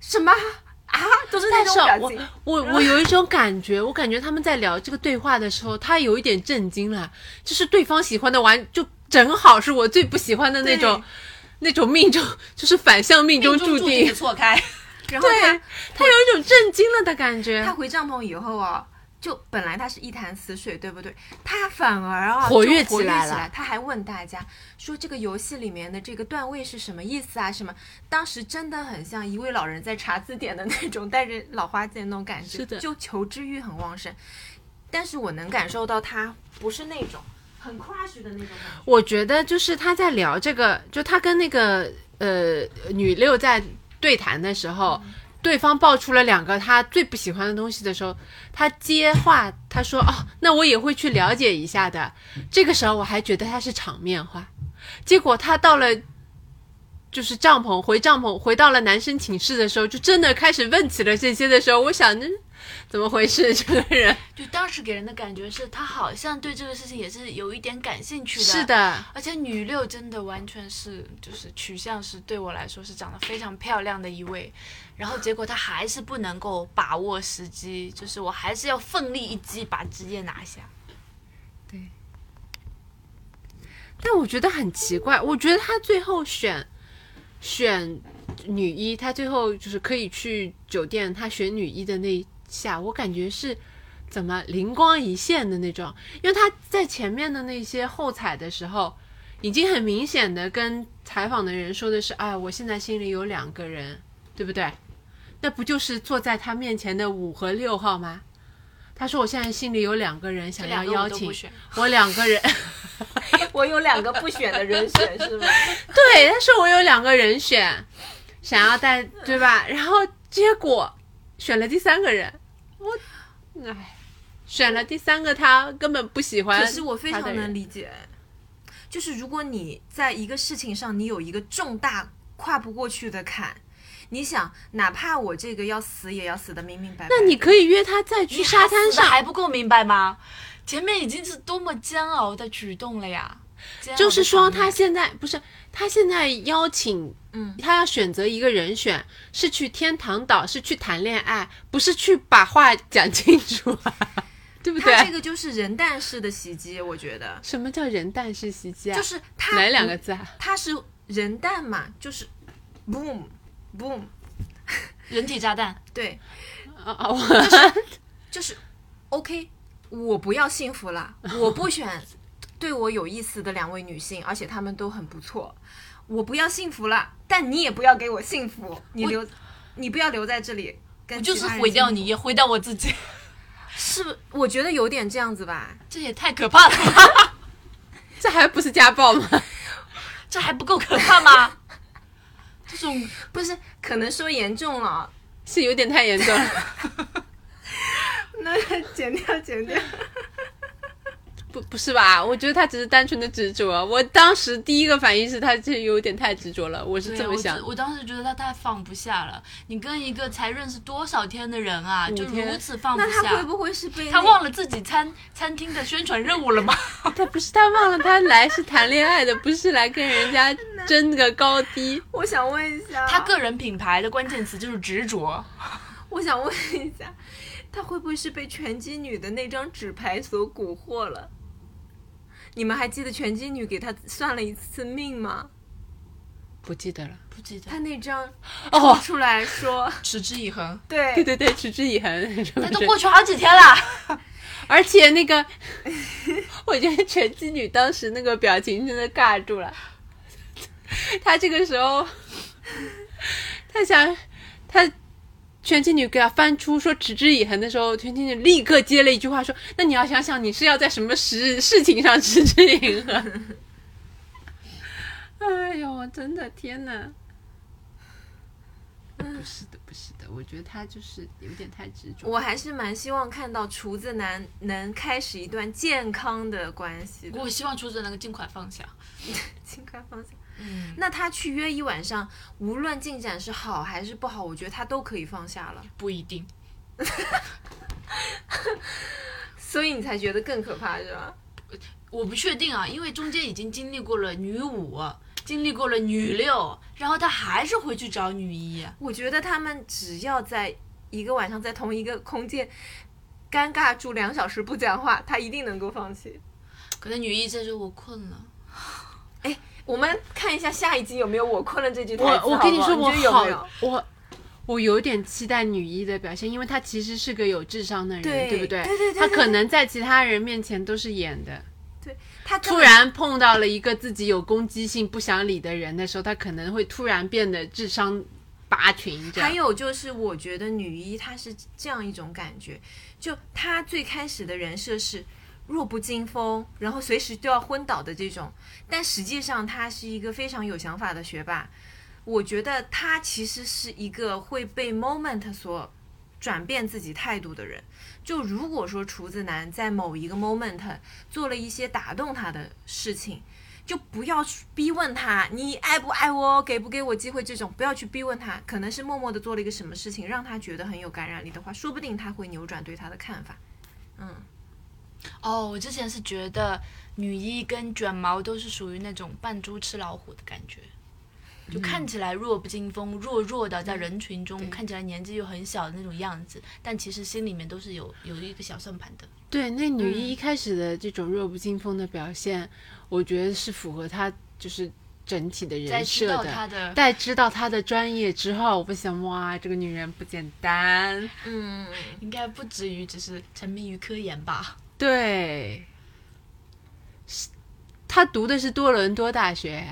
Speaker 1: 什么啊都是那种
Speaker 2: 但是
Speaker 1: 表
Speaker 2: 我
Speaker 1: 情。
Speaker 2: 我我有一种感觉，我感觉他们在聊这个对话的时候，他有一点震惊了，就是对方喜欢的玩就正好是我最不喜欢的那种
Speaker 1: 对，
Speaker 2: 那种命中就是反向命中注
Speaker 4: 定的错开。
Speaker 1: 然后
Speaker 2: 对
Speaker 1: 他，
Speaker 2: 他有一种震惊了的感
Speaker 1: 他
Speaker 2: 觉，
Speaker 1: 回帐篷以后啊，就本来他是一潭死水，对不对？他反而啊
Speaker 2: 活
Speaker 1: 就
Speaker 2: 跃
Speaker 1: 活跃
Speaker 2: 起来
Speaker 1: 起
Speaker 2: 了
Speaker 1: 来，他还问大家说这个游戏里面的这个段位是什么意思啊？什么？当时真的很像一位老人在查字典的那种，带着老花镜那种感觉，
Speaker 2: 是的
Speaker 1: 就求知欲很旺盛。但是我能感受到他不是那种很 crush 的那种感 觉。
Speaker 2: 我觉得就是他在聊这个，就他跟那个呃女六在对谈的时候。对方爆出了两个他最不喜欢的东西的时候，他接话，他说：“哦，那我也会去了解一下的。”这个时候我还觉得他是场面话，结果他到了就是帐篷，回帐篷，回到了男生寝室的时候，就真的开始问起了这些的时候，我想这嗯怎么回事？这个人
Speaker 3: 就当时给人的感觉是他好像对这个事情也是有一点感兴趣的。
Speaker 2: 是。的，
Speaker 3: 而且女六真的完全是，就是取向是对我来说是长得非常漂亮的一位，然后结果她还是不能够把握时机，就是我还是要奋力一击把职业拿下。
Speaker 2: 但我觉得很奇怪，我觉得他最后选选女一，他最后就是可以去酒店，他选女一的那一下，我感觉是怎么灵光一现的那种，因为他在前面的那些后采的时候，已经很明显的跟采访的人说的是，哎，我现在心里有两个人，对不对？那不就是坐在他面前的五和六号吗？他说我现在心里有两个人想要
Speaker 3: 两个我
Speaker 2: 邀
Speaker 3: 都
Speaker 2: 请
Speaker 3: 不选，
Speaker 2: 我两个人。
Speaker 1: 哎我有两个不选的人选是吗？
Speaker 2: 对，他说我有两个人选，想要带对吧？然后结果选了第三个人，我唉，选了第三个他根本不喜欢
Speaker 1: 可
Speaker 2: 他的人。
Speaker 1: 是我非常能理解，就是如果你在一个事情上，你有一个重大跨不过去的坎，你想，哪怕我这个要死也要死的明明白白。
Speaker 2: 那你可以约他再去沙滩
Speaker 3: 死得
Speaker 2: 上，
Speaker 3: 还不够明白吗？前面已经是多么煎熬的举动了呀！煎熬的
Speaker 2: 就是
Speaker 3: 场
Speaker 2: 说
Speaker 3: 面
Speaker 2: 他现在不是他现在邀请，
Speaker 1: 嗯，
Speaker 2: 他要选择一个人选是去天堂岛，是去谈恋爱，不是去把话讲清楚、啊，对不对？啊
Speaker 1: 他这个就是人蛋式的袭击，我觉得
Speaker 2: 什么叫人蛋式袭击啊？
Speaker 1: 就是他
Speaker 2: 哪两个字啊？
Speaker 1: 他是人蛋嘛，就是 boom boom，
Speaker 3: 人体炸弹，
Speaker 1: 对，
Speaker 2: 啊啊！我
Speaker 1: 就是 OK，我不要幸福 了，我不选对我有意思的两位女性，而且她们都很不错，我不要幸福了，但你也不要给我幸福，你留，你不要留在这里，跟
Speaker 3: 我就是
Speaker 1: 其他人
Speaker 3: 毁掉
Speaker 1: 幸福
Speaker 3: 你，，也毁掉我自己，
Speaker 1: 是不？我觉得有点这样子吧，
Speaker 3: 这也太可怕了 吧！
Speaker 2: 这还不是家暴吗？
Speaker 3: 这还不够可怕吗？ 这种
Speaker 1: 不是，可能说严重了，
Speaker 2: 是有点太严重 了，
Speaker 1: 那 剪掉剪掉，
Speaker 2: 不不是吧？我觉得他只是单纯的执着。我当时第一个反应是他这有点太执着了，我是
Speaker 3: 对
Speaker 2: 这
Speaker 3: 啊
Speaker 2: 么
Speaker 3: 我
Speaker 2: 想哦
Speaker 3: 觉。我当时觉得他太放不下了。你跟一个才认识多少天的人啊，就
Speaker 2: 天
Speaker 3: 如此放不
Speaker 1: 那他会
Speaker 3: 下。
Speaker 1: 不会是被
Speaker 3: 他
Speaker 1: 那
Speaker 3: 忘了自己餐餐厅的宣传任务了吗？
Speaker 2: 他不是他忘了，他来是谈恋爱的，不是来跟 人家争个高低。
Speaker 1: 我想问一下，
Speaker 3: 他个人品牌的关键词就是执着。
Speaker 1: 我想问一下，他会不会是被拳击女的那张纸牌所蛊惑了？你们还记得拳击女给他算了一次命吗？
Speaker 2: 不记得了。
Speaker 3: 不记得
Speaker 1: 他，那张
Speaker 2: 哦
Speaker 1: 出来 说，
Speaker 3: 持之以恒。
Speaker 1: 对
Speaker 2: 对对对，持之以恒。是不
Speaker 3: 那
Speaker 2: 是
Speaker 3: 都过去好几天了，
Speaker 2: 而且那个， 我觉得拳击女当时那个表情真的尬住了。他这个时候，他想他全金女给他翻出说持之以恒的时候，全金女立刻接了一句话说：“那你要想想你是要在什么事事情上持之以恒。” 哎呦，真的天哪！不是的，不是的，我觉得他就是有点太执着。
Speaker 1: 我还是蛮希望看到厨子男能开始一段健康的关系的，
Speaker 3: 我希望厨子能够尽快放下。
Speaker 1: 尽快放下。
Speaker 3: 嗯，
Speaker 1: 那他去约一晚上，无论进展是好还是不好，我觉得他都可以放下了，
Speaker 3: 不一定。
Speaker 1: 所以你才觉得更可怕是吧？
Speaker 3: 我不确定啊，因为中间已经经历过了女五，经历过了女六，然后他还是回去找女一。啊
Speaker 1: 我觉得他们只要在一个晚上在同一个空间尴尬住两小时不讲话，他一定能够放弃。
Speaker 3: 可能女一在说：“我困了。
Speaker 1: 我们看一下下一集有没有我困了这句台词
Speaker 2: 我我跟
Speaker 1: 好
Speaker 2: 说，
Speaker 1: 不
Speaker 2: 我
Speaker 1: 好你觉得有没有
Speaker 2: 好？我我有点期待女一的表现，因为她其实是个有智商的人，
Speaker 1: 对
Speaker 2: 不对？
Speaker 1: 对对对
Speaker 2: 她
Speaker 1: 对
Speaker 2: 可能在其他人面前都是演的，
Speaker 1: 他真
Speaker 2: 突
Speaker 1: 的
Speaker 2: 然碰到了一个自己有攻击性、不想理的人的时候，她可能会突然变得智商拔群这
Speaker 1: 还
Speaker 2: 样。
Speaker 1: 有就是，我觉得女一她是这样一种感觉，就她最开始的人设是弱不禁风，然后随时都要昏倒的这种，但实际上她是一个非常有想法的学霸。我觉得她其实是一个会被 moment 所转变自己态度的人。就如果说厨子男在某一个 moment 做了一些打动他的事情，就不要去逼问他，你爱不爱我，给不给我机会这种，不要去逼问他。可能是默默的做了一个什么事情，让他觉得很有感染力的话，说不定他会扭转对他的看法。”
Speaker 3: 哦，我之前是觉得女一跟卷毛都是属于那种扮猪吃老虎的感觉，就看起来弱不禁风、弱弱的，在人群中看起来年纪又很小的那种样子，但其实心里面都是有有一个小算盘的。
Speaker 2: 对，那女
Speaker 1: 嗯
Speaker 2: 一一开始的这种弱不禁风的表现，我觉得是符合她就是整体的
Speaker 3: 在
Speaker 2: 人
Speaker 3: 知
Speaker 2: 设
Speaker 3: 道
Speaker 2: 的。
Speaker 3: 他的
Speaker 2: 在知道她的专业之后，我想哇，这个女人不简单。
Speaker 1: 嗯，
Speaker 3: 应该不至于只是沉迷于科研吧？
Speaker 2: 对，是她读的是多伦多大学，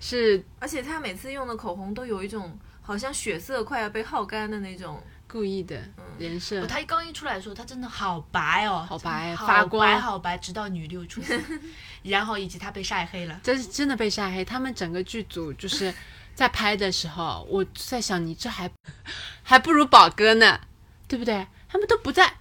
Speaker 2: 是
Speaker 1: 而且他每次用的口红都有一种好像血色快要被耗干的那种。
Speaker 2: 故意的人设。
Speaker 3: 哦，他一刚一出来的时候，他真的好白哦，
Speaker 2: 好白
Speaker 3: 真的
Speaker 2: 发
Speaker 3: 好白
Speaker 2: 光
Speaker 3: 好白，直到女六出现， 然后以及他被晒黑了。
Speaker 2: 真是真的被晒黑。他们整个剧组就是在拍的时候，我在想，你这还还不如宝哥呢，对不对？他们都不在，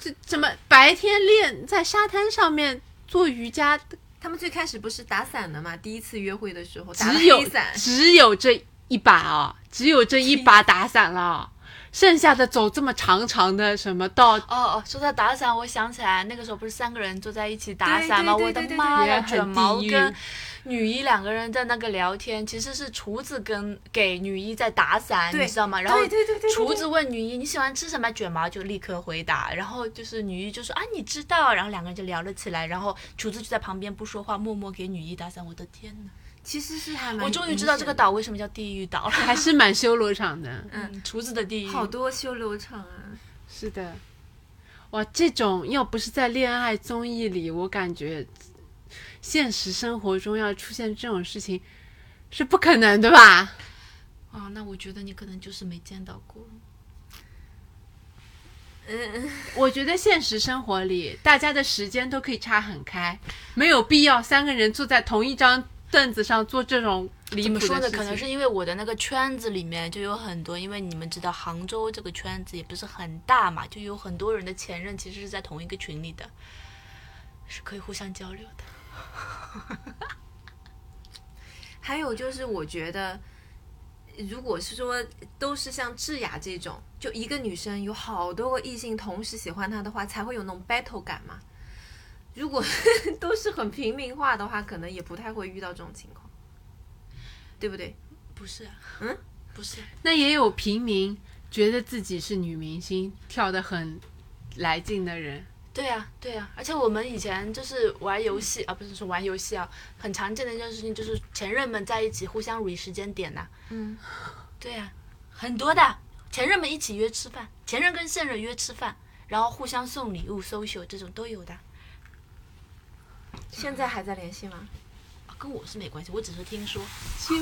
Speaker 2: 这怎么白天练在沙滩上面做瑜伽，
Speaker 1: 他们最开始不是打伞的嘛？第一次约会的时候打了
Speaker 2: 只有
Speaker 1: 黑伞，
Speaker 2: 只有这一把啊、只有这一把打伞了，啊剩下的走这么长长的什么道
Speaker 3: 哦哦，说到打伞，我想起来那个时候不是三个人坐在一起打
Speaker 1: 对
Speaker 3: 伞吗？
Speaker 1: 对
Speaker 3: 我
Speaker 1: 对
Speaker 3: 的
Speaker 1: 对对
Speaker 3: 妈呀，
Speaker 2: 也很
Speaker 3: 卷毛
Speaker 2: 地狱
Speaker 3: 跟女一两个人在那个聊天，其实是厨子跟给女一在打伞，
Speaker 1: 对
Speaker 3: 你知道吗？然后
Speaker 1: 对对对对对对
Speaker 3: 厨子问女一你喜欢吃什么，卷毛就立刻回答，然后就是女一就说啊你知道，然后两个人就聊了起来，然后厨子就在旁边不说话，默默给女一打伞。我的天呐，
Speaker 1: 其实是还蛮。
Speaker 3: 我终于知道这个。岛为什么叫地狱 岛了。
Speaker 2: 还是蛮修罗场的。
Speaker 3: 嗯，厨子的地狱。
Speaker 1: 好多修罗场啊！
Speaker 2: 是的，哇，这种要不是在恋爱综艺里，我感觉现实生活中要出现这种事情是不可能的吧？
Speaker 3: 啊，那我觉得你可能就是没见到过。
Speaker 2: 我觉得现实生活里，大家的时间都可以差很开，没有必要三个人坐在同一张凳子上做这种离
Speaker 3: 怎
Speaker 2: 谱
Speaker 3: 么说
Speaker 2: 的事
Speaker 3: 呢？
Speaker 2: 情。
Speaker 3: 可能是因为我的那个圈子里面就有很多，因为你们知道杭州这个圈子也不是很大嘛，就有很多人的前任其实是在同一个群里的，是可以互相交流的。
Speaker 1: 还有就是，我觉得，如果是说都是像智雅这种，就一个女生有好多个异性同时喜欢她的话，才会有那种 battle 感嘛。如果 都是很平民化的话，可能也不太会遇到这种情况，对不对？
Speaker 3: 不是、啊，
Speaker 1: 嗯，
Speaker 3: 不是啊。
Speaker 2: 那也有平民觉得自己是女明星，跳得很来劲的人。
Speaker 3: 对呀、对呀、而且我们以前就是玩游戏啊，不是说玩游戏啊，很常见的一件事情就是前任们在一起互相 re 时间点呐、
Speaker 1: 嗯，
Speaker 3: 对呀、很多的前任们一起约吃饭，前任跟现任约吃饭，然后互相送礼物、social 这种都有的。
Speaker 1: 现在还在联系吗？
Speaker 3: 啊跟我是没关系，我只是听说
Speaker 2: 救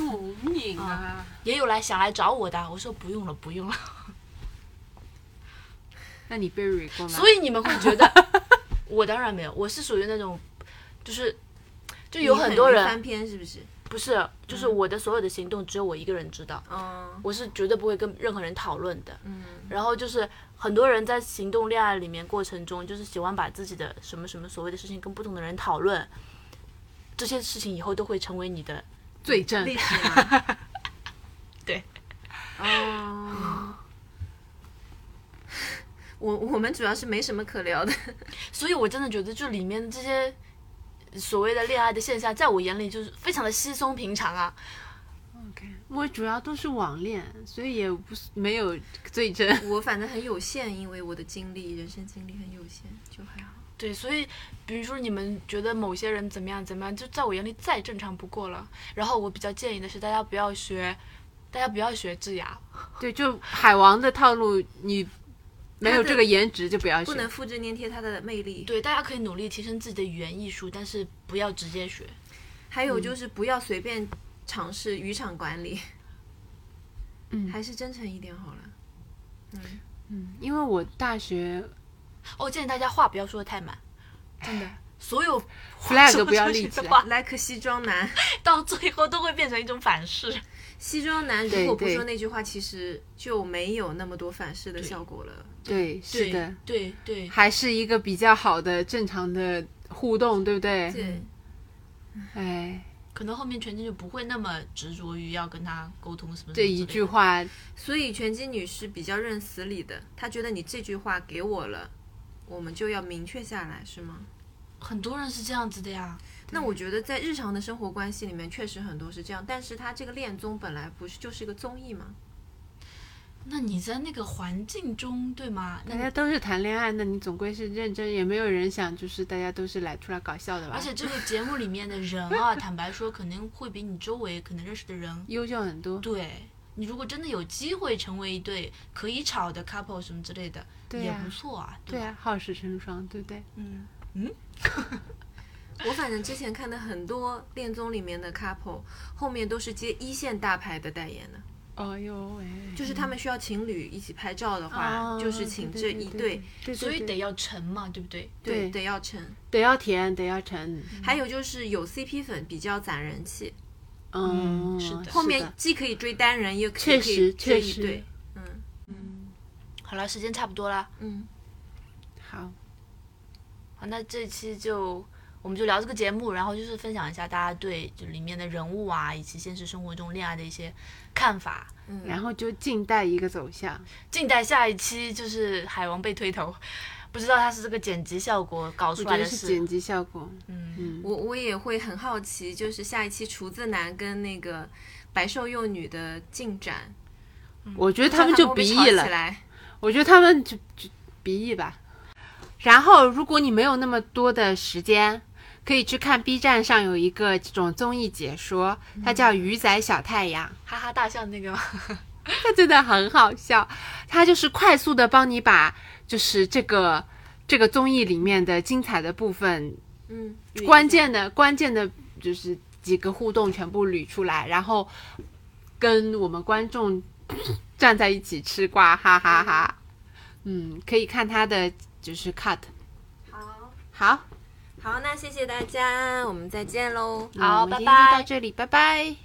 Speaker 2: 命啊！
Speaker 3: 也有来想来找我的，我说不用了，不用了。
Speaker 2: 那你被蕊过吗？
Speaker 3: 所
Speaker 2: 以
Speaker 3: 以你们会觉得， 我当然没有，我是属于那种，就是就有
Speaker 1: 你
Speaker 3: 很多
Speaker 1: 容易
Speaker 3: 人
Speaker 1: 翻篇是不是？
Speaker 3: 不是，就是我的所有的行动只有我一个人知道，
Speaker 1: 嗯
Speaker 3: 我是绝对不会跟任何人讨论的。
Speaker 1: 嗯
Speaker 3: 然后就是很多人在行动恋爱里面过程中，就是喜欢把自己的什么什么所谓的事情跟不同的人讨论，这些事情以后都会成为你的。
Speaker 2: 罪证
Speaker 1: 历史嘛，
Speaker 3: 对。
Speaker 2: 哦，
Speaker 1: 我我们主要是没什么可聊的，
Speaker 3: 所以我真的觉得，就里面的这些所谓的恋爱的现象，在我眼里就是非常的稀松平常啊。
Speaker 2: OK，我主要都是网恋，所以也不是没有罪证。
Speaker 1: 我反正很有限，因为我的经历，人生经历很有限，就还好。
Speaker 4: 对，所以比如说你们觉得某些人怎么样怎么样，就在我眼里再正常不过了。然后我比较建议的是，大家不要学，大家不要学智雅，
Speaker 2: 对，就海王的套路，你没有这个颜值就不要
Speaker 1: 不
Speaker 2: 选。
Speaker 1: 能复制粘贴它的魅力。
Speaker 3: 对，大家可以努力提升自己的语言艺术，但是不要直接学。
Speaker 1: 还有就是不要随便尝试渔场管理，
Speaker 2: 嗯
Speaker 1: 还是真诚一点好了。
Speaker 2: 嗯，因为我大学
Speaker 3: 哦，建议大家话不要说的太满，
Speaker 4: 真的。
Speaker 3: 所有
Speaker 2: flag
Speaker 3: 说
Speaker 2: 不要
Speaker 3: 出
Speaker 2: 立
Speaker 3: 去
Speaker 2: 起
Speaker 3: 的
Speaker 2: 来。
Speaker 3: 话，
Speaker 1: like 西装男，
Speaker 3: 到最后都会变成一种反噬。
Speaker 1: 西装男如
Speaker 2: 对
Speaker 1: 果不
Speaker 2: 对
Speaker 1: 说那句话，其实就没有那么多反噬的效果了。
Speaker 2: 对，是的，
Speaker 3: 对对对，
Speaker 2: 还是一个比较好的正常的互动，对不对？
Speaker 1: 对，
Speaker 2: 哎，
Speaker 3: 可能后面全真就不会那么执着于要跟他沟通什么什么
Speaker 2: 这
Speaker 3: 之
Speaker 2: 一
Speaker 3: 类的
Speaker 2: 句话，
Speaker 1: 所以拳击女是比较认死理的，她觉得你这句话给我了，我们就要明确下来，是吗？
Speaker 3: 很多人是这样子的呀。
Speaker 1: 那我觉得在日常的生活关系里面，确实很多是这样，但是他这个恋综本来不是就是个综艺嘛，
Speaker 3: 那你在那个环境中，对吗？那
Speaker 2: 大家
Speaker 3: 你
Speaker 2: 都是谈恋爱，那你总归是认真，也没有人想就是大家都是来出来搞笑的吧？
Speaker 3: 而且这个节目里面的人啊， 坦白说，肯定会比你周围可能认识的人
Speaker 2: 优秀很多，
Speaker 3: 对。你如果真的有机会成为一对可以吵的 couple 什么之类的，
Speaker 2: 对
Speaker 3: 也
Speaker 2: 呀、
Speaker 3: 不错啊，
Speaker 2: 对
Speaker 3: 吧
Speaker 2: 呀、好事成双，对不对？
Speaker 3: 嗯，
Speaker 1: 我反正之前看的很多恋综里面的 couple，后面都是接一线大牌的代言的，
Speaker 2: 哦呦喂，
Speaker 1: 就是他们需要情侣一起拍照的话，
Speaker 2: 嗯哦
Speaker 1: 就是请这一
Speaker 2: 对
Speaker 1: 对，，
Speaker 2: 对对对对对
Speaker 3: 所以得要成嘛，对不对？
Speaker 1: 对
Speaker 2: 对
Speaker 1: 得要成。
Speaker 2: 得要甜，得要沉，
Speaker 1: 还有就是有 CP 粉比较攒人气，
Speaker 2: 嗯，
Speaker 3: 是的
Speaker 1: 后面既可以追单人，也可以
Speaker 2: 确实
Speaker 1: 追
Speaker 2: 确
Speaker 1: 一
Speaker 2: 实
Speaker 1: 对，
Speaker 3: 好了，时间差不多啦，
Speaker 1: 嗯，
Speaker 2: 好，
Speaker 3: 好，那这期就我们就聊这个节目，然后就是分享一下大家对就里面的人物啊，以及现实生活中恋爱的一些看法。
Speaker 2: 然后就静待一个走向，
Speaker 3: 静待下一期就是海王被推头，不知道他是这个剪辑效果搞
Speaker 2: 我
Speaker 3: 出
Speaker 2: 觉
Speaker 3: 来
Speaker 2: 得
Speaker 3: 的
Speaker 2: 是
Speaker 3: 事。
Speaker 2: 剪辑效果，
Speaker 3: 嗯，
Speaker 2: 嗯，
Speaker 1: 我我也会很好奇，就是下一期厨子男跟那个白瘦幼女的进展，
Speaker 2: 我觉得
Speaker 1: 不知
Speaker 2: 他
Speaker 1: 道
Speaker 2: 们
Speaker 1: 会
Speaker 2: 就
Speaker 1: 不会
Speaker 2: 鼻
Speaker 1: 吵
Speaker 2: 翼
Speaker 1: 起
Speaker 2: 了，
Speaker 1: 来。
Speaker 2: 我觉得他们就就鼻翼吧。然后，如果你没有那么多的时间，可以去看 B 站上有一个这种综艺解说，
Speaker 1: 嗯
Speaker 2: 它叫《鱼仔小太阳》，
Speaker 3: 哈哈大笑那个吗？
Speaker 2: 它 真的很好笑。它就是快速的帮你把就是这个这个综艺里面的精彩的部分、
Speaker 1: 嗯，
Speaker 2: 关键的关键的就是几个互动全部捋出来，然后跟我们观众站在一起吃瓜，哈哈哈嗯，可以看他的就是 cut。
Speaker 1: 好，
Speaker 2: 好，
Speaker 1: 好，那谢谢大家，我们再见喽。
Speaker 2: 那我
Speaker 3: 好拜
Speaker 2: 们今天就
Speaker 3: 拜
Speaker 2: 到这里，拜拜